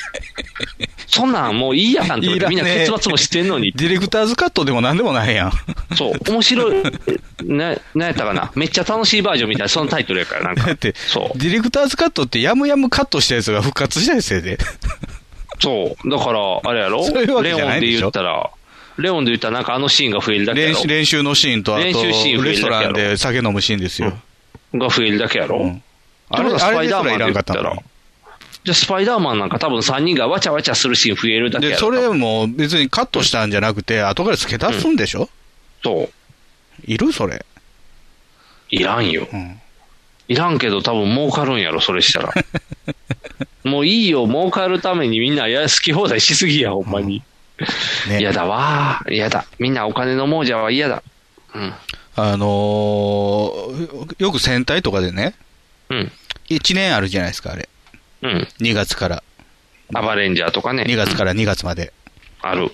B: そんなんもういいやんって思っ
C: い
B: て
C: ら
B: み
C: ね
B: ん
C: え
B: な結末もしてんのに。
C: ディレクターズカットでもなんでもな
B: [laughs]
C: いやん。
B: そう、面白い、な、なんやったかな。めっちゃ楽しいバージョンみたいな、そのタイトルやから、なん
C: だ
B: か
C: っ。て、
B: そう
C: ディレクターズカットってやむやむカットしたやつが復活したやつやで。
B: そう。だから、あれやろ
C: そういうわけ
B: レ
C: じゃ
B: オ
C: な
B: ン
C: い
B: で
C: でし
B: 言
C: ょ
B: ったら、レオンで言ったらなんかあのシーンが増えるだけや
C: 練
B: ろ
C: 習練習のシーンと、あと、レ
B: 練習シーン増えるだけやろ
C: ストランで酒飲むシーンですよ。
B: が増えるだけやろ、
C: うん
B: あれがスパイダーマンって言った
C: あれですらいらん
B: ら
C: かっ、
B: じゃあスパイダーマンなんか多分3人がわちゃわちゃするシーン増えるだけや
C: で、
B: ろ
C: それも別にカットしたんじゃなくて、後から付け足すんでしょ、
B: そう。
C: いるそれ。
B: いらんよ。
C: うん
B: いらんけど多分儲かるんやろ、それ
C: [laughs]
B: したら。もういいよ、儲かるためにみんないや好き放題しすぎや、ほんまに。
C: ね。
B: 嫌、だわー。嫌だ。みんなお金の亡者は嫌だ。うん。
C: あのーよく戦隊とかでね、
B: うん。
C: 1年あるじゃないですか、あれ。
B: うん。
C: 2月から。
B: アバレンジャーとかね。
C: 2月から2月まで。
B: ある。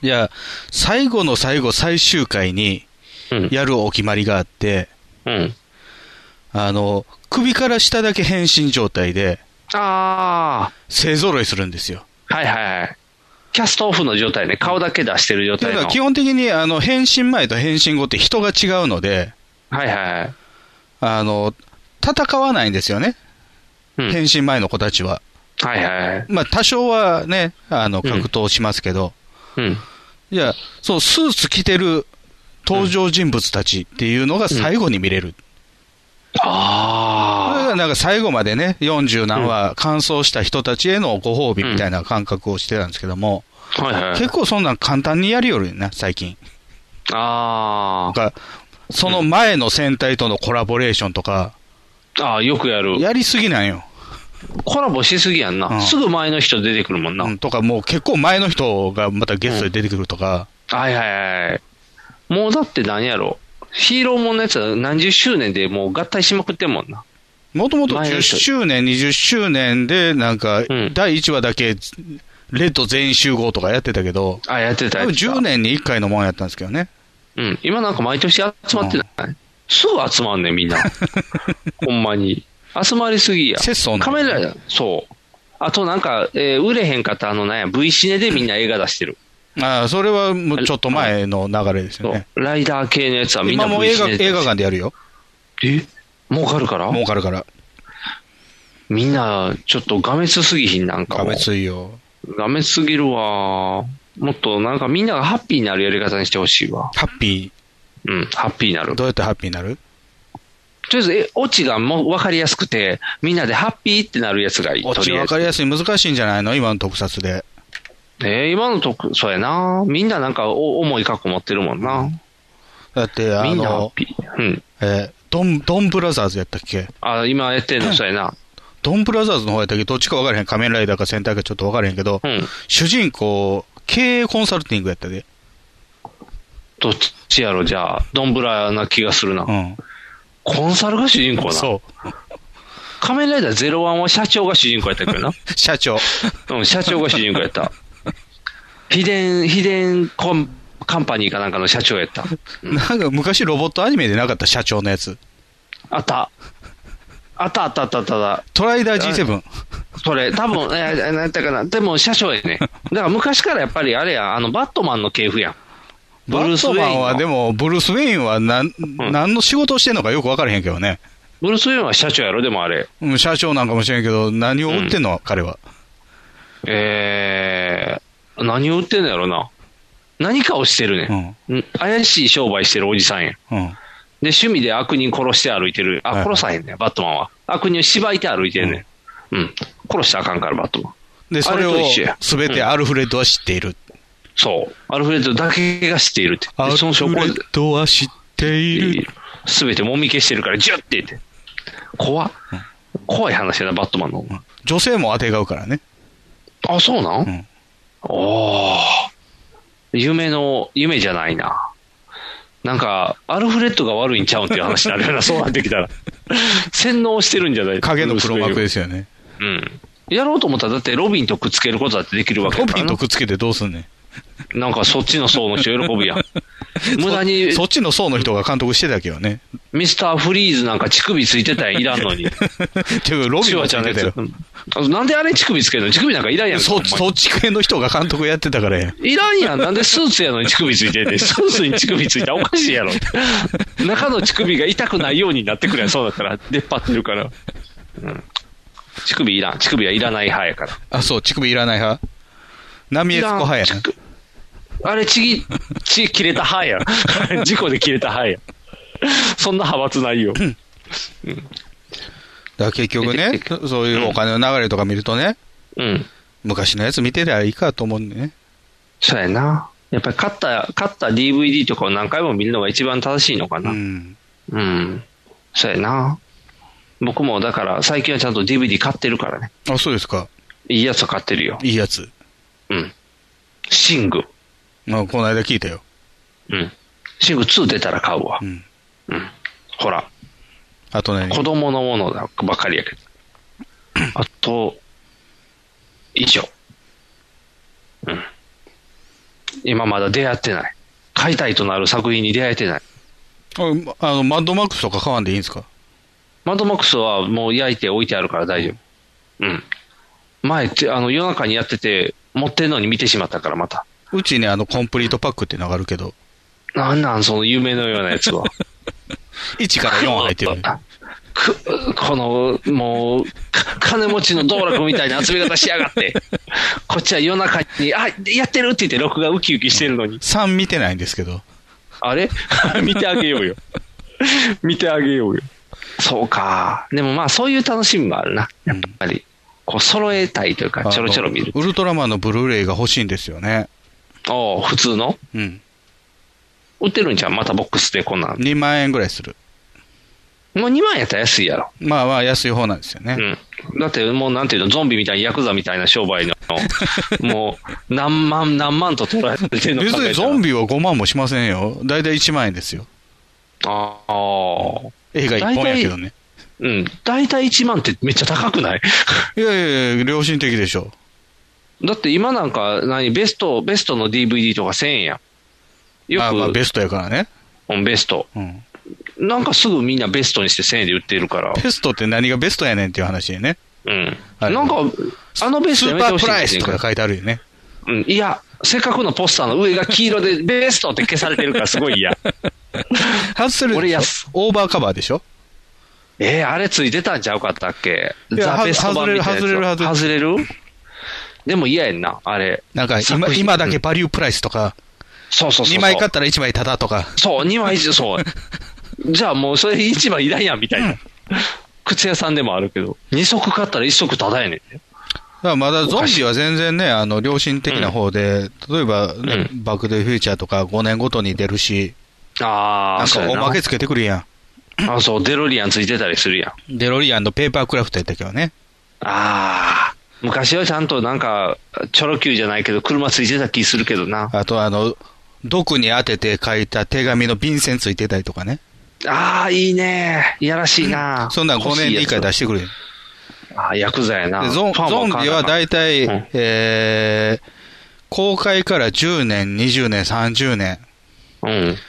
C: いや、最後の最後、最終回に
B: うん。
C: やるお決まりがあって、
B: うん。
C: あの、首から下だけ変身状態で、
B: あ
C: 勢揃いするんですよ。
B: あ。はいはいはい。キャストオフの状態ね。顔だけ出してる状
C: た
B: 態
C: だ
B: の。
C: 基本的に、あの、変身前と変身後って人が違うので、
B: はいはいはい。
C: あの、戦わないんですよね。
B: うん。
C: 変身前の子たちは。
B: はいはいはい。
C: まあ、多少はね、あの、
B: うん
C: 格闘しますけど、
B: うん。
C: いや、そう、スーツ着てる登場人物たちっていうのが最後に見れる。これ
B: ああ。
C: がなんか最後までね、40何話、完走した人たちへのご褒美みたいな感覚をしてたんですけども、
B: はいはい。
C: 結構そんなん簡単にやりよるよな、最近。
B: あ
C: なんか、その前の戦隊とのコラボレーションとか、
B: あ。ああ、よくやる。
C: やりすぎなんよ。
B: コラボしすぎやんな。
C: うん
B: すぐ前の人出てくるもんな。
C: うんとか、もう結構前の人がまたゲストで出てくるとか、
B: はいはいはい。もうだって何やろ。ヒーローもんのやつは何十周年でもう合体しまくってんもんな。
C: もともと
B: 前の
C: 10
B: 人
C: 周年、20周年で、なんか
B: ん、
C: 第1話だけ、レッド全員集合とかやってたけど、
B: あ、やってた
C: 多
B: や
C: 分
B: ってた
C: 10年に1回のもんやったんですけどね。
B: うん。今なんか毎年集まってない、すぐ集まんねん、みん
C: [laughs]
B: な。ほんまに。集まりすぎや。
C: 節操な
B: カ
C: の
B: メラや。そう。あとなんか、えー売れへんかったあのね、V シネでみんな映画出
C: [laughs]
B: してる。
C: ああ、それはもうちょっと前の流れです
B: そ
C: よ
B: う。
C: ね。
B: ライダー系のやつはみんな
C: 今もう
B: V
C: 映
B: シ
C: 画
B: ネで。
C: 映画館でやるよ。
B: え儲かるから
C: 儲かるから。
B: みんな、ちょっとがめつすぎひん、なんか
C: 画
B: もう。
C: 面いよ。
B: がめつすぎるわ。もっとなんかみんながハッピーになるやり方にしてほしいわ。
C: ハッピ
B: うん、ハッピーにな
C: ー。
B: る。と
C: どうやってハッピーになる
B: りあえず、え、オチがもう分かりやすくて、みんなでハッピーってなるやつがいい。
C: オチ
B: とりあえ
C: 分
B: ず
C: かりやすい。難しいんじゃないの今の特撮で。
B: えー、今のとこ、そうやな。みんななんかお重い過去持ってるもんな。
C: だって、あ
B: みんなハッ
C: の、
B: ピー。うん。
C: えードン、ドンブラザーズやったっけ
B: あ、今やってんの、そうやな。
C: ドンブラザーズの方やったっけどっちか分からへん。仮面ライダーか戦隊かちょっと分からへんけど、
B: うん。
C: 主人公、経営コンサルティングやったで。
B: どっちやろ、じゃあ。どんぶらな気がするな。
C: うん。
B: コンサルが主人公な。
C: そう。
B: 仮面ライダー01は社長が主人公やったっけどな。
C: [laughs] 社長。
B: うん、社長が主人公やった。秘伝、秘伝コンカンパニーかなんかの社長やった。
C: なんか昔ロボットアニメでなかった社長のやつ。
B: あった。あったあったあったあった。
C: トライダー G7。
B: それ、多
C: [laughs]
B: 分、えー、なんだかな。でも、社長やね。だから昔からやっぱりあれや、あの、バットマンの系譜やん。ブ
C: バ
B: ルー
C: ッ
B: ス・ウェイ
C: ト
B: ン
C: マンは、
B: の
C: でも、ブルース・ウェインはなん、何の仕事をしてんのかよく分からへんけどね。
B: ブルース・ウェインは社長やろ、でもあれ。
C: うん社長なんかもしれんけど、何を売ってんの、彼は。
B: えー、何を売ってんのやろな。何かをしてるね、ん。怪しい商売してるおじさんやん。
C: うん。
B: で、趣味で悪人殺して歩いてる。
C: はい
B: あ、殺さへんね、バットマンは。悪人を縛いて歩いてんね、ん。うん。殺したらあかんから、バットマン。
C: で、それ
B: あれ
C: を
B: と一緒や
C: すべてアルフレッドは知っている。
B: そう。アルフレッドだけが知っているって。
C: ア
B: で
C: ル
B: そ
C: フ
B: の証拠
C: レッドは知っている。
B: すべてもみ消してるから、ジュッて言って。怖っ怖い話やな、バットマンの。
C: 女性も当てがうからね。
B: あ、そうなん、
C: ん
B: おー。夢の、夢じゃないな。なんか、アルフレッドが悪いんちゃうんっていう話になる
C: [laughs]
B: よな、そうなってきたら。洗脳してるんじゃない。
C: 影の黒幕ですすよね。
B: うん。やろうと思ったら、だってロビンとくっつけることだってできるわけ
C: ロ
B: だか
C: ビ
B: ら
C: ン
B: な
C: とくっつけてどうすんねん。
B: なんかそっちの層の人喜ぶや
C: [laughs]
B: ん。無駄に
C: そっちの層の人が監督してたけどね。
B: ミスターフリーズなんか乳首ついてたやん、いらん
C: [laughs]
B: のに。
C: ていうロビ
B: シ
C: ン
B: ュワ
C: は
B: ち
C: つ
B: ゃ
C: い
B: んの
C: て
B: や
C: た
B: つう
C: よ。。
B: んなんであれ乳首つけるの乳首なんかいらんやん。
C: そ
B: ほんまに
C: そっち系の人が監督やってたからや。
B: いらんやん。なんでスーツやのに乳首ついてんねん。スーツに乳首ついたらおかしいやろ。中の乳首が痛くないようになってくれん。そうだったら、出っ張ってるから。うん、乳首いらん。乳首はいらない派やから。
C: あ、そう、乳首いらない派波江
B: い
C: 彦
B: らん
C: 派や
B: 乳首あれ、ちぎ、ち、切れた派や [laughs] ん。事故で切れた派やん。そんな派閥ないよ。
C: な。だから結局ね、そういうお金の流れとか見るとね、
B: うん。
C: 昔のやつ見てりゃいいかと思うんでね。
B: そうやな。やっぱり買った、買った DVD とかを何回も見るのが一番正しいのか
C: う
B: な。
C: ん。
B: うん。そうやな。僕もだから最近はちゃんと DVD 買ってるからね。
C: あ、そうですか。
B: いいやつ買ってるよ。
C: いいやつ。
B: うん。シング。
C: まあ、この間聞いたよ。
B: うん。シング2出たら買うわ。
C: うん。
B: うん。ほら、
C: あとね、
B: 子供のものばっかりやけど。あと、以上。うん。今まだ出会ってない。買いたいとなる作品に出会えてない。
C: ああの、マッドマックスとか買わんでいいんですか
B: マッドマックスはもう焼いて置いてあるから大丈夫。うん。前って、あの、夜中にやってて、持ってんのに見てしまったから、また。
C: うちね、あの、コンプリートパックっていうのがあるけど、
B: なんなん、その夢のようなやつ
C: [laughs]
B: は。
C: 1から4入ってる。
B: くこの、もう、か金持ちの道楽みたいな遊び方しやがって。 [laughs] こっちは夜中に、あ、やってるって言って、録画ウキウキしてるのに。
C: 3見てないんですけど。
B: あれ [laughs] 見てあげようよ。見てあげようよ。そうか。でもまあ、そういう楽しみもあるな。やっぱり。こう、揃えたいというか、ちょろちょろ見る
C: あ。のウルトラマンのブルーレイが欲しいんですよね。
B: おう普通の
C: うん。
B: 売ってるんじゃん。またボックスでこんなん。
C: 2万円ぐらいする。
B: もう2万円やったら安いやろ。
C: まあまあ、安い方なんですよね。
B: うん。だってもうなんていうの、ゾンビみたいにヤクザみたいな商
C: [laughs]
B: 売の、もう何万何万と取られてるの
C: 別
B: 考えたら
C: にゾンビは5万もしませんよ。だいたい1万円ですよ。
B: ああ。
C: 映画一本やけどね。
B: うん。大体1万ってめっちゃ高くない [laughs]
C: いやいやいや、良心的でしょ。
B: だって今なんか、何、ベスト、ベストの DVD とか1000円やん。よく、
C: まあまあ、
B: ベ
C: ベストやからね。
B: ベスト。
C: うん。
B: なんかすぐみんなベストにして1000円で売ってるから。
C: ベストって何がベストやねんっていう話でね。
B: うん。
C: はい
B: なんか、あのベスト
C: ス
B: や
C: ー
B: めて
C: パ
B: ほ
C: ー
B: しい
C: プライ
B: で
C: スとか書いてあるよね。
B: うん、いや、せっかくのポスターの上が黄色で [laughs] ベストって消されてるからすごい嫌。
C: 外する
B: 俺安
C: オーバーカバーでしょ
B: えー、あれついてたんちゃうかったっけ
C: いや
B: ザ・ベスト版みたいなやつ
C: 外れる外れる
B: 外れるでも嫌やんな、あれ。
C: なんか
B: 作
C: 今、
B: 品
C: 今だ
B: う
C: け
B: ん
C: バリュープライスとか、
B: そうそうそうそう。
C: 2枚買ったら1枚タダとか。
B: そう、2枚以上、そう。じゃあもう [laughs] それ一枚いらんやんみたいな。靴屋さんでもあるけど、2足買ったら1足ただやねん。
C: だからまだゾンビは全然ね、あの、良心的な方で、例えばね、
B: う
C: バックデフューチャーとか5年ごとに出るし、
B: あ
C: な
B: あ、
C: ん
B: そう
C: か
B: や
C: お
B: な
C: まけつけてくるや
B: あそう、デロリアンついてたりするやん。
C: ん。デロリアンのペーパークラフトやったけどね。
B: ああ、昔はちゃんとなんか、チョロ Q じゃないけど、車ついてた気するけどな。
C: あとあの、毒に当てて書いた手紙の便箋ついてたりとかね。
B: ああ、いいね。いやらしいな。
C: そんなん5年に1回出
B: し
C: してくるやん。
B: ああ、ヤクザやな。
C: でゾン
B: ファン
C: ゾ
B: は
C: ンビは大体、
B: うん
C: えー、公開から10年、20年、30年
B: 買わなあかんな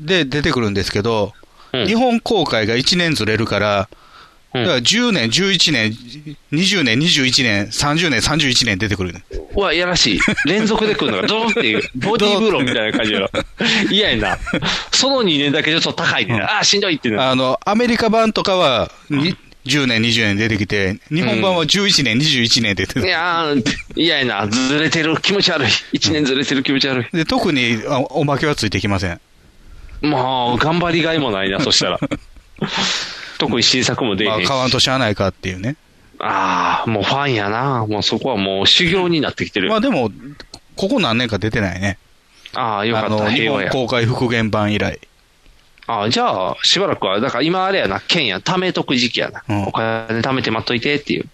C: で出てくるんですけ
B: うん。う
C: ど、
B: ん
C: 日本公開が1年ずれるから、
B: うん
C: だから10年、11年、20年、21年、30年、31年出てくる、
B: うわ、いやらしい。連続で来るのが、
C: [laughs]
B: ドーンっていう、ボディーブローみたいな感じやろ。嫌やな。その2年だけちょっと高いね。ああ、しんどいってなる。
C: あの、アメリカ版とかは、に10年、20年出てきて、日本版は11年、21年出てく
B: い
C: る。
B: やー、嫌やな。ずれてる。気持ち悪い。1年ずれてる気持ち悪い。
C: で、特にあおまけはついてきません。
B: もう、頑張りがいもないな、そした
C: [laughs]
B: ら。特に新作も出え
C: ま
B: へ
C: あ、
B: んし。
C: 買わんとしゃあないかっていうね。
B: ああ、もうファンやな。もうそこはもう修行になってきてる。
C: まあでも、ここ何年か出てないね。
B: ああ、よか
C: あ
B: っ
C: の
B: た。
C: 日
B: 平和
C: 本
B: や。
C: 公開復元版以来。
B: ああ、じゃあ、しばらくは、だから今あれやな、県や、貯めとく時期やな。
C: うん
B: お金貯めて待っといて
C: [laughs]
B: っていう。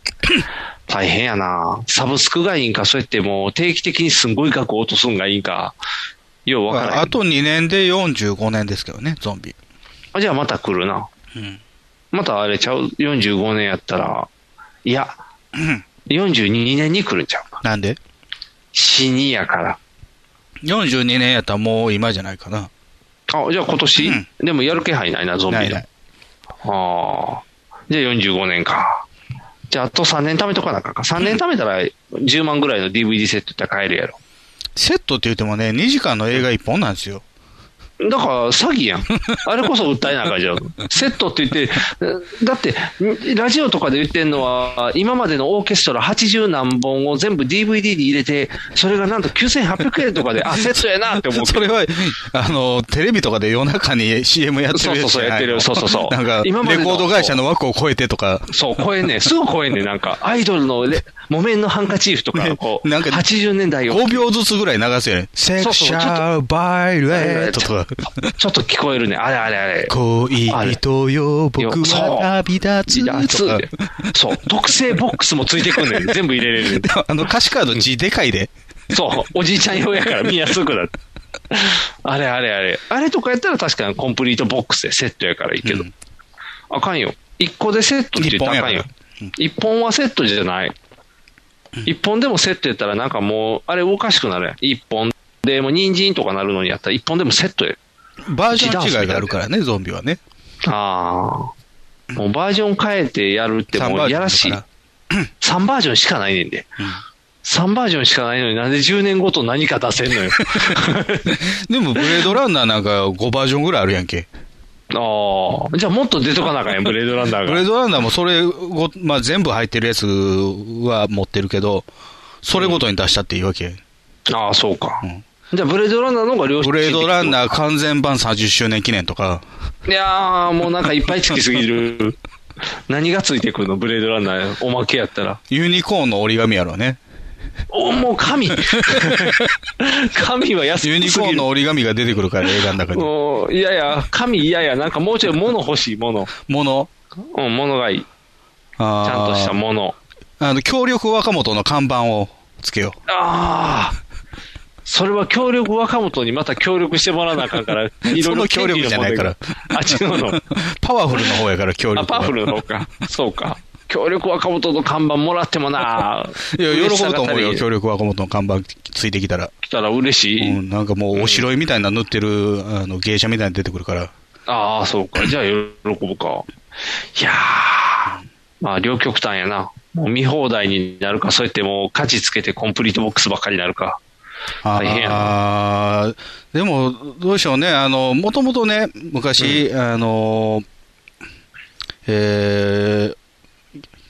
B: 大変やな。サブスクがいいんか、そうやってもう定期的にすんごい額落とすんがいいんか。ようわからへん。
C: ああと2年で45年ですけどね、ゾンビ。
B: あじゃあまた来るな。
C: うん
B: またあれちゃう ?45 年やったら、いや、42年に来るんちゃうか。
C: なんで
B: 死にやから。
C: ?42 年やったらもう今じゃないかな。
B: あ、じゃあ今年、
C: うん
B: でもやる気配ないな、ゾンビ
C: な
B: の。
C: いない。
B: ああ。じゃあ45年か。じゃああと3年貯めとかなあかんか。3年貯めたら10万ぐらいの DVD セットって買えるやろ。
C: セットって言ってもね、2時間の映画1本なんですよ。
B: だから詐欺
C: [laughs]
B: やん。あれこそ訴えなあかんじゃん。セットって言って、だって、ラジオとかで言ってんのは、今までのオーケストラ80何本を全部 DVD に入れて、それがなんと9800円とかで、あ、セットやなって思って。
C: [laughs] それは、あの、テレビとかで夜中に CM やってるやつじゃないの
B: そうそうそうやってるそうそうそう
C: なんか、レ
B: 今までの
C: コード会社の枠を超えてとか、
B: そう、超えんねん。すぐ超えんねん。なんか、アイドルのレ木綿のハンカチーフとか、こう、
C: [laughs] ねなんか
B: 80年代を。
C: 5秒ずつぐらい流すよね。セ
B: そ
C: ク
B: う
C: シ
B: ちょっと
C: ャルバイレートとか。
B: ちょっと聞こえるね。あれあれあれ。
C: 恋人よ、僕は旅立
B: いや
C: つ
B: そ
C: と
B: う
C: か。
B: そう。特製ボックスもついてくんねん。全部入れれる。
C: [laughs] あの歌詞カード字でかいで。
B: そう。おじいちゃん用やからみんなすぐだって。あれあれあれ。あれとかやったら確かにコンプリートボックスでセットやからいいけど。
C: うん
B: あかんよ。一個でセットって言ったらあかんよ
C: 一本やか。
B: 一本はセットじゃない。一本でもセットやったらなんかもう、あれおかしくなるやん。一本でも人参とかなるのにやったら一本でもセットや。
C: バージョン違いがあるからね、ゾンビはね。
B: ああ。もうバージョン変えてやるってもうやらしい。3バージョンしかないねんで。3バージョンしかないのになんで10年ごと何か出せん
C: [laughs]
B: のよ。
C: でも、ブレードランナーなんか5バージョンぐらいあるやんけ。
B: ああ。じゃあもっと出とかなあかんやん、ブレードランナ
C: ブ
B: ー
C: レー
B: が。
C: ドランナーもそれご、まあ、全部入ってるやつは持ってるけど、それごとに出したっていうわけ。
B: ああ、そうか。
C: うん
B: じゃあブレードランナーの方が良識
C: ブレードラン
B: ー。
C: ナー完全版30周年記念とか、
B: いやー、もうなんかいっぱいつきすぎる。何がついてくるのブレードランナー。おまけやったら。
C: ユニコーンの折り紙やろね。
B: お、もう
C: [laughs]
B: 神神は安すぎ
C: ユ
B: る。
C: ニコーンの折り紙が出てくるから、映画の中に。
B: もう、いやいや、神いやいや、なんかもうちょい物欲しい、物。
C: もの
B: うん、物がいい。ち
C: ちゃ
B: ゃんとしたもの。
C: あの、協力若元の看板をつけよ
B: ああ。それは協力若本にまた協力してもらわなあかんから、いろいろ権利の問題
C: [laughs] その協力じゃないから
B: あ、違
C: [laughs]
B: うの。
C: [laughs] パワフルの方やから、協力
B: あ、
C: は
B: パワフルの方か。そうか。協力若本の看板もらってもな。
C: いや、喜ぶと思うよ、協
B: 力。
C: 力若元の看板ついてきたら。
B: 来たら嬉しい。
C: うん、なんかもう、おしろいみたいな塗ってる、あの、芸者みたいなの出てくるから。
B: ああ、そうか。じゃあ、喜ぶか。いやー、まあ、両極端やな。もう見放題になるか、そうやってもう、価値つけてコンプリートボックスばっかりになるか。
C: あ
B: 大変やな
C: あーでも、どうでしょうね、あの、もともとね、昔、あの、えー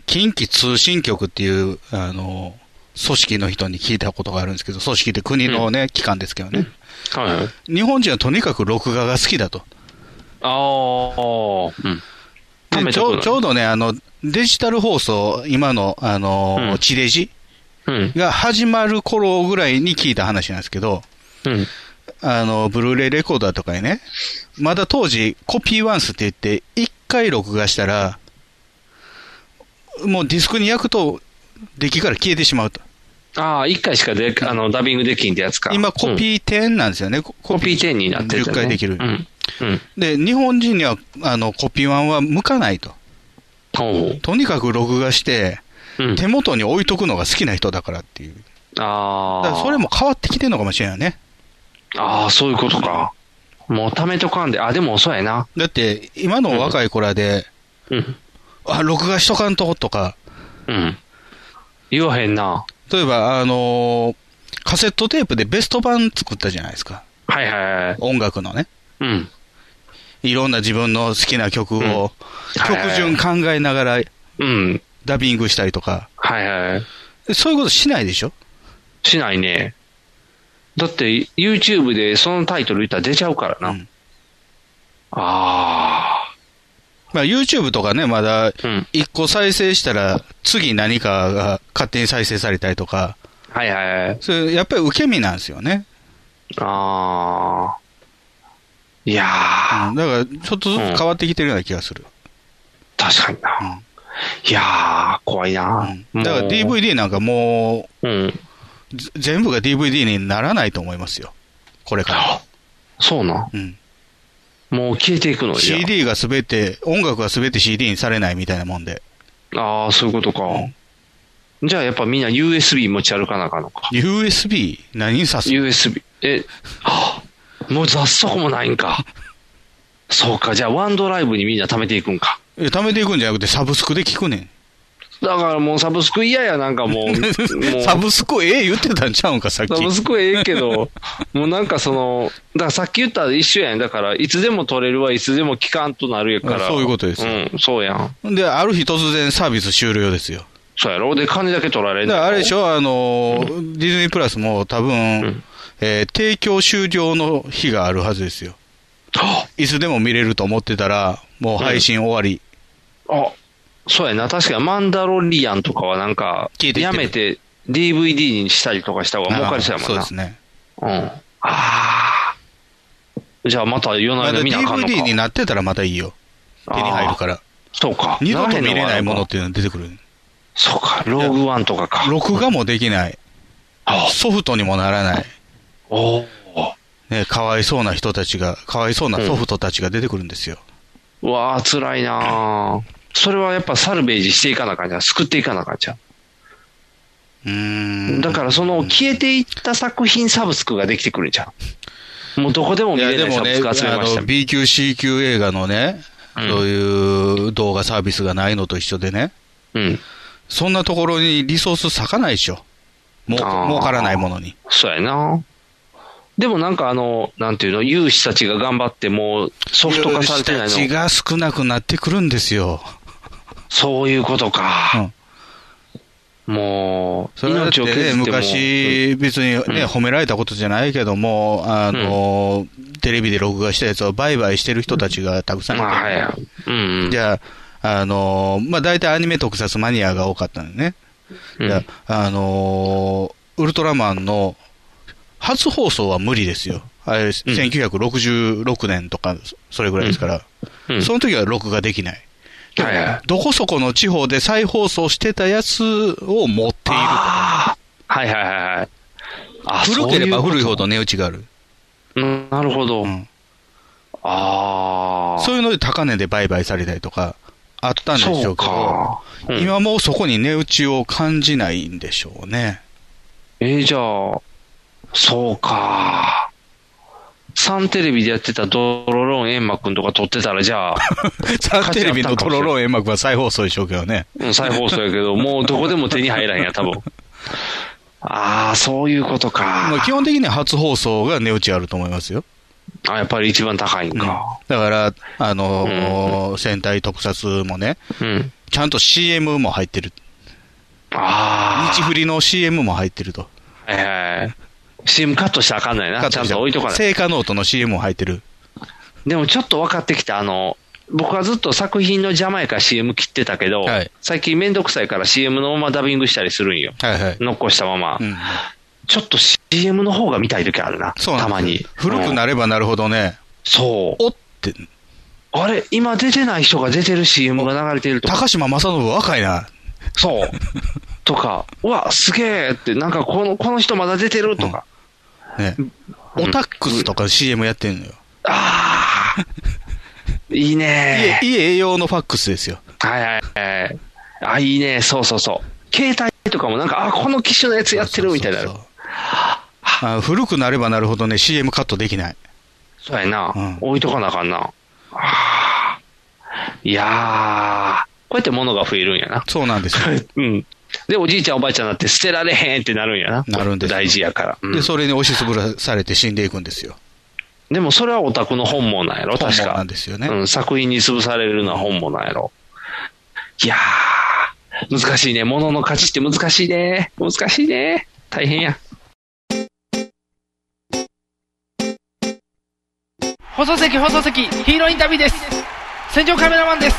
C: 近畿通信局っていう、あの、組織の人に聞いたことがあるんですけど、組織って国のね、機関ですけどね。
B: はい。
C: 日本人はとにかく録画が好きだと。
B: ああ、うん。貯
C: で
B: め
C: ち
B: とく
C: ょ
B: の
C: うちょうどね、あの、デジタル放送、今の、あの、
B: うん
C: 地デジ
B: うん。
C: が始まる頃ぐらいに聞いた話なんですけど、
B: うん。
C: あの、ブルーレイレコーダーとかにね、まだ当時、コピーワンスって言って、一回録画したら、もうディスクに焼くと、出来から消えてしまうと。
B: ああ、一回しかで、あの、ダビングできんってやつか。
C: 今、コ
B: ー、
C: ピー10なんですよね。コ
B: コピー10になってる、ね。
C: 10回できる
B: う。ん。うん。
C: で、日本人には、あの、コピーワンは向かないと。
B: ほう。
C: とにかく録画して、
B: うん。
C: 手元に置いとくのが好きな人だからっていう。
B: あ
C: だ
B: あ。
C: からそれも変わってきてるのかもしれないね。
B: ああ、そういうことか。もう貯めとかんで、あ、でもそうやな。
C: だって、今の若い子らで、
B: うん。
C: あ、録画しとかんととか、
B: うん。言わへんな。
C: 例えば、あのーカセットテープでベスト版作ったじゃないですか。
B: はいはいはい。
C: 音楽のね。
B: うん。
C: いろんな自分の好きな曲
B: うん
C: を、曲順考えながら
B: うん。
C: ダビングしたりとか、
B: はいはい。
C: そういうことしないでしょ
B: しないね。だって、YouTube でそのタイトル言ったら出ちゃうからな。
C: うん
B: あ
C: まあ YouTube とかね、まだ
B: あ。うん。
C: 一個再生したら次何かが勝手に再生されたりとか、
B: はいはいはい。
C: それやっぱり受け身なんですよね。
B: ああ。いやー。
C: うんだからちょっとずつ変わってきてるような気がする。
B: 確かにな。
C: うん
B: いやー、怖いな。
C: うんだから
B: もう
C: DVD なんかも
B: うん。
C: うぜ全部が DVD にならないと思いますよ。これから。
B: そうなん。
C: うん
B: もう消えていくのじゃあ
C: CD がすべて、音楽がすべて CD にされないみたいなもんで、
B: ああ、そういうことか。じゃあやっぱみんな USB 持ち歩かなあかんのか。
C: USB、何にさす
B: USB。え、はあ、もう雑足もないんか。そうか、じゃあワンドライブにみんな貯めていくんか。
C: え貯めていくんじゃなくて、サブスクで聞くね
B: だからもうサブスク嫌や、なんか
C: [laughs]
B: もう。も
C: ん。
B: う
C: サブスクええ言ってたんちゃうんか、さっき。
B: サブスクはええけ
C: [laughs]
B: ど、もうなんかその、だからさっき言った一緒やん。だから、いつでも取れるわ、いつでも期間となるやから。
C: あそういうことです
B: うん、そうやん。
C: で、ある日突然サービス終了ですよ。
B: そうやろで、金だけ取られ
C: だ
B: る
C: からあれでしょ、あのー、ディズニープラスも多分、
B: ん
C: えー提供終了の日があるはずですよ。いつでも見れると思ってたら、もう配信終わり。
B: あ、そうやな。確かにマンダロリアンとかはなんか
C: 消え、ていっ
B: や
C: てる
B: めて DVD にしたりとかした方が儲かりそうやもん
C: そう
B: な。
C: ですね。
B: うん。ああー。じゃあまた夜
C: ま
B: な夜
C: だ
B: な見なあかんのか。
C: DVD になってたらまたいいよ。手に入るから。
B: あーそうか。
C: 二度と見れないものっ
B: って。
C: ていうのが出てくる。
B: そうか。ローグワンとかか。
C: 録画もできない。
B: あ
C: ソフトにもならない。
B: おー
C: ね、かわいそうな人たちが、かわいそうなソフトたちが出てくるんですよ。
B: うわあ、辛いなーそれはやっぱサルベージしていかなあかんじゃん。救っていかなあかんじゃん。
C: うーん。
B: だからその消えていった作品サブスクができてくるんじゃん。もうどこでも
C: い
B: 見
C: や、
B: れ
C: で
B: ないサ
C: も
B: ブ
C: ね、
B: スク集め
C: あ
B: ました
C: の、
B: み
C: B 級、C 級映画のね、
B: う
C: そ
B: ん
C: ういう動画サービスがないのと一緒でね、
B: たいな。うん。
C: そんなところにリソース割かないでしょ。もう、
B: あー
C: 儲からないものに。
B: そうやな。でもなんかあの、なんていうの、有志たちが頑張ってもうソフト化されてない
C: 人たち
B: の。
C: が少なくなってくるんですよ。
B: そういうことか。もう、
C: それだっ
B: 命
C: て
B: を削っ
C: ね、
B: ても。
C: 昔、別にね、褒められたことじゃないけども、あの、テレビで録画したやつを売買してる人たちがたく
B: う
C: さ
B: ん
C: んい
B: まあ、
C: て、
B: はいはい。うん。
C: じゃあ、あのまあ、大体アニメ特撮マニアが多かったのね。
B: うん
C: じゃあ、あのウルトラマンの初放送は無理ですよ。あれ、1966年とか、それぐらいですから、
B: うん
C: その時は録画できない。
B: はいはい。
C: どこそこの地方で再放送してたやつを持っていると
B: ああ。はいはいはいはい。あ
C: 古ければ古いほ。
B: そ
C: ど値打ちがある。
B: ういうことうん、なるほど。
C: うん
B: ああ。
C: そういうので高値で売買されたりとか、あったんでしょうけど、
B: そうかうん
C: 今もうそこに値打ちを感じないんでしょう
B: [laughs]
C: ね。
B: えー、じゃあ、そうか。サンテレビでやってたドロロンエンマくんとか撮ってたら、じゃあ、
C: さあ、テレビのトロロ円幕は再放送でしょうけどね。
B: うん再放送やけ
C: [laughs]
B: ど、もうどこでも手に入らんや、多分。ああ、そういうこと
C: まあ
B: か
C: 基。本的には初放送が値打ちあると思いますよ。
B: あやっぱり一番高いん
C: うんだ
B: か。
C: から、あのー戦隊特撮もね、
B: うん。
C: ちゃんと CM も入ってる。
B: ああ。
C: 日振りの CM も入ってると。
B: はいはい。CM カットしたらあかんないな。ちゃんと置いとかない。
C: 成果ノートの CM も入ってる。
B: でもちょっと分かってきた。あの、僕はずっと作品の邪魔やから CM 切ってたけど、
C: はい
B: 最近めんどくさいから CM のままダビングしたりするんよ。
C: はいはい。
B: 残したまま。
C: うん
B: ちょっと CM の方が見たい時あるな。
C: そうな
B: た
C: んで
B: ま
C: す
B: に。
C: 古く
B: うん
C: なればなるほどね、
B: そう。
C: おって、
B: あれ今出てない人が出てる CM が流れてるとか。
C: 高島正信若いな。
B: そう。とか、うわ、すげえって、なんかこの、この人まだ出てるとか。
C: ね。
B: うん
C: オタックスとか CM やってんのよ。
B: ああ。いいね
C: 家、家用のファックスですよ。
B: はいはいはい。あ、いいね。そうそうそう。携帯とかもなんか、あ、この機種のやつやってるみたいな。
C: そう
B: そ
C: そうそうあ古くなればなるほどね、CM カットできない。
B: うやな、
C: うん
B: 置いとかなあかんな。あーいやー。こうやって物が増えるんやな。
C: そうなんですよ。
B: うん。で、おじいちゃんおばあちゃんになって捨てられへんってなるんやな。
C: なるんですよ
B: 大事やから。うん
C: で、それに押しつぶらされて死んでいくんですよ。
B: でもそれはオタクの本望なんやろ、確
C: 本
B: か。
C: 望なんですよね
B: うん、作品に潰されるのは本望なんやろ。いやー、難しいね。物の価値って難しいね。難しいね。大変や。
G: 放送席放送席ヒーローインタビューです戦場カメラマンです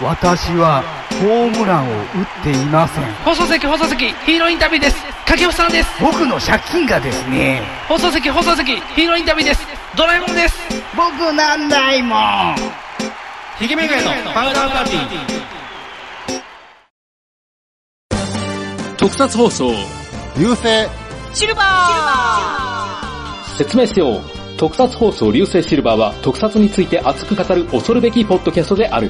H: 私はホームランを打っていません
G: 放送席放送席ヒーローインタビューです掛布さんです
H: 僕の借金がですね
G: 放送席放送席ヒーローインタビューですドラえもんです
H: 僕なんないもん
G: ひげめぐれのパウダーパーティー
I: 特撮放送
E: 流星
I: 説明しよう特撮放送流星シルバーは特撮について熱く語る恐るべきポッドキャストである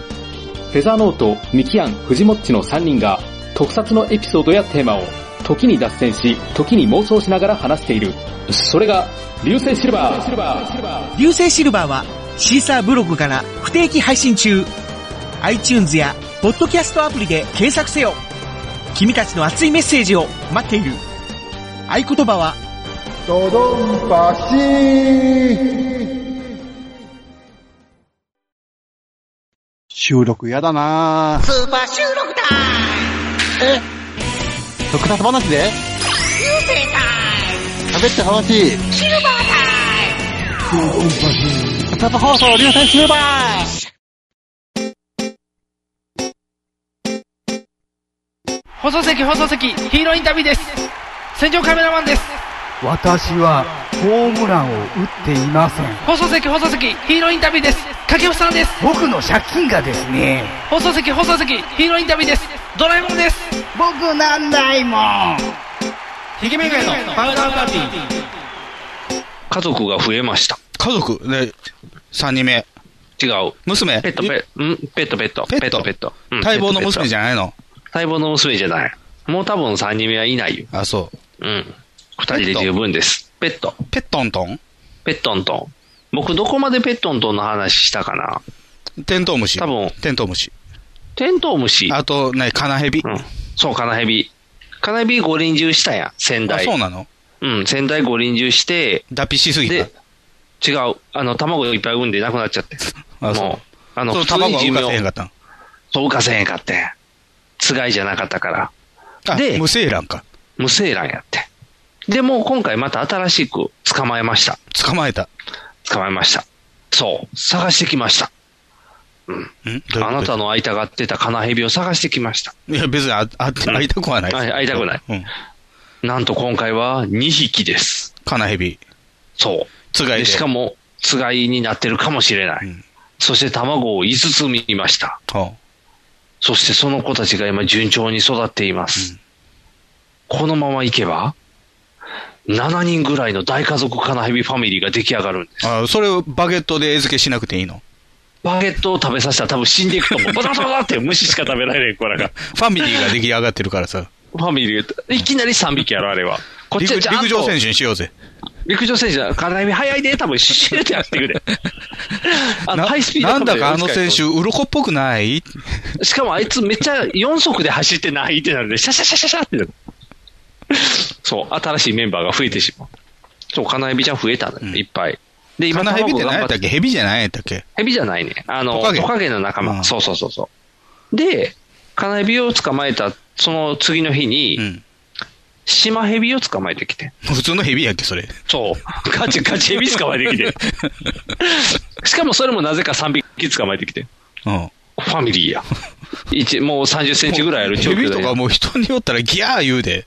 I: フェザーノート、ミキアン、フジモッチの3人が特撮のエピソードやテーマを時に脱線し、時に妄想しながら話しているそれが流星シルバー
J: 流星シルバーはシーサーブログから不定期配信中 iTunes やポッドキャストアプリで検索せよ君たちの熱いメッセージを待っている合言葉は
E: ドドンパシ収録やだなスーパー収録だえ特撮話で流星タイム喋って楽しいシルバータイムドドンパシ特撮放送流星シルバー
G: 放送席放送席ヒーローインタビューです戦場カメラマンです
H: 私はホームランを打っていません
G: 放送席放送席ヒーローインタビューです掛布さんです
H: 僕の借金がですね
G: 放送席放送席ヒーローインタビューですドラえもんです
H: 僕なんないもん
G: ひげめぐれのパウダーパーティー
B: 家族が増えました。
C: 家族、ね、3人目。
B: 違う。
C: 娘。
B: ペットペット、んペットペット。
C: ペット
B: ペット。うん
C: 待望の娘じ
B: ゃん。
C: ゃないの
B: 待望の娘じゃない。もう多分3人目はいないよ。
C: あ、そう。
B: うん。2人で十分です。ペット。
C: ペットントン
B: ペットントン。僕どこまでペットントンの話したかな
C: テントウムシ。
B: 多分
C: テントウムシ。
B: テントウムシ。
C: あと、ね、カナヘビ
B: う。ん。そう、カナヘビ。カナヘビ五輪中したやん、仙
C: あ、
B: 台。
C: そうなの
B: うん、仙台五輪中して、
C: 脱皮しすぎ
B: で
C: た。、
B: 違う、あの、卵いっぱい産んでなくなっちゃって。
C: あ、そう
B: もう、あの、
C: その
B: 普通
C: 卵
B: に
C: は
B: 寿
C: 浮
B: 命
C: かせへんかったん
B: そう、浮かせへんかってん。つがいじゃなかったから。
C: あ、
B: で
C: 無精卵か。
B: 無精卵やって。で、もう今回また新しく捕まえました。
C: 捕まえた。
B: 捕まえました。そう、探してきました。
C: ん
B: あなた
C: の。
B: の会いたがってたカナヘビを探してきました。
C: いや、別にああって会いたくはない。
B: はい会いたくない
C: うん。
B: なんと今回は2匹です。
C: カナヘビ。
B: そう。
C: つがい
B: で
C: で。
B: しかも、つがいになってるかもしれない。
C: うん
B: そして卵を5つ産みました。
C: は
B: そしてその子たちが今順調に育っています。このままいけば、 7人ぐらいの大家族カナヘビファミリーが出来上がるんです。
C: あそれをバゲットで餌付けしなくていいの
B: バゲットを食べさせたら多分死んでいくと
C: [laughs]
B: 思う。バタバタバタって虫しか食べられへん、これが。
C: ファミリーが出来上がってるからさ。
B: ファミリーが、いきなり3匹やろ、あれは。 [laughs] こっちは
C: [laughs] 陸
B: ちゃんと
C: 陸上選手にしようぜ。
B: 陸上選手だ。金網早いで、多分シューってやってく
C: [laughs]
B: れ。あの、
C: な
B: ハイスピード
C: なんだかあの選手、鱗っぽくない
B: 手。しかもあいつめっちゃ4速で走ってないってなるんで、シャシャシャシャシャってなる。そう、新しいメンバーが増えてしまう。そう、金網ちゃん増えたのよ、いっぱい。で、今、
C: カナヘビって
B: 卵頑
C: 何
B: 張
C: やったっけヘビじゃないやったっけ
B: ヘビじゃないね。あの、
C: ト
B: ト
C: カ
B: カ
C: ゲ
B: ゲの仲
C: う
B: 間。
C: ん
B: そうそうそうそう。で、カナヘビを捕まえた、その次の日に、
C: ん
B: シマヘビを捕まえてきて。
C: 普通のヘビやっけそれ。
B: そう。ガチガチヘビ捕まえてきて。 [laughs] しかもそれもなぜか3匹捕まえてきて。
C: うん。
B: ファミリーや。一もう30センチぐらいある
C: ヘ
B: 長距
C: ビ
B: 離
C: とかもう人によったらギャー言うで。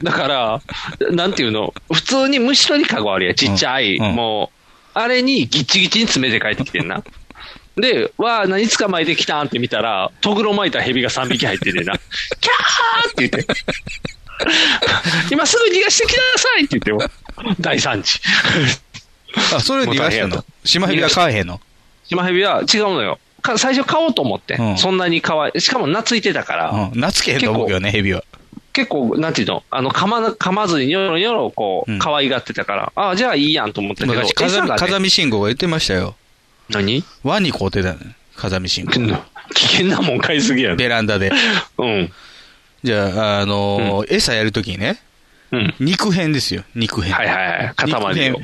B: だから、なんていうの、普通に虫取りかごあるやんちっちゃい、
C: うんうん
B: もう、あれにギッチギチに詰めて帰ってきてんな。で、わあ、何捕まえてきたんって見たら、トグロ巻いた蛇が3匹入っててな、 [laughs] キャーって言って、 [laughs] 今すぐ逃がしてきなさいって言って、大惨
C: [laughs]
B: 事。
C: あ、それ逃がした
B: もう大変や
C: の
B: と。
C: シマヘビは買えへんの。
B: シマヘビは違うのよ。か最初買おうと思って、
C: うん
B: そんなに可愛い。しかも懐いてたから、
C: うん。懐けへんと思うけどね、ヘビは。
B: 結構、なんていうの、あの、噛まな、噛まずにニョロニョロこ
C: うん
B: う、可愛がってたから、ああ、じゃあいいやんと思ってたけど、
C: 昔、風
B: 餌
C: 見、
B: がね
C: 風見慎吾が言ってましたよ。
B: 何 [laughs]
C: ワニ買うてたのよ風見慎吾。
B: 危険なもん買いすぎやね
C: ベランダで。
B: うん。
C: じゃあ、あのー餌やるときにね、
B: うん。
C: 肉片ですよ、肉片。
B: はいはいはい。塊を
C: 肉。片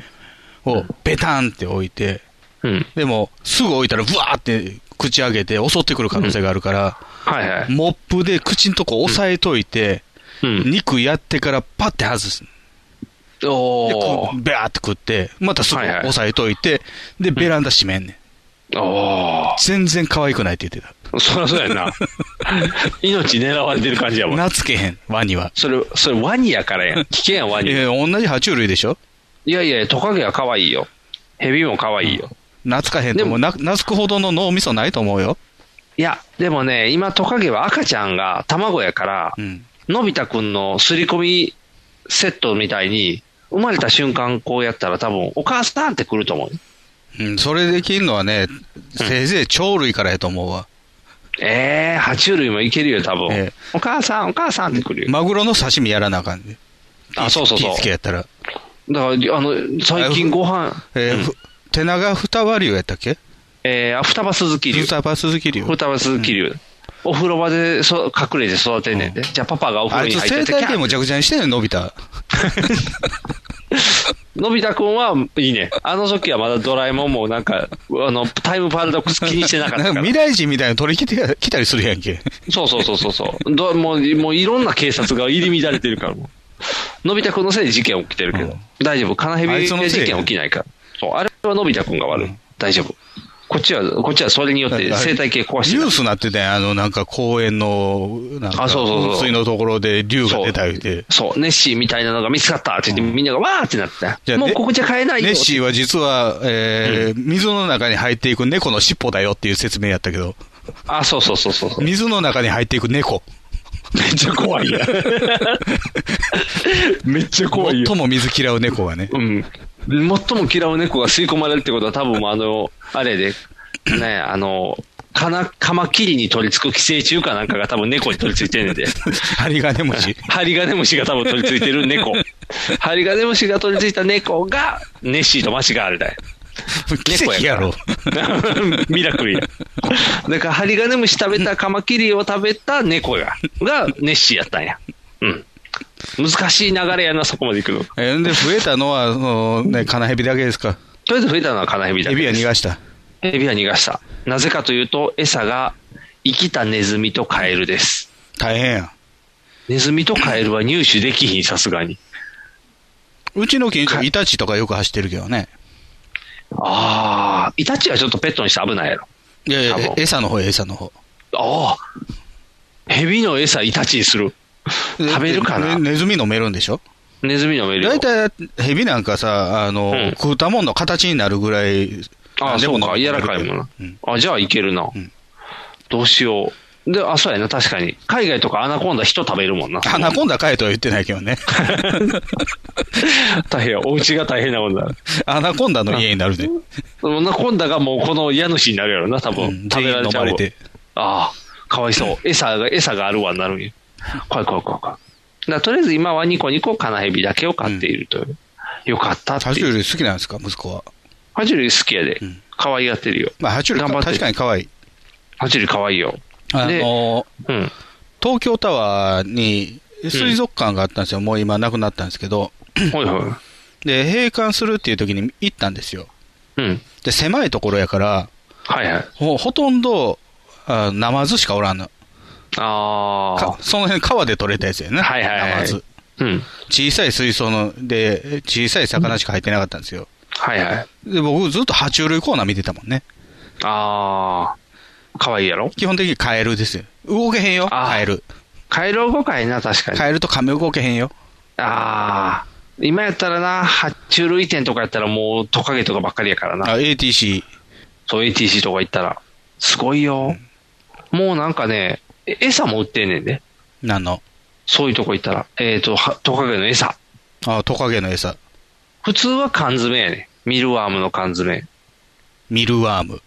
C: をベタンって置いて、
B: うん。
C: でも、すぐ置いたら、ブワーって口上げて襲ってくる可能性があるから、
B: はいはい。
C: モップで口のとこ押さえといて、
B: うん。
C: 肉やってからパッて外す。で、
B: お
C: こ
B: ー
C: う、ベアーって食って、またすぐ
B: はいはい
C: 押さえといて、で、ベランダ閉めんねん。
B: お
C: 全然可愛くないって言ってた。
B: ーそりゃそうやん
C: [laughs]
B: な。命狙われてる感じやもん。
C: 懐けへん、ワニは。
B: それ、それワニやからやん。危険やん、ワ
C: い
B: ニ。
C: や同じ爬虫類でしょ
B: いやいや、トカゲは可愛いよ。ヘビも可愛いよ。
C: 懐かへんと思う。
B: で
C: な懐くほどの脳みそないと思うよ。
B: いや、でもね、今トカゲは赤ちゃんが卵やから
C: う、ん。
B: のび太くんのすり込みセットみたいに、生まれた瞬間こうやったら多分、お母さんって来ると思う。
C: うん、それできんのはね、せいぜい鳥類からやと思うわ。
B: ええ爬虫類もいけるよ、多分。
C: ええ
B: お母さん、お母さんって来るよ。
C: マグロの刺身やらなあかんで。
B: あ、そうそうそう
C: 気。付けやったら。
B: だから、あの、最近ご飯、
C: えー
B: うん
C: ふ手長二羽竜やったっけ
B: えー、あ双葉鈴木流。
C: 二羽鈴木竜。
B: 双葉鈴木流。お風呂場でそ隠れて育てんねんで。じゃあパパがお風
C: あ
B: 呂
C: い
B: に入
C: つ
B: っ
C: 生
B: てて、
C: 態系
B: キャ
C: も
B: ー
C: ちゃくちゃにしてんねんのび太。
B: のび太くんはいいね。あの時はまだドラえもんもなんか、あの、タイムパラドックス気にしてなかった
C: なん
B: か
C: から [laughs] 未。来人みたいなの取り来て来たりするや
B: [laughs]
C: んけ。
B: そうそうそうそうそうどもう。もういろんな警察が入り乱れてるから、もうのび太くんのせいで事件起きてるけど、
C: うん
B: 大丈夫、カナヘビ
C: あい
B: で
C: つのせい
B: 事件起きないから、そうあれはのび太くんが悪い、大丈夫、こっちは、こっちはそれによって生態系壊して
C: ニ
B: る
C: ュースなってたやんあの、なんか公園の、なんか、
B: あそうそうそう
C: 噴水のところで竜が出たりて。
B: そう、ネッシーみたいなのが見つかったって言って、みんながわーってなって、
C: じゃあ
B: もう
C: ね
B: ここじゃ買えないよ
C: ネッシーは実は、えー水の中に入っていく猫の尻尾だよっていう説明やったけど、
B: あ、そうそうそうそうそう、
C: 水の中に入っていく猫。
B: めっちゃ怖い [laughs] やめっちゃ怖いよ
C: 最。も水嫌う猫
B: [laughs]
C: がね。
B: うん。最も嫌う猫が吸い込まれるってことは多分あの、あれで、ね、あの、カナ、カマキリに取り付く寄生虫かなんかが多分猫に取り付いてんねんで。
C: 針金虫。
B: ハリガネムシが多分取り付いてる猫。ハリガネムシが取り付いた猫が、ネッシーとマシガールだよ。 [laughs]
C: 奇跡やろ。
B: ミラクルや。だから、ハリガネムシ食べたカマキリを食べた猫が、がネッシーやったんや。うん。難しい流れやな、そこまで行くの。
C: えーで、増えたのは、そのね、カナヘビだけですか。
B: とりあえず増えたのはカナヘビだ
C: ヘ
B: け
C: ビは
B: です
C: 逃がした。
B: エビは逃がした。なぜかというと、餌が生きたネズミとカエルです。
C: 大変やん。
B: ネズミとカエルは入手できひん、さすがに。
C: うちの近所、イタチとかよく走ってるけどね。
B: ああ、イタチはちょっとペットにして危ないやろ。
C: いやいや
B: 多分、
C: 餌の方、餌の方。
B: ああ、ヘビの餌イタチにする。食べるかな
C: ねネズミ飲めるんでしょ
B: ネズミのメル
C: 大体、ヘビなんかさ、あの、
B: うん
C: 食うたもんの形になるぐらい、
B: ああ、
C: で
B: そう
C: も
B: か、柔らかいもんな。あじゃあいけるな。どうしよう。で、あ、そうやな、確かに。海外とかアナコンダ人食べるもんな。
C: アナコンダ買えとは言ってないけ
B: [laughs]
C: どね。
B: 大変や、お家が大変なことだ。
C: アナコンダの家になるね。
B: アナコンダがもうこの家主になるやろな、多分。食べられちゃうわ。
C: 全員飲まれて
B: ああ、かわいそう。餌が、餌があるわになるんや。怖い怖い怖い怖い。だからとりあえず今はニコニコカナヘビだけを飼っているという。よかったって
C: 爬虫
B: いう。
C: 類好きなんですか、息子は。
B: 爬虫類好きやで。可愛がってるよ。
C: まあ、爬虫類
B: 頑張って
C: 確かに可愛い。
B: 爬虫類可愛いよ。
C: あの、
B: うん。
C: 東京タワーに水族館があったんですよ。もう今なくなったんですけど。
B: はいは
C: で、閉館するっていう時に行ったんですよ。
B: い。うん。
C: で、狭いところやから、
B: はいはい。
C: ほほとんど、あナマズしかおらんの。
B: あ
C: か
B: あ。
C: その辺川で取れたやつやね。
B: はいはいはい
C: ナマズ。
B: うん。
C: 小さい水槽ので、小さい魚しか入ってなかったんですよ。
B: はいはい。
C: で、僕ずっと爬虫類コーナー見てたもんね。
B: ああ。可愛いやろ
C: 基本的にカエルですよ。動けへんよ、
B: あー
C: カエル。
B: カエル動かへんな、確かに。
C: カエルとカメ動けへんよ。
B: ああ。今やったらな、爬虫類店とかやったらもうトカゲとかばっかりやから
C: あ
B: な。
C: ATC。
B: そう、ATC とか行ったら。すごいよ。もうなんかね、え餌も売ってんねんで。
C: なんの
B: そういうとこ行ったら。えっ、と、はトカゲの餌。
C: あ、トカゲの餌。
B: 普通は缶詰やねん。ミルワームの缶詰。
C: ミルワーム。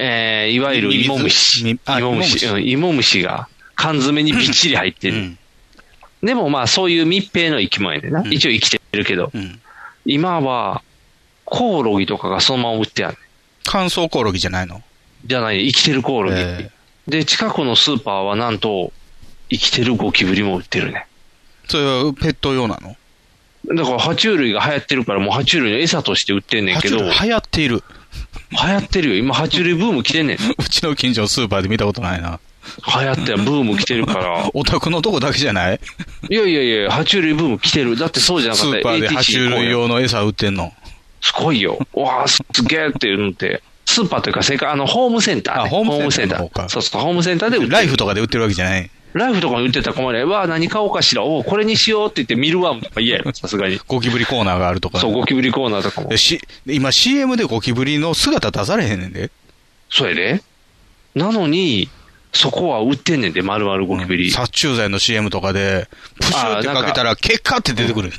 B: えー、いわゆる芋虫。
C: ミミズみあ
B: 芋虫。
C: 芋
B: うん芋虫が缶詰にびっちり入って
C: う
B: る。
C: ん。
B: でもまあそういう密閉の生き物やねんな。
C: ん
B: 一応生きてるけど。
C: うん。
B: 今は、コオロギとかがそのまま売ってある。
C: 乾燥コオロギじゃないの
B: じゃない、生きてるコオロギ。
C: え
B: で、近くのスーパーはなんと、生きてるゴキブリも売ってるね。
C: それはペット用なの
B: だから、爬虫類が流行ってるから、もう爬虫類の餌として売ってんねん
C: 爬
B: け
C: 虫
B: ど、流
C: 類流行っている。 [laughs]
B: 行ってるよ。今、爬虫類ブーム来てんねん。流
C: うちの近所のスーパーで見たことないな。
B: 行ってるブーム来てるから。
C: お宅のとこだけじゃない
B: いやいやいや、爬虫類ブーム来てる。だってそうじゃな
C: ス
B: かった
C: ー
B: ら
C: パーで爬
B: ATC
C: 虫類用の餌売ってんの。
B: すごいよ。わあ、すすげえっていうのって。スーパーというか、正解、あの、ホームセンターね、
C: あホームセンターの方か
B: ホームセンターそうそう、ホームセンターで売ってる
C: ライフとかで売ってるわけじゃない。
B: ライフとかに売ってたら困る。わあ、何買おうかしら。おうこれにしようって言って、ミルワームとか嫌やろ、さすがに。
C: ゴキブリコーナーがあるとか。
B: そう、ゴキブリコーナーとかも
C: で。し今 CM でゴキブリの姿出されへんねんで。
B: それでなのに、そこは売ってんねんで、丸々ゴキブリ。
C: 殺虫剤の CM とかで、プシュってかけたら、結果って出てくる。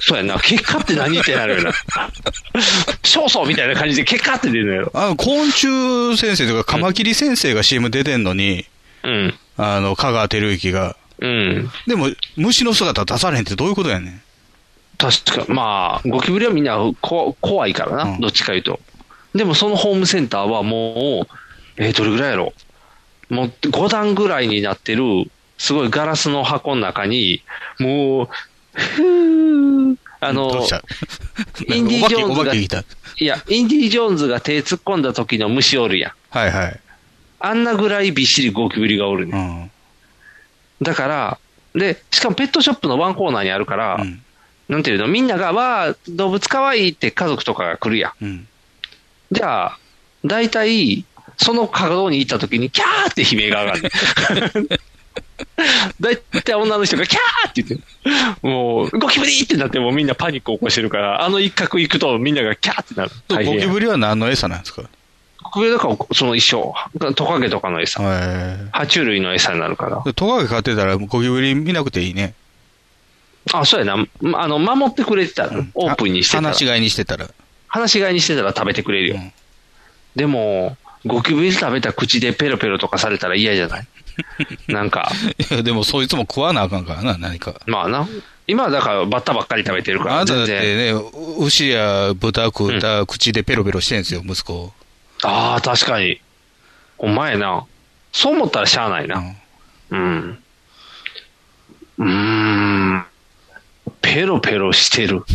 B: そうやんな。結果って何ってなるよな。少々みたいな感じで結果って出るのやろ。
C: あの、昆虫先生とか、カマキリ先生が CM 出てんのに、
B: うん。
C: あの、香川照之が。
B: うん。
C: でも、虫の姿出されへんってどういうことやねん。
B: 確か、まあ、ゴキブリはみんなこ怖いからな、
C: うん
B: どっちか言うと。でもそのホームセンターはもう、えーどれぐらいやろもう5段ぐらいになってる、すごいガラスの箱の中に、もう、ふー、あの、
C: どうした
B: [laughs] インディ・ジョーンズ
C: お化け、
B: が
C: お化けいた。
B: いや、インディ・ジョーンズが手突っ込んだ時の虫おるやん。
C: はいはい。
B: あんなぐらいびっしりゴキブリがおる
C: う
B: ね。
C: ん。
B: だから、で、しかもペットショップのワンコーナーにあるから、
C: うん。
B: なんていうの、みんなが、わあ、動物かわいいって家族とかが来るやん。
C: うん。
B: じゃあ、大体、その角に行った時に、キャーって悲鳴が上がるね。 [laughs] 大体女の人が、キャーって言って、もう、ゴキブリってなって、もうみんなパニックを起こしてるから、あの一角行くとみんながキャーってなる。大
C: ゴ
B: 変
C: キ
B: や
C: ブリは何の餌なんですか
B: ゴキブリだから、その一生、トカゲとかの餌、
C: え
B: 爬虫類の餌になるから。
C: え。トカゲ飼ってたら、ゴキブリ見なくていいね。
B: あ、そうやな。あの、守ってくれてたら、オープンにしてたら。
C: 話し飼いにしてたら。
B: 放し飼いにしてたら食べてくれるよ。
C: うん
B: でも、ゴキブリ食べた口でペロペロとかされたら嫌じゃない
C: [laughs]
B: なんか、
C: いや、でもそいつも食わなあかんからな、何か。
B: まあな。今はだからバッタばっかり食べてるから、
C: あなただ
B: 全
C: って
B: 然。
C: ね、う牛や豚食うた口でペロペロしてんですよ、息子。
B: ああ、確かに。お前な。そう思ったらしゃあないうな。
C: ん
B: うん。うーん。ペロペロしてる。 [laughs]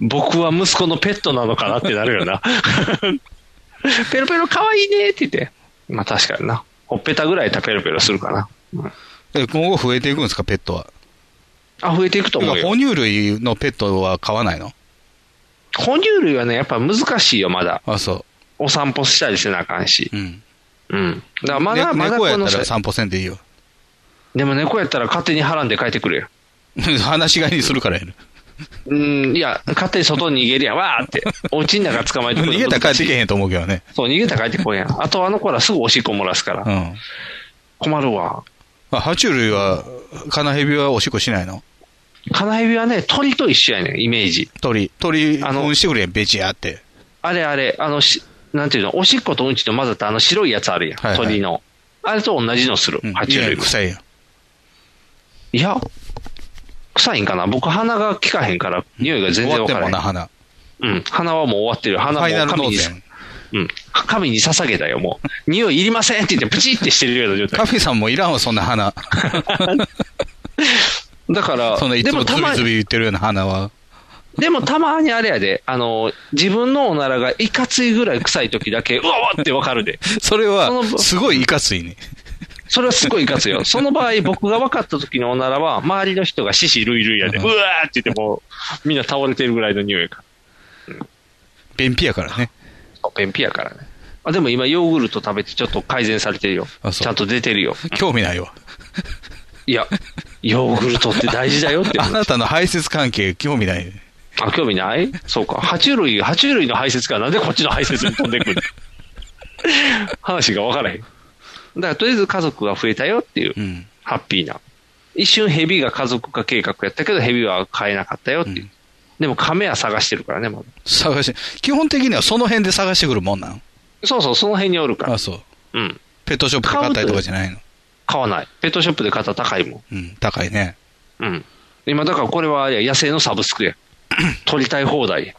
B: 僕は息子のペットなのかなってなるよな。 [laughs] ペロペロ可愛いねって言って。まあ確かにな。ほっぺたぐらいやったらペロペロするかな。うん
C: え今後増えていくんですか、ペットは。
B: あ、増えていくと思うよ
C: 哺。乳類のペットは飼わないの
B: 哺乳類はね、やっぱ難しいよ、まだ。
C: あ、そ
B: お散歩したりせなあかんし。
C: う。うん。
B: うん。だからま
C: ね
B: だ、まだ
C: 猫や
B: こ
C: っ
B: の
C: た
B: さ
C: ら散歩せんでいいよ。 [laughs]
B: でも猫やったら勝手にはらんで帰ってくるよ。 [laughs]
C: 話し飼いにするからやる。
B: うん、いや、勝手に外に逃げるやん、わー
C: [laughs]
B: って。お家の中捕まえてくる
C: 逃げたら帰ってけへんと思うけどね。
B: そう、逃げたら帰ってこいやん。あとあの子らすぐおしっこ漏らすから。
C: うん。
B: 困るわ。
C: あ、爬虫類は、カナヘビはおしっこしないの
B: カナヘビはね、鳥と一緒やねん、イメージ。
C: 鳥。鳥、うんしてくれん、ベチやって。
B: あれあれ、あの、しなんていうの、おしっことうんちと混ざったあの白いやつあるやん、
C: はいはい
B: 鳥の。あれと同じのする、爬虫
C: い
B: 類
C: や
B: も。
C: 臭いやん。
B: いや、臭いんかな僕鼻が効かへんから、匂いが全然わ
C: 終
B: か
C: わって
B: らへ
C: も
B: ん
C: な、。花。
B: うん、鼻はもう終わってる。鼻
C: ファイナ
B: も
C: ルノ
B: 神に
C: ーゼ、
B: [laughs]
C: ン。
B: うん、神に捧げたよ、もう。匂いいりませんって言って、プチってしてるような状態。
C: カフェさんもいらんわ、そんな花。
B: だから、
C: そんない
B: で
C: つも
B: も
C: ズ
B: たま
C: ビズ
B: に、
C: ビ言ってるような花は。
B: でもたまにあれやで、あの、自分のおならがいかついぐらい臭い時だけ、うわわってわかるで。
C: それ
B: その
C: は、すごいいかついね。
B: それはすごいいかついよ。その場合、僕が分かった時のおならは、周りの人が獅子類類やで、うわーって言ってもう、みんな倒れてるぐらいの匂いが。
C: 便秘やからね。
B: 便秘やからね。あでも今、ヨーグルト食べてちょっと改善されてるよ。
C: あそう
B: ちゃんと出てるよ。
C: 興味ないわ。
B: いや、ヨーグルトって大事だよって。
C: あなたの排泄関係、興味ない。
B: あ、興味ないそうか。爬虫 [laughs] 類、爬虫類の排泄からなんでこっちの排泄に飛んでくる話が分からへん。だから、とりあえず家族が増えたよっていう、
C: うん。
B: ハッピーな。一瞬ヘビが家族化計画やったけど、ヘビは飼えなかったよっていう。でも、亀は探してるからね、まだ。
C: 探し、基本的にはその辺で探してくるもんなん
B: そうそう、その辺におるから
C: あ、。そう。
B: うん。
C: ペットショップで買ったりとかじゃないの
B: 買わない。ペットショップで買ったら高いもん。
C: うん、高いね。
B: うん。今、だからこれは野生のサブスク [laughs] や。取りたい放題や。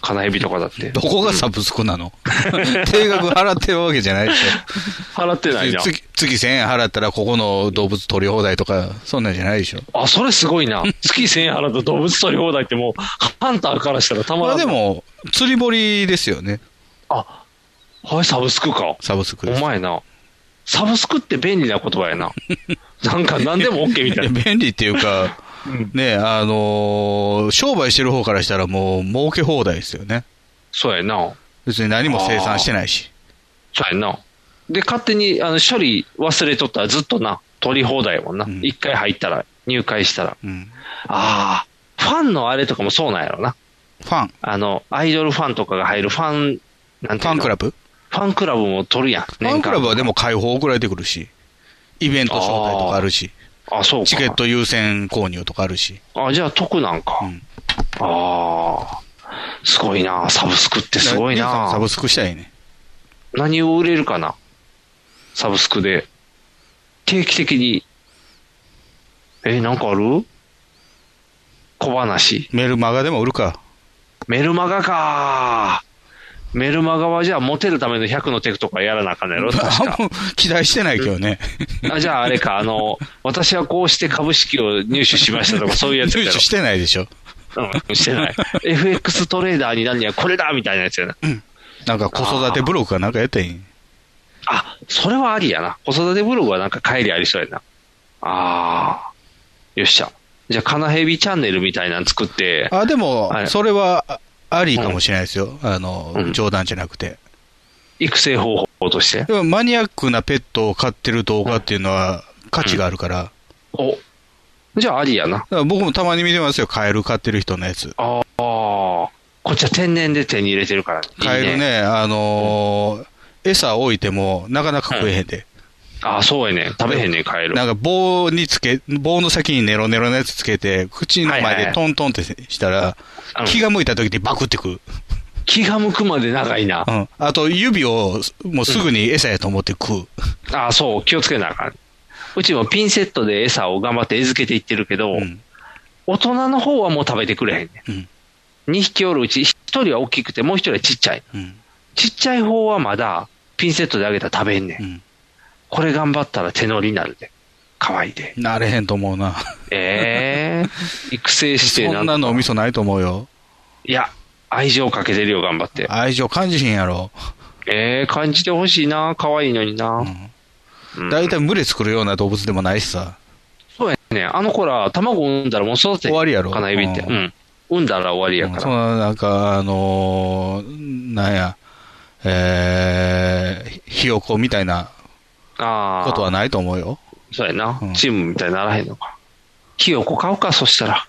B: カナヘビとかだって
C: ど。こがサブスクなの [laughs] 定額払ってるわけじゃないでし
B: 払って
C: ょ
B: ないな。
C: 月月1000円払ったらここの動物取り放題とか、そんなんじゃないでしょ。
B: あ、それすごい
C: [laughs]
B: な。月1000円払うと動物取り放題ってもう、ハンターからしたらたま
C: ま
B: ら
C: あ
B: ん。
C: で、も、釣り堀ですよね、
B: あ、はい、サブスクか。
C: サブスク
B: お
C: です。
B: 前な。サブスクって便利な言葉
C: [laughs]
B: やな。なんか何でも OK みたいな。
C: いや便利っていうか、ね、あのー商売してる方からしたらもう儲け放題ですよね。
B: そうやな。
C: 別に何も生産してないし。
B: そうやな。で、勝手にあの処理忘れとったらずっとな、取り放題やもんな。
C: ん
B: 一、回入ったら、入会したら。
C: うん。
B: ああ、ファンのあれとかもそうなんやろな。
C: ファン、フ
B: あの、アイドルファンとかが入るファン、なんていうの
C: ァンクラブ
B: ファンクラブも取るやん。
C: ファンクラブはで
B: も。
C: も開放送られてくるし、イベント招待とかあるし、
B: あ、そうか。
C: チケット優先購入とかあるし。
B: あ、じゃあ得なんか。
C: うん
B: ああ、すごいな。サブスクってすごい
C: 皆さん
B: な。
C: サブスクしたいね。
B: 何を売れるかなサブスクで。定期的に。え、なんかある小話。
C: メルマガでも売るか。
B: メルマガか。メルマガはじゃあモテるための100のテクとかやらなあかんのやろ確か
C: あ。んま期待してないけどね。
B: あじゃああれか、あの、私はこうして株式を入手しましたとかそういうや
C: 入
B: つや
C: 手
B: ろ。
C: してないでしょ。
B: うん、してない。FX トレーダーになるにはこれだみたいなやつやな。
C: なんか子育てブログかなんかやったらいいん
B: あ、それはありやな。子育てブログはなんか帰りありそうやな。あー。よっしゃ。じゃあ、カナヘビチャンネルみたいなの作って、
C: あ、でも
B: は、い
C: それはあありかもしれないですよ。あの
B: う、ん
C: 冗談じゃなくて。
B: 育成方法として。
C: でもマニアックなペットを飼ってる動画っていうのは価値があるから。だか
B: お。じゃあ、ありやな。
C: ら僕もたまに見てますよ。カエル飼ってる人のやつ。
B: あー。こっちは天然で手に入れてるから、いい
C: カエル。ね、あのー餌置いてもなかなか食えへんで。
B: あー、そうやね。食べへんねん、カエル
C: な。んか棒につけ、棒の先にネロネロのやつつけて、口の
B: はいはい
C: 前
B: は
C: で
B: い
C: トントンってしたら、
B: うん
C: 気が向いた時にバクってくる。
B: 気が向くまで長いな
C: う。ん。あと、指をもうすぐに餌やと思って食う。
B: あー、そう。気をつけなあかん。うちもピンセットで餌を頑張って餌付けていってるけど、
C: うん。
B: 大人の方はもう食べてくれへんね、
C: うん
B: 2匹おるうち、1人は大きくて、もう1人はちっちゃい。
C: うん。
B: ちっちゃい方はまだ、ピンセットであげたら食べんねん。
C: うん
B: これ頑張ったら手乗りになるで。可愛いで。
C: なれへんと思うな。
B: ええ
C: [laughs]
B: 育成して
C: そんなのお味噌ないと思うよ。
B: いや、愛情かけてるよ、頑張って。
C: 愛情感じひんやろ。
B: ええ感じてほしいな。可愛いのにな。うん
C: 大体群れ作るような動物でもないしさ。
B: そうやね。あの子ら、卵産んだらもう育てへん
C: 終わりやろ
B: カナエビって。
C: う
B: うんん。産んだら終わりや
C: う
B: か
C: ん
B: ら。
C: そのなんか、あのーなんや、えー、ひよこみたいな
B: ああ。
C: ことはないと思うよ。
B: そうやな
C: うん。
B: チームみたいにならへんのか。火をこ買うか、そしたら。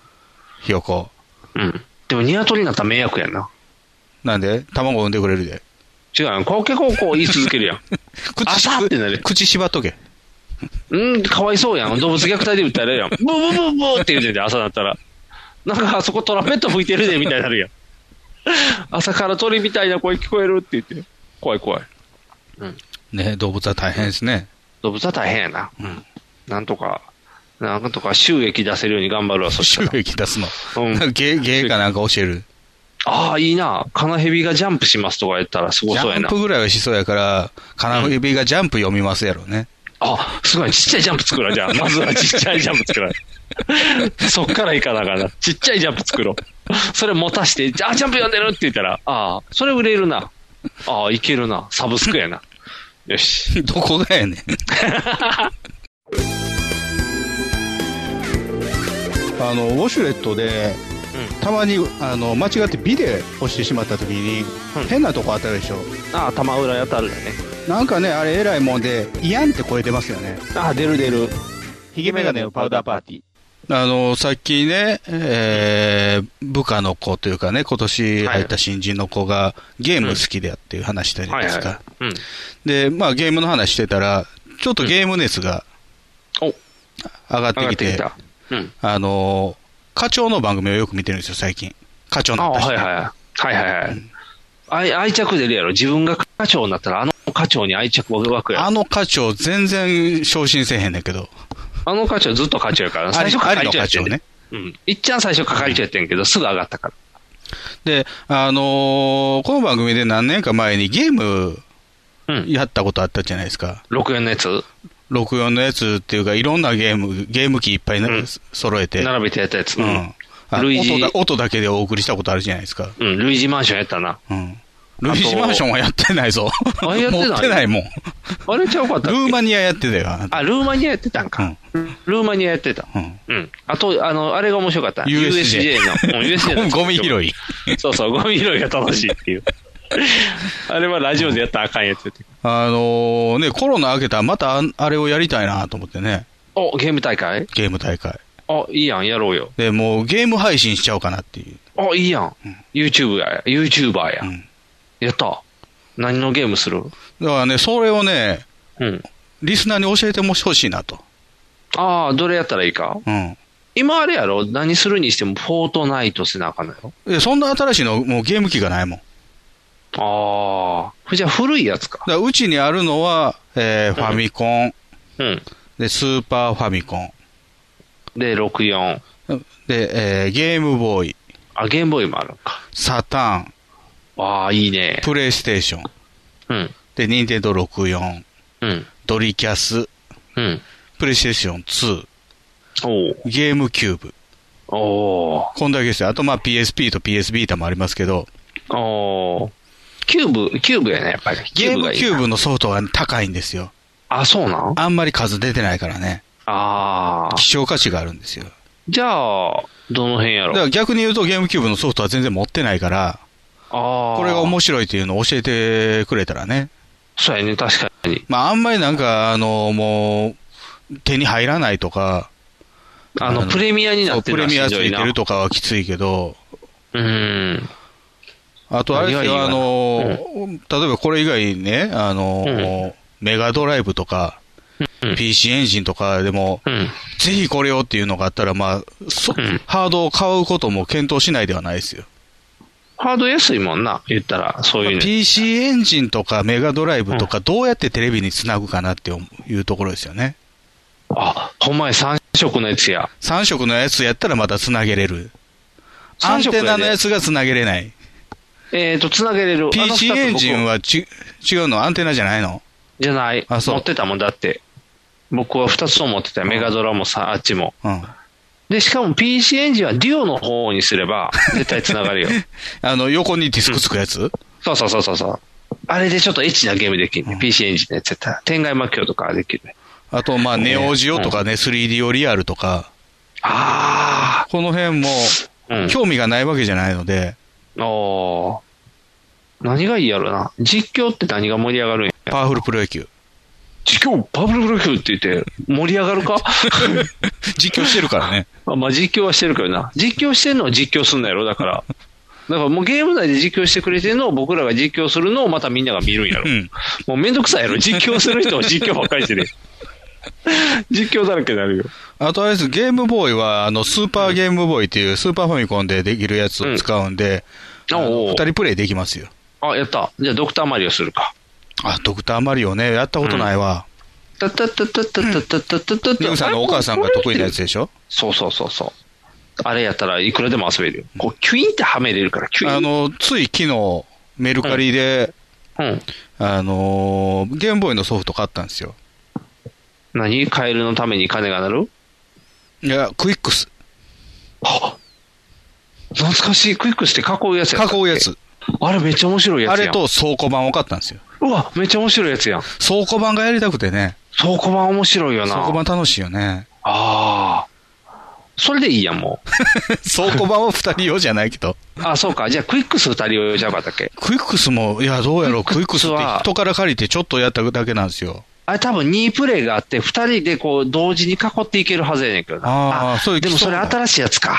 C: ひよこ。
B: うん。でも、ニワトリになったら迷惑やな。
C: なんで卵産んでくれるで。
B: 違うやん。コケコーコー言い続け
C: [laughs]
B: るやん。
C: 口し
B: 朝ってなる。
C: 口縛っとけ。
B: うん、かわいそうやん。動物虐待で訴えられるやん。ブーブーブーブーって言うてんで、朝だったら。なんか、あそこトランペット吹いてるで、みたいになるやん。朝から鳥みたいな声聞こえるって言って。怖い怖い。うん。
C: ね、動物は大変ですね。
B: 動物は大変やな。うん。なんとか、なんとか収益出せるように頑張るわ、そした
C: 収
B: ら。
C: 益出すの。
B: うん
C: [laughs] なんか芸芸かなんか教
B: [laughs]
C: える。
B: ああ、いいな。カナヘビがジャンプしますとかやったらす
C: ジ
B: ごそうや
C: ャン
B: な
C: プ。ぐらいはしそうやから、金指がジャンプ読みますやろうね。
B: あ、すごい。ちっちゃいジャンプ作ろう。じゃあ、まずはちっちゃいジャンプ作ろ
C: [laughs]
B: う。そっからいかなあかんな。ちっちゃいジャンプ作ろう。それ持たして、あ、ジャンプ読んでるって言ったら、ああ、それ売れるな。ああ、いけるな。サブスクやな。よし。
C: [laughs] どこがやねん。あのウォシュレットで、たまにあの間違ってビで押してしまった時に、変なとこ当たるでしょ
B: ああ、玉裏やたるだね。
C: なんかねあれえらいもんで「いやん」って声出ますよね
B: ああ、出る出る。
E: ヒゲメガネのパウダーパーティー。
C: あのさっきね、えー部下の子というかね今年入った新人の子が、ゲーム好きでやっていう話したじゃないですか、
B: うん。
C: で、まあ、ゲームの話してたらちょっとゲーム熱が
B: お
C: 上がって
B: 上がっ
C: き
B: て
C: て
B: きた。うん。
C: あの課長の番組をよく見てるんですよ最近課長に
B: あ
C: な
B: あ、
C: った人
B: はいはい。はいはいはい。愛愛着出るやろ。自分が課長になったら、あの課長に愛着湧くやろ。
C: あの課長、全然昇進せえへんねんけど。
B: あの課長ずっと課長やからな。
C: あ
B: 最
C: り
B: 初
C: あり
B: 係
C: の
B: 長や
C: 課
B: って
C: 長
B: んね
C: ね。。
B: うん。いっちゃん最初係長やってんけど、すぐ上がったから。
C: で、あのーこの番組で何年か前にゲーム
B: うん
C: やったことあったじゃないですか。
B: 64のやつ
C: 64のやつっていうか、いろんなゲーム、ゲーム機いっぱい、ね
B: うん
C: 揃えて。
B: 並べてやったやつ。
C: う。
B: うんん。
C: あ
B: 類似
C: 音だ音だけでお送りしたことあるじゃないですか。
B: うん、類似マンションやったな。
C: うん。ルイージマンションはやってないぞ。
B: あやってない
C: 持ってないもん。
B: あれちゃうかったっ
C: ル
B: け
C: ーマニアやってたよ。あなた
B: あ、ルーマニアやってたんか。ルーマニアやってた。
C: うん。
B: うん。あと、あの、あれが面白かった。
C: USJ
B: USJ [laughs] の。うん USJ
C: う
B: の。
C: ん。[laughs] ゴミ拾
B: い。
C: い。
B: そうそう、ゴミ拾いが楽しいっていう。 [laughs] あれはラジオでやったらあかんやつやって
C: あのーね、コロナ明けたらまたああれをやりたいなと思ってね。
B: お、ゲーム大会
C: ゲーム大会。
B: あ、いいやん、やろうよ。
C: で、もうゲーム配信しちゃおうかなっていう。
B: あ、いいやん。YouTube や、YouTuber や。
C: うん
B: やった。何のゲームする
C: だからね、それをね、
B: うん。
C: リスナーに教えてもほしいなと。
B: ああ、どれやったらいいか
C: うん。
B: 今あれやろ何するにしても、フォートナイトせなあかんのよ。
C: でそんな新しいの、もうゲーム機がないもん。
B: ああ。じゃあ、古いやつか。
C: だからうちにあるのは、えーファミコン、
B: うん。
C: で、スーパーファミコン、
B: で、64。
C: で、えーゲームボーイ、
B: あ、ゲームボーイもあるのか。
C: サターン、
B: ああ、いいね。
C: プレイステーション、
B: うん。
C: で、ニンテンドー64、
B: うん。
C: ドリキャス、
B: うん。
C: プレイステーション2、
B: おう
C: ゲームキューブ。
B: おう
C: こんだけですよ。あと、まあ、PSP と PS ビータもありますけど、
B: おうキューブ、キューブやね、やっぱり。
C: ゲームキュー
B: ブ。
C: ブのソフトが高いんですよ。
B: あ、そうなんあ
C: あんまり数出てないからね。
B: あー。
C: 希少価値があるんですよ。
B: じゃあ、どの辺や
C: だ
B: ろ
C: から逆に言うとゲームキューブのソフトは全然持ってないから、
B: ああ。
C: これが面白いっていうのを教えてくれたらね。
B: そうやね、確かに。
C: まああんまりなんか、あの、もう、手に入らないとか、
B: あ
C: あ
B: の、
C: の
B: プレミアにな
C: そう
B: って
C: プ
B: る
C: レ
B: らし
C: ミ
B: い
C: ア
B: ん
C: つ
B: だよ
C: いて
B: な
C: るとかはきついけど、
B: うん。
C: あとあれですよ、
B: 何
C: あ
B: がいいわ、
C: の例えばこれ以外にね、あの、
B: うん
C: メガドライブとか、
B: うん
C: PC エンジンとかでも、
B: うん。
C: ぜひこれをっていうのがあったら、まあ、そ
B: うん
C: ハードを買うことも検討しないではないですよ。
B: ハード安いもんな、言ったら、そういうの。
C: PC エンジンとかメガドライブとか、どうやってテレビにつなぐかなっていうところですよね。
B: あ、ほんまや、3色のやつや。
C: 3色のやつやったらまたつなげれる。ア
B: 三
C: ン
B: 色
C: テ
B: やで
C: ナのやつがつなげれない。
B: えっと、つなげれる。あの
C: PC エンジ
B: 二つ
C: ン
B: 僕
C: はち違うのアンテナじゃないの
B: じゃない。
C: あそう
B: 持ってたもんだって。僕は2つとも持ってたよ。メガドラもさ、あっちも。
C: うん。
B: で、しかも PC エンジンはデュオの方にすれ [laughs] ば、絶対つながるよ。
C: あの、横にディスクつくやつ、
B: そうそうそうそうそう。あれでちょっとエッチなゲームできるね。PC エンジンのやつやったら。天外魔境とかできるね。
C: あと、まあ、ネオジオとかね、3D オリアルとか、
B: あ
C: この辺も、
B: あ。うん。
C: 興味がないわけじゃないので、
B: お何がいいやろな。実況って何が盛り上がるんや。
C: パワフルプロ野球。
B: 実況、バブルブロックって言って、盛り上がる [laughs] か
C: [laughs] 実況してるからね。
B: あまあ、実況はしてるけどな。実況してるのは実況すんのやろ、だから。だからもうゲーム内で実況してくれてるのを僕らが実況するのをまたみんなが見るんやろ。もうめんどくさいやろ。実況する人は実況ばっかりしてる。実況だらけになるよ。
C: あとあれです、ゲームボーイは、あの、スーパーゲームボーイっていう、スーパーファミコンでできるやつを使うんで、あの二人プレイできますよ。
B: あ、やった。じゃあドクターマリオするか。
C: あ、ドクターマリオね、やったことないわ。
B: たたたたたたたたたた
C: ニグさんのお母さんが得意なやつでしょ
B: そうそうそうそう。あれやったらいくらでも遊べるよ。こう、キュインってはめれるから、キュイン。
C: あの、つい昨日、メルカリで、あのー、ゲームボーイのソフト買ったんですよ。
B: 何カエルのために金が鳴る
C: いや、クイックス。
B: 懐かしい。クイックスって囲うやつやったっけ
C: 囲うやつ。
B: あれめっちゃ面白いや
C: あ
B: つやん。
C: れと倉庫版を買ったんですよ。
B: うわ、めっちゃ面白いやつやん。
C: 倉庫版がやりたくてね。
B: 倉庫版面白いよな。
C: 倉庫版楽しいよね。 [laughs]
B: ああ。それでいいやん、も
C: う。倉庫版は二人用じゃないけど。
B: あ、そうか。じゃあ、クイックス二人用じゃなかったっけ
C: クイックスも、いや、どうやろう、クイックスって人から借りてちょっとやっただけなんですよ。
B: あれ多分2プレイがあって、二人でこう、同時に囲っていけるはずやねんけどな。
C: ああ、そういう
B: でもそれ新しいやつか。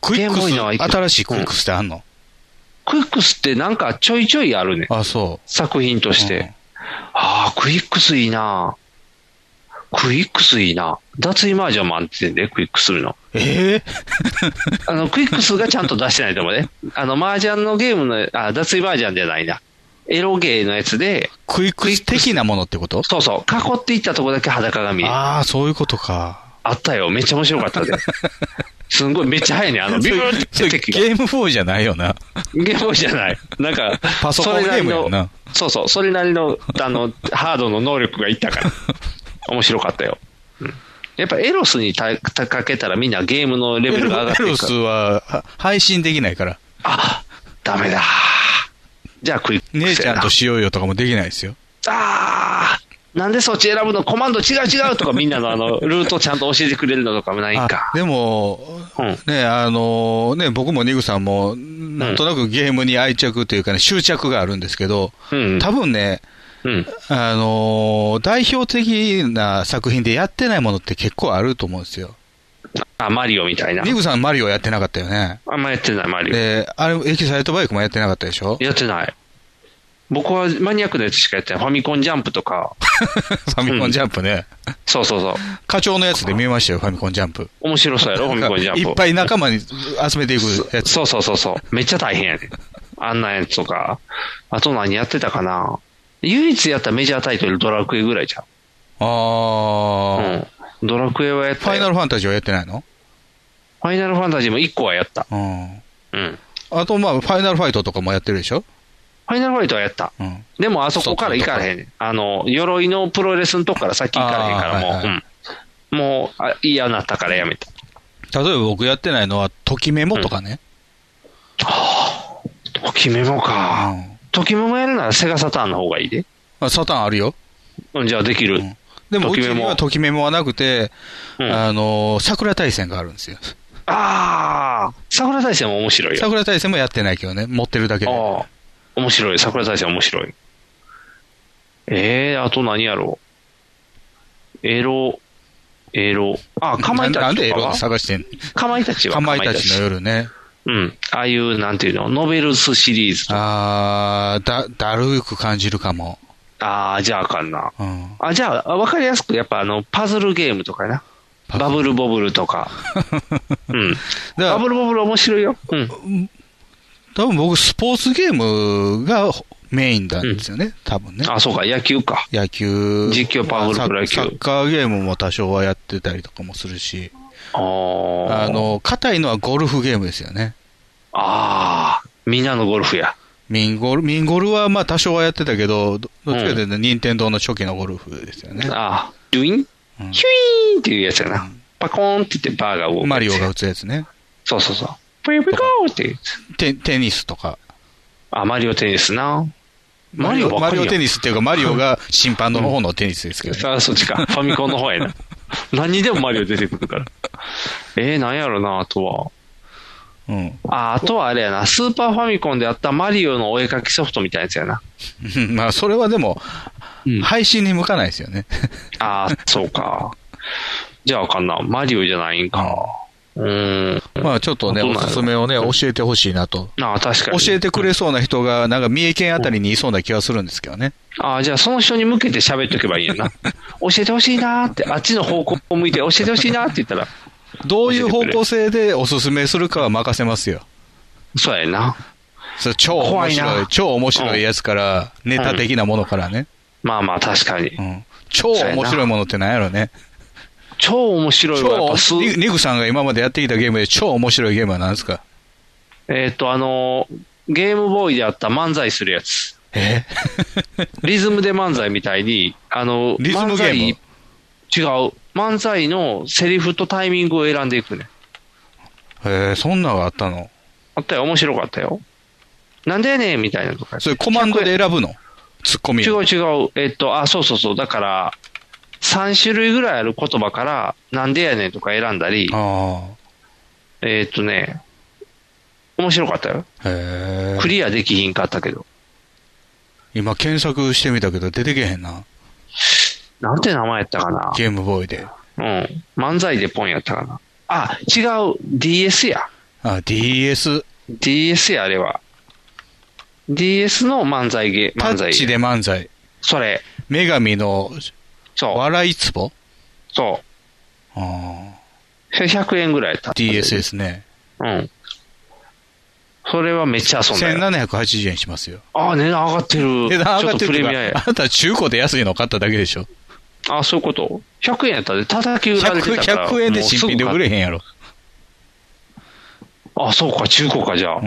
C: クイ
B: ゲ
C: ック
B: ームボー
C: ス、
B: イのはいく
C: 新しいクイックスってあんの、
B: クイックスってなんかちょいちょいあるね。
C: あ、そう。
B: 作品として。ああ、クイックスいいなクイックスいいな脱衣マージョンもあってんで、クイックスするの。
C: ええ
B: あの、クイックスがちゃんと出してないと思うね。 [laughs] あの、マージャンのゲームの、あ、脱衣マージャンじゃないな。エロゲーのやつで、
C: クイックス的なものってこと
B: そうそう。囲っていったとこだけ裸が見える。
C: ああ、そういうことか。
B: あったよ。めっちゃ面白かったで。
C: [laughs]
B: すんごい、めっちゃ早いね。あの、ビューって敵が
C: ゲームボーイじゃないよな。
B: ゲームボーイじゃない。なんか、
C: パソコンゲームや
B: それり
C: んな。
B: のそうそう、それなりの、あの、ハードの能力がいったから。面白かったよ。うんやっぱエロスにたたかけたらみんなゲームのレベルが上がって
C: エ
B: い
C: ロ
B: くか
C: ス
B: ら。
C: はは配信できないから。
B: ダメだ。じゃあクイック
C: 姉ちゃんとしようよとかもできないですよ。
B: なんでそっち選ぶのコマンド違う違うとかみんなのあの、ルートちゃんと教えてくれるのとかもないんか。
C: でも、ね、あの、ね、僕もニグさんも、なんとなくゲームに愛着というかね、執着があるんですけど、多分ね、あの、代表的な作品でやってないものって結構あると思うんですよ。
B: あ、マリオみたいな。
C: ニグさんマリオやってなかったよね。
B: あんまやってない、マリオ。
C: で、あれ、エキサイトバイクもやってなかったでしょ
B: やってない。僕はマニアックなやつしかやってない。ファミコンジャンプとか。
C: ファミコンジャンプね。
B: そうそうそう。
C: 課長のやつで見えましたよ、ファミコンジャンプ。
B: 面白そうやろ、ファミコンジャンプ。
C: いっぱい仲間に集めていくやつ。
B: そうそうそうそう。めっちゃ大変やね。あんなやつとか。あと何やってたかな。唯一やったメジャータイトル、ドラクエぐらいじゃん。
C: あ
B: あ、ドラクエはやった
C: ファイナルファンタジーはやってないの
B: ファイナルファンタジーも1個はやった。
C: うん。
B: うん。
C: あと、まあ、ファイナルファイトとかもやってるでしょ
B: ファイナルファイトはやった。
C: うん。
B: でもあそこから行かれへんねん。あの、鎧のプロレスのとこから先行かれへんから、もう、
C: あーはいはい
B: うん。もう、あ嫌なったからやめた。
C: 例えば僕やってないのは、ときメモとかね。
B: ときメモか。ときメモやるならセガサターンの方がいいで。
C: あサタンあるよ。
B: うん、じゃあできる。
C: でも、うち
B: とき
C: に
B: メモ
C: はときメモはなくて、
B: ん
C: あの、桜大戦があるんですよ。
B: ああ、桜大戦も面白いよ。
C: 桜大戦もやってないけどね、持ってるだけで。
B: ああ、面白い。桜大戦面白い。ええあと何やろう。エロ、エロ。あ、かまい
C: な
B: た
C: ん
B: ち
C: でエ
B: とか
C: ロ
B: は
C: を探してんの
B: かまいたちは
C: かまいたちの
B: か
C: 夜ね。
B: まいたちうん。ああいう、なんていうの、ノベルスシリーズとか。
C: あー、だ、だるく感じるかも。
B: ああ、じゃああかんな。
C: うん。 [laughs]
B: あ、じゃあ、わかりやすく、やっぱあの、パズルゲームとかやな。バブルボブルと
C: [laughs]
B: か。うん。
C: バ
B: ブルボブル面白いよ。うん。
C: 多分僕、スポーツゲームがメインなんですよね、多分ね。
B: あ、そうか、野球か。
C: 野球。
B: 実況パワフルプロ野球
C: サッカーゲームも多少はやってたりとかもするし。
B: ああ
C: あの、硬いのはゴルフゲームですよね。
B: ああ、みんなのゴルフや。
C: ミンゴル、ミンゴルはまあ多少はやってたけど、どどっちかというとね、任天堂の初期のゴルフですよね。
B: ああ、ドゥイン、ヒュイーンっていうやつやな。パコーンって言ってバーが動くやつ。
C: マリオが打つやつね。
B: そうそうそう。ぷよぷよっていうやつ。
C: テテニスとか。
B: あ、マリオテニスな。マリオばっ
C: マ
B: かり
C: リ
B: やん
C: オテニスっていうか、マリオが審判の方のテニスですけど、ね
B: あそっち [laughs] か。ファミコンの方やな。何にでもマリオ出てくるから。えー、なんやろな、あとは。ああとはあれやな、スーパーファミコンであったマリオのお絵描きソフトみたいなやつやな。
C: [laughs] まあ、それはでも、配信に向かないですよね。
B: ああ、そうか。じゃあわかんな。マリオじゃないんか。うん。
C: まあ、ちょっとね、
B: どう
C: お
B: なんやろ
C: すすめをね、教えてほしいなと。
B: ああ、確かに。
C: 教えてくれそうな人が、なんか三重県あたりにいそうな気はするんですけどね。
B: ああ、じゃあその人に向けて喋っとけばいいや [laughs] な。教えてほしいなーって、あっちの方向を向いて教えてほしいなーって言ったら、
C: どういう方向性でおすすめするかは任せますよ。
B: そうやな。
C: それ超面
B: 怖い
C: 白い
B: な
C: 超面白いやつから、ネタ的なものからね。
B: まあまあ確かに。
C: 超面白いものってなんやろね。
B: 超面白いわやっぱす
C: 超、リリグさんが今までやってきたゲームで超面白いゲームは何ですか
B: えーっと、あのーゲームボーイであった漫才するやつ。
C: え [laughs]
B: リズムで漫才みたいに、あの、
C: リズムゲーム
B: 漫才違う。漫才のセリフとタイミングを選んでいくね。
C: へえ、そんなのがあったの
B: あったよ、面白かったよ。なんでやねんみたいなとか。
C: それコマンドで選ぶのツッコミ。
B: 違う違う。えっと、あ、そうそうそう。だから、3種類ぐらいある言葉から、なんでやねんとか選んだり、えっとね、面白かったよ。
C: へ
B: クリアできひんかったけど。
C: 今検索してみたけど出てけへんな。
B: なんて名前やったかな
C: ゲームボーイで。
B: うん。漫才でポンやったかな。あ、違う。DS や。
C: あ、DS。
B: DS や、あれは。DS の漫才ゲ、
C: タ
B: 漫才
C: ッチで漫才。
B: それ。
C: 女神の
B: そう
C: 笑いツボ
B: そう。それ100円ぐらいやった。
C: DS ですね。
B: うん。それはめっちゃ遊んだよ。
C: 1780円しますよ。
B: ああ、値段上がってる。
C: 値段上がってる
B: ちょっとプレ
C: と
B: ミア
C: か
B: や。
C: あなた中古で安いの買っただけでしょ。
B: あ、そういうこと。100円やったで、叩き売られてたから。
C: 100円で新品で売れへんやろ。
B: あ、そうか、中古か、じゃあ。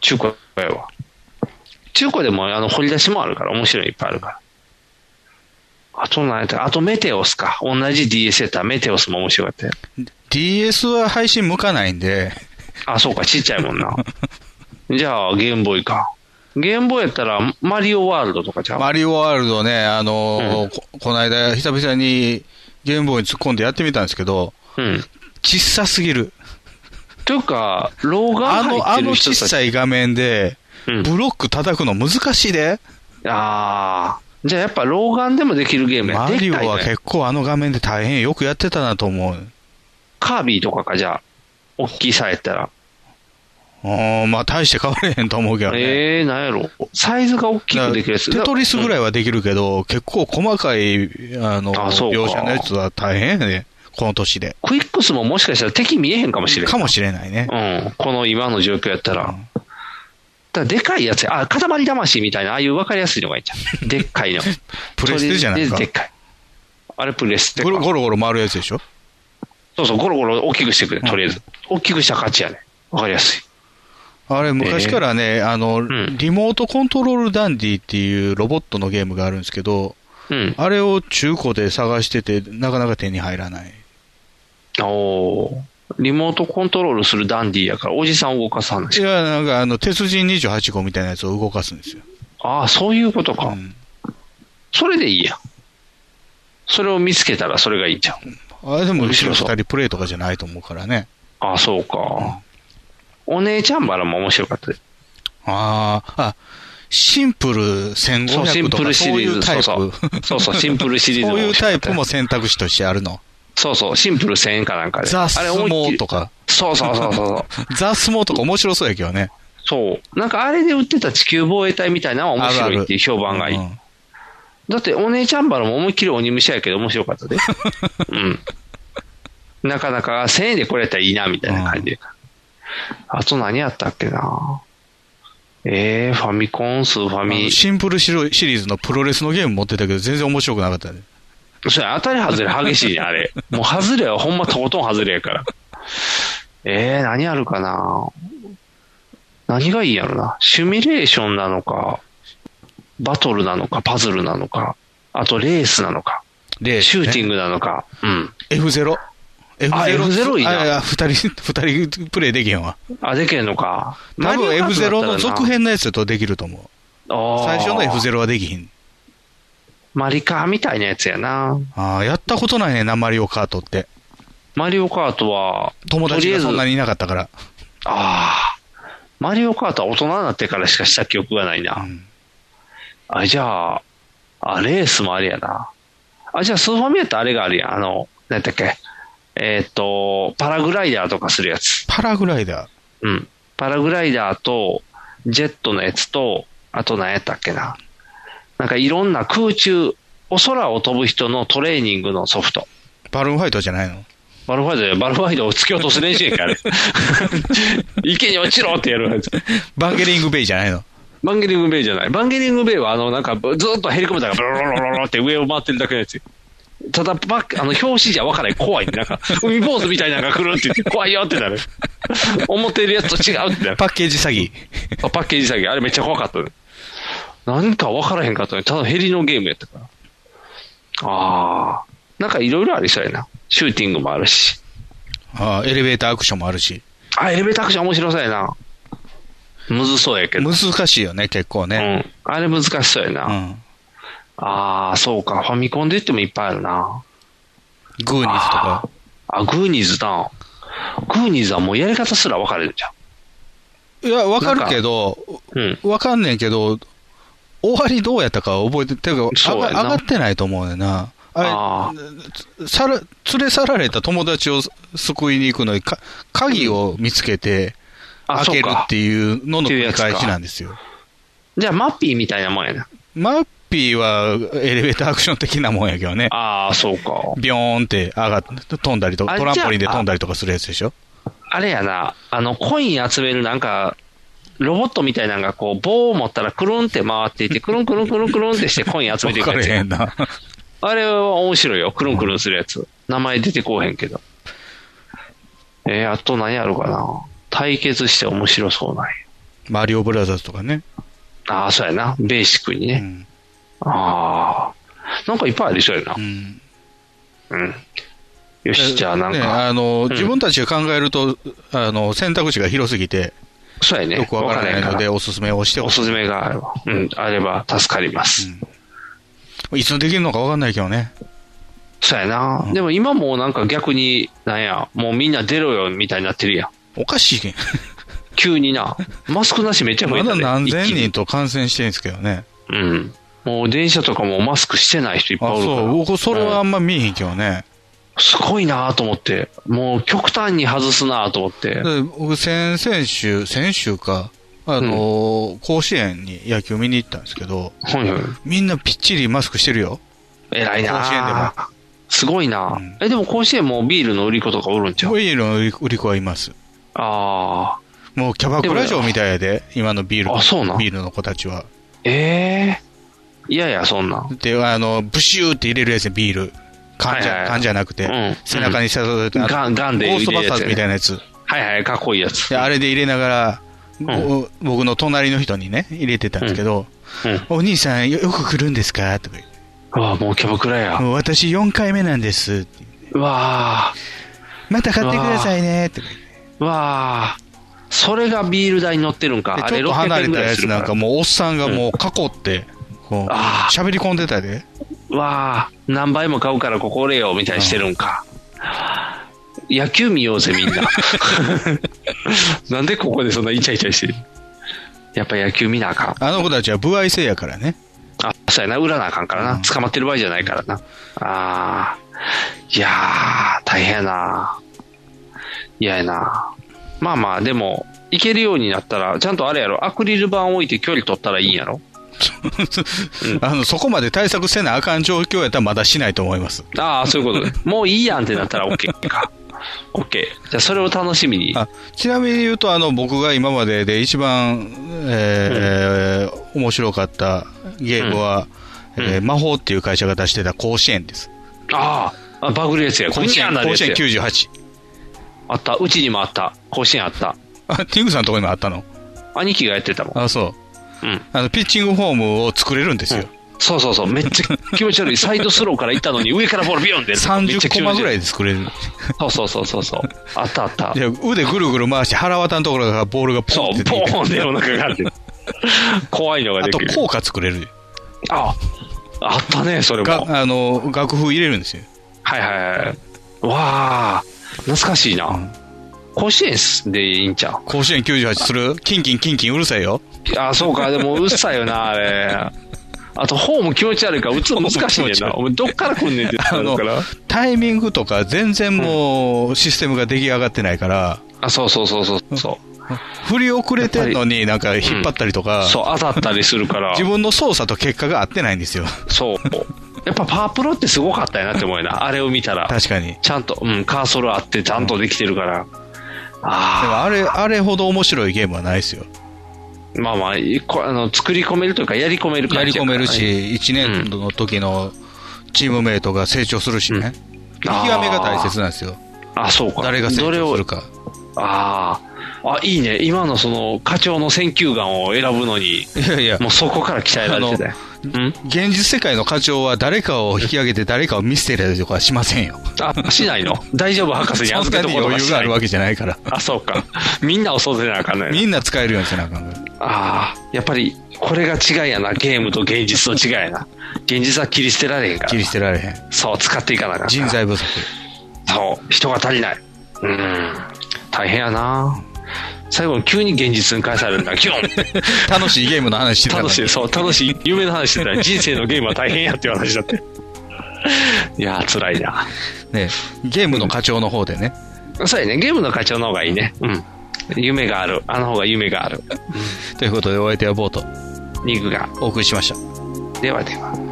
B: 中古やわ。中古でも、あの、掘り出しもあるから、面白いのいっぱいあるから。あと、なんやったあと、メテオスか。同じ DS やったら、メテオスも面白かったよ。
C: DS は配信向かないんで、
B: あ、そうか、ちっちゃいもん
C: [laughs]
B: な。じゃあ、ゲームボーイか。ゲームボーイやったら、マリオワールドとかじゃん。
C: マリオワールドね、あのーこ、この間久々にゲームボーイに突っ込んでやってみたんですけど、小さすぎる。
B: というか、老眼
C: あ
B: 入
C: の、
B: っ
C: あ
B: て
C: の
B: る人
C: 小
B: たち。
C: さい画面で、ブロック叩くの難しいで。
B: ああ。じゃあ、やっぱ老眼でもできるゲームや
C: マリオは
B: でっかいね
C: 結構あの画面で大変よくやってたなと思う。
B: カービィとかか、じゃあ。大きいさやったら。
C: うん、まあ大して変われへんと思うけどね。
B: ええー、なんやろ。サイズが大きくできるやつ。
C: テトリスぐらい
B: い。
C: はできるけど、結構細かい、あの、
B: あそうか
C: 描写のやつは大変やね。この年で。
B: クイックスももしかしたら敵見えへんかもしれん。
C: かもしれないね。
B: うん。この今の状況やったら。だからでかいやつや。あ、塊魂みたいな、ああいう分かりやすいのがいいじ
C: [laughs]
B: ゃん。でっかいの。
C: プレステじゃないか
B: とりあえずでっかい。あれプレステか
C: ゴロゴロゴロ回るやつでしょ
B: そうそう、ゴロゴロ大きくしてくれ、とりあえず。大きくしたら勝ちやね。分かりやすい。
C: あれ、昔からね、あの、リモートコントロールダンディっていうロボットのゲームがあるんですけど、
B: うん
C: あれを中古で探してて、なかなか手に入
B: [laughs]
C: らない。
B: おーリモートコントロールするダンディーやから、おじさんを動かす話。
C: いや、なんか、あの、鉄人28号みたいなやつを動かすんですよ。
B: ああ、そういうことか。それでいいやん。それを見つけたらそれがいいじゃん。
C: あれでも、後
B: 後
C: ろ
B: ろ
C: 二
B: そう
C: 人プレイとかじゃないと思うからね。
B: ああ、そうか。お姉ちゃんバラも面白かったで
C: ああ、あ、シンプル
B: そう、シ
C: 1500
B: ン
C: と
B: プ
C: か
B: ルシ
C: そう
B: リ
C: い
B: ー
C: う
B: ズ。
C: タイプ。
B: そうそ
C: [laughs]
B: う。そうそう、シンプルシリーズ
C: そういう
B: 面白
C: タ
B: か
C: イ
B: った
C: プ
B: よ
C: も選択肢としてあるの。
B: そうそう、シンプル1000円かなんかで。
C: ザ・相
B: あれ思いっき
C: 撲
B: り
C: とか。
B: そうそうそうそうそう。
C: [laughs] ザ・相撲とか面白そうやけどね。
B: そう。なんかあれで売ってた地球防衛隊みたいなのは面白いっていう評判がいい。だってお姉ちゃんバラも思いっきり鬼虫やけど面白か
C: [laughs]
B: ったで。うん。なかなか1000円でこれやったらいいなみたいな感じで。あと何やったっけなえー、ファミコン、スーファ
C: あの
B: ミ。
C: シンプルシロシリーズのプロレスのゲーム持ってたけど、全然面白くなかったね。
B: それ当たり外れ激しいね、あ
C: [laughs]
B: れ。もう外れはほんまとことん外れやから。えー、何あるかな何がいいやろな。シミュレーションなのか、バトルなのか、パズルなのか、あとレースなのか、シューティングなのか。うん。
C: F0。
B: あ F0 いいな
C: ああ二人、二人プレイできへんわ。
B: あ、でけへんのか。
C: 多分 F0 の続編のやつだとできると思う。
B: 最
C: 最初の F0 はできひん。
B: マリカーみたいなやつやな。
C: ああ、やったことないねんな、マリオカートって。
B: マリオカートは、
C: 友達がそんな
B: とりあえず
C: にいなかったから。
B: ああ。マリオカートは大人になってからしかした記憶がないな。あ、じゃあ、あ、レースもあれやな。あ、じゃあ、スーファミやったらあれがあるやん。あの、何だっけ。えーっ、と、パラグライダーとかするやつ。
C: パラグライダー。
B: うん。パラグライダーと、ジェットのやつと、あと何やったっけな。なんかいろんな空中、お空を飛ぶ人のトレーニングのソフト。
C: バルーンファイトじゃないの
B: バルファイドや、バルファイドを突き落とす練習やんか、あれ。池に落ちろってやるやつ。
C: バンゲリングベイじゃないの
B: バンゲリングベイじゃない。バンゲリングベイは、あの、なんか、ずーっとヘリコプターがブロロロロロって上を回ってるだけのやつ。ただ、ばあの、表紙じゃ分からない。怖いって。なんか、海坊主みたいなのが来るって言って、怖いよってなる。思ってるやつと違うってなる。
C: パッケージ詐欺。
B: あパッケージ詐欺。あれめっちゃ怖かったね。なんか分からへんかったね。ただヘリのゲームやったから。ああ。なんかいろいろありそうやな。シューティングもあるし。
C: [laughs] あーエレベーターアクションもあるし。
B: あ、エレベーターアクション面白そうやな。むずそうやけど。
C: 難しいよね、結構
B: う
C: ね。
B: ん。あれ難しそうやな。
C: うん。
B: ああ、そうか。ファミコンで言ってもいっぱいあるな。
C: グーニーズとか。
B: あ、グーニーズだ。グーニーズはもうやり方すら分かれるじゃん。
C: いや、わかるけど、
B: うん。
C: わかんねんけど、終わりどうやったかは覚えて、てか、
B: そう
C: 上が
B: やな
C: 上がってないと思うねんな。あ
B: ああ。
C: れ、さら、連れ去られた友達を救いに行くのに、か鍵を見つけて、
B: あ、
C: 開
B: そ
C: け
B: う
C: る
B: か
C: っ。ていうのの
B: っていう
C: 繰
B: や
C: り
B: つか
C: 返しなんですよ。
B: じゃあ、マッピーみたいなもんやな。
C: マッピーはエレベーターアクション的なもんやけどね。
B: ああ、そうか。
C: ビョーンって上がっ飛んだりと
B: あ
C: か、トランポリンで飛んだりとかするやつでしょ
B: あれやな、あの、コイン集めるなんか、ロボットみたいなのがこう、棒を持ったらくるんって回っていって、くるんくるんくるんくるんってしてコイン集めてい
C: 分
B: くや
C: かれ
B: つ
C: へ
B: や
C: ん。
B: [laughs]
C: な。
B: あれは面白いよ。くるんくるんするやつ。名前出てこうへんけど。えー、あと何やるかな。対決して面白そうなんや。
C: マリオブラザーズとかね。
B: ああ、そうやな。ベーシックに
C: う
B: ね。
C: ん。
B: ああ。なんかいっぱいありそうやな
C: う。ん
B: うん。よし、じゃあなん
C: ね
B: か、
C: あの、
B: ん
C: 自分たちが考えると、あの、選択肢が広すぎて、
B: そうやね。
C: よくわからないの
B: わ
C: で、
B: らへんか
C: おすすめをして
B: ら、お
C: ほし
B: すすめがあれば、うん、あれば助かります。
C: い。いつできるのかわかんないけどね。
B: そうやな。
C: うん
B: でも今もうなんか逆に、なんや、もうみんな出ろよみたいになってるやん。
C: おかしいけん。
B: 急にな。マスクなしめっちゃ増えた
C: まだ
B: ね
C: 何千
B: 一気
C: 人
B: に
C: と感染してるんですけどね。
B: うん。もう電車とかもマスクしてない人いっぱい
C: あ、
B: おるから。
C: そう。僕、それはあ
B: うん
C: んま見えへんけどね。
B: すごいなと思って。もう極端に外すなと思って。
C: で僕、先々週、先週か、あの、甲子園に野球見に行ったんですけど、
B: ほんほん。
C: みんなぴっちりマスクしてるよ。
B: 偉いな
C: 甲子園でも
B: すごいな、
C: ん
B: え、でも甲子園もビールの売り子とかおるんちゃう
C: ビールの売り売り子はいます。
B: ああ。
C: もうキャバクラ嬢みたいやで、今のビールの
B: あそうなん
C: ビールの子たちは。
B: ええいやいや、そんなん。
C: で、あの、ブシューって入れるやつねビール。缶じゃ,、
B: はいはい
C: 缶じゃなくて、
B: うん
C: 背中にささて、あの
B: ガンガンで
C: ゴー
B: 入
C: スト
B: れ
C: バ
B: る
C: ス
B: や
C: ター
B: つ
C: ズ
B: や
C: みた
B: ね。
C: いなやつ。
B: はいはい、かっこいいやつ。
C: で、あれで入れながら、
B: ん
C: ご僕の隣の人にね、入れてたんですけど、
B: うんうん
C: お兄さんよよく来るんですかとか言って
B: うわあ、もうキャバクラや。
C: もう私4回目なんですって。
B: うわあ。
C: また買ってくださいねとか言って
B: わあ、それがビール代に乗ってるんか。あ
C: で
B: れ
C: ちょっと離
B: 600
C: れ
B: 円ぐ
C: た
B: らい
C: や
B: す
C: つ
B: るか
C: なん
B: ら
C: かもうおっさんがもう囲って、こう、
B: あー
C: 喋り込んでたで。
B: わあ、何倍も買うからここおれよ、みたいにしてるんか。野球見ようぜ、みん
C: [laughs]
B: な。なんでここでそんなイチャイチャしてるやっぱ野球見なあかん。
C: あの子たちは不愛性やからね。
B: あ、そうやな、裏なあかんからな。
C: うん
B: 捕まってる場合じゃないからな。ああ、いやー、大変やな。嫌やな。まあまあ、でも、行けるようになったら、ちゃんとあれやろ、アクリル板置いて距離取ったらいいんやろ。
C: あのそこまで対策せなあかん状況やったらまだしないと思います。
B: ああ、そういうこと
C: [laughs]
B: ね。もういいやんってなったら OK か。OK。じゃあ、それを楽しみに。
C: あちなみに言うと、あの僕が今までで一番、えー面白かったゲームは、
B: うん
C: えー
B: う
C: 魔法っていう会社が出してた甲子園です。
B: ああ、あバグるやつや。
C: 甲子
B: グニャー
C: 園
B: なる
C: 甲
B: や
C: 子
B: つ
C: 園
B: や。
C: 98。
B: あった。うちにもあった。甲子園あった。
C: あ、ティングさんのとこにもあったの
B: 兄貴がやってたもん。
C: あ、そう。
B: うん
C: あのピッチングフォームを作れるんですよ。
B: そうそうそう。めっちゃ気持ち悪い。サイドスローから行ったのに、上からボールビヨンって。めっちゃ
C: 30
B: 気
C: コ
B: 持
C: マ
B: ち
C: ぐら
B: 悪
C: いで作れる。
B: そうそうそうそう [laughs] そう。あったあった
C: で。腕ぐるぐる回して腹渡のところからボールがポ
B: そ
C: ンっ
B: う、
C: て
B: ポ
C: 出てくる
B: ーンでお腹がって。怖いのが
C: あ
B: で
C: と
B: きる。
C: 効果作れる。
B: ああ、あったね、それも。
C: があの楽譜入れるんですよ。
B: はいはいはい。わあ、懐かしいな。甲子園でいいんちゃう
C: 甲子園98するキンキンキンキンうるさいよ。
B: あ、そうか、でもうっさいよ [laughs] な、あれ。あと、フォーム気持ち悪いから、打つの難しいねんな。お前、どっから来んねんって
C: あ
B: 言っ
C: の
B: てから。、
C: タイミングとか全然もうシステムが出来上がってないから、
B: あ、そうそうそうそうそう。
C: 振り遅れてんのになんか引っ張ったりとか、
B: そう、当たったりするから。
C: 自分の操作と結果が合ってないんですよ。
B: そう。やっぱパワープロってすごかったよなって思うよな。あれを見たら。
C: 確かに。
B: ちゃんと、うん、カーソルあって、ちゃんとできてるから。
C: でも
B: あ
C: あれ、あれほど面白いゲームはないですよ。
B: あ、まあまあ、こあの作り込めるというか、やり込める
C: や
B: 感
C: り
B: じ
C: 込
B: やから
C: めるし、1年の時のチームメイトが成長するしね。見
B: あー
C: 極めが大切なんですよ。
B: あ、そうか。
C: 誰が成
B: どれ
C: 長
B: を
C: するか。
B: ああ。あ、いいね。今のその、課長の選球眼を選ぶのに、
C: いやいや、
B: もうそこから鍛えられてたよ。うん
C: 現実世界の課長は誰かを引き上げて誰かを見捨てたりとかはしませんよ。
B: あ、しないの大丈夫博士に
C: そん
B: 預
C: な
B: けと
C: に
B: こうとか
C: 余
B: し
C: 裕が
B: な
C: あ
B: い
C: るわけじゃないから。
B: あ、そうか。みんなを育てなあかんね
C: みんな使えるようにせなあかんから。
B: ああ、やっぱり、これが違いやな。ゲームと現実の違いやな。現実は切り捨てられへんから
C: [laughs] 切り。捨てられへん。
B: そう、使っていかなあかん
C: 人材不足。
B: そう、人が足りない。うん。大変やな最後に急に現実に返されるんだ。キュンって
C: 楽しいゲームの話してたの
B: [laughs] 楽
C: に
B: しい、そう、楽しい、夢の話してたら人生のゲームは大変やって [laughs] いう話だって。いやー、辛いな。
C: ね。ゲームの課長の方でね。
B: そうやね、ゲームの課長の方がいいね。うん。夢がある。あの方が夢がある。
C: ということで、お相手はボート、
B: ニグが。
C: お送りしました。
B: ではでは。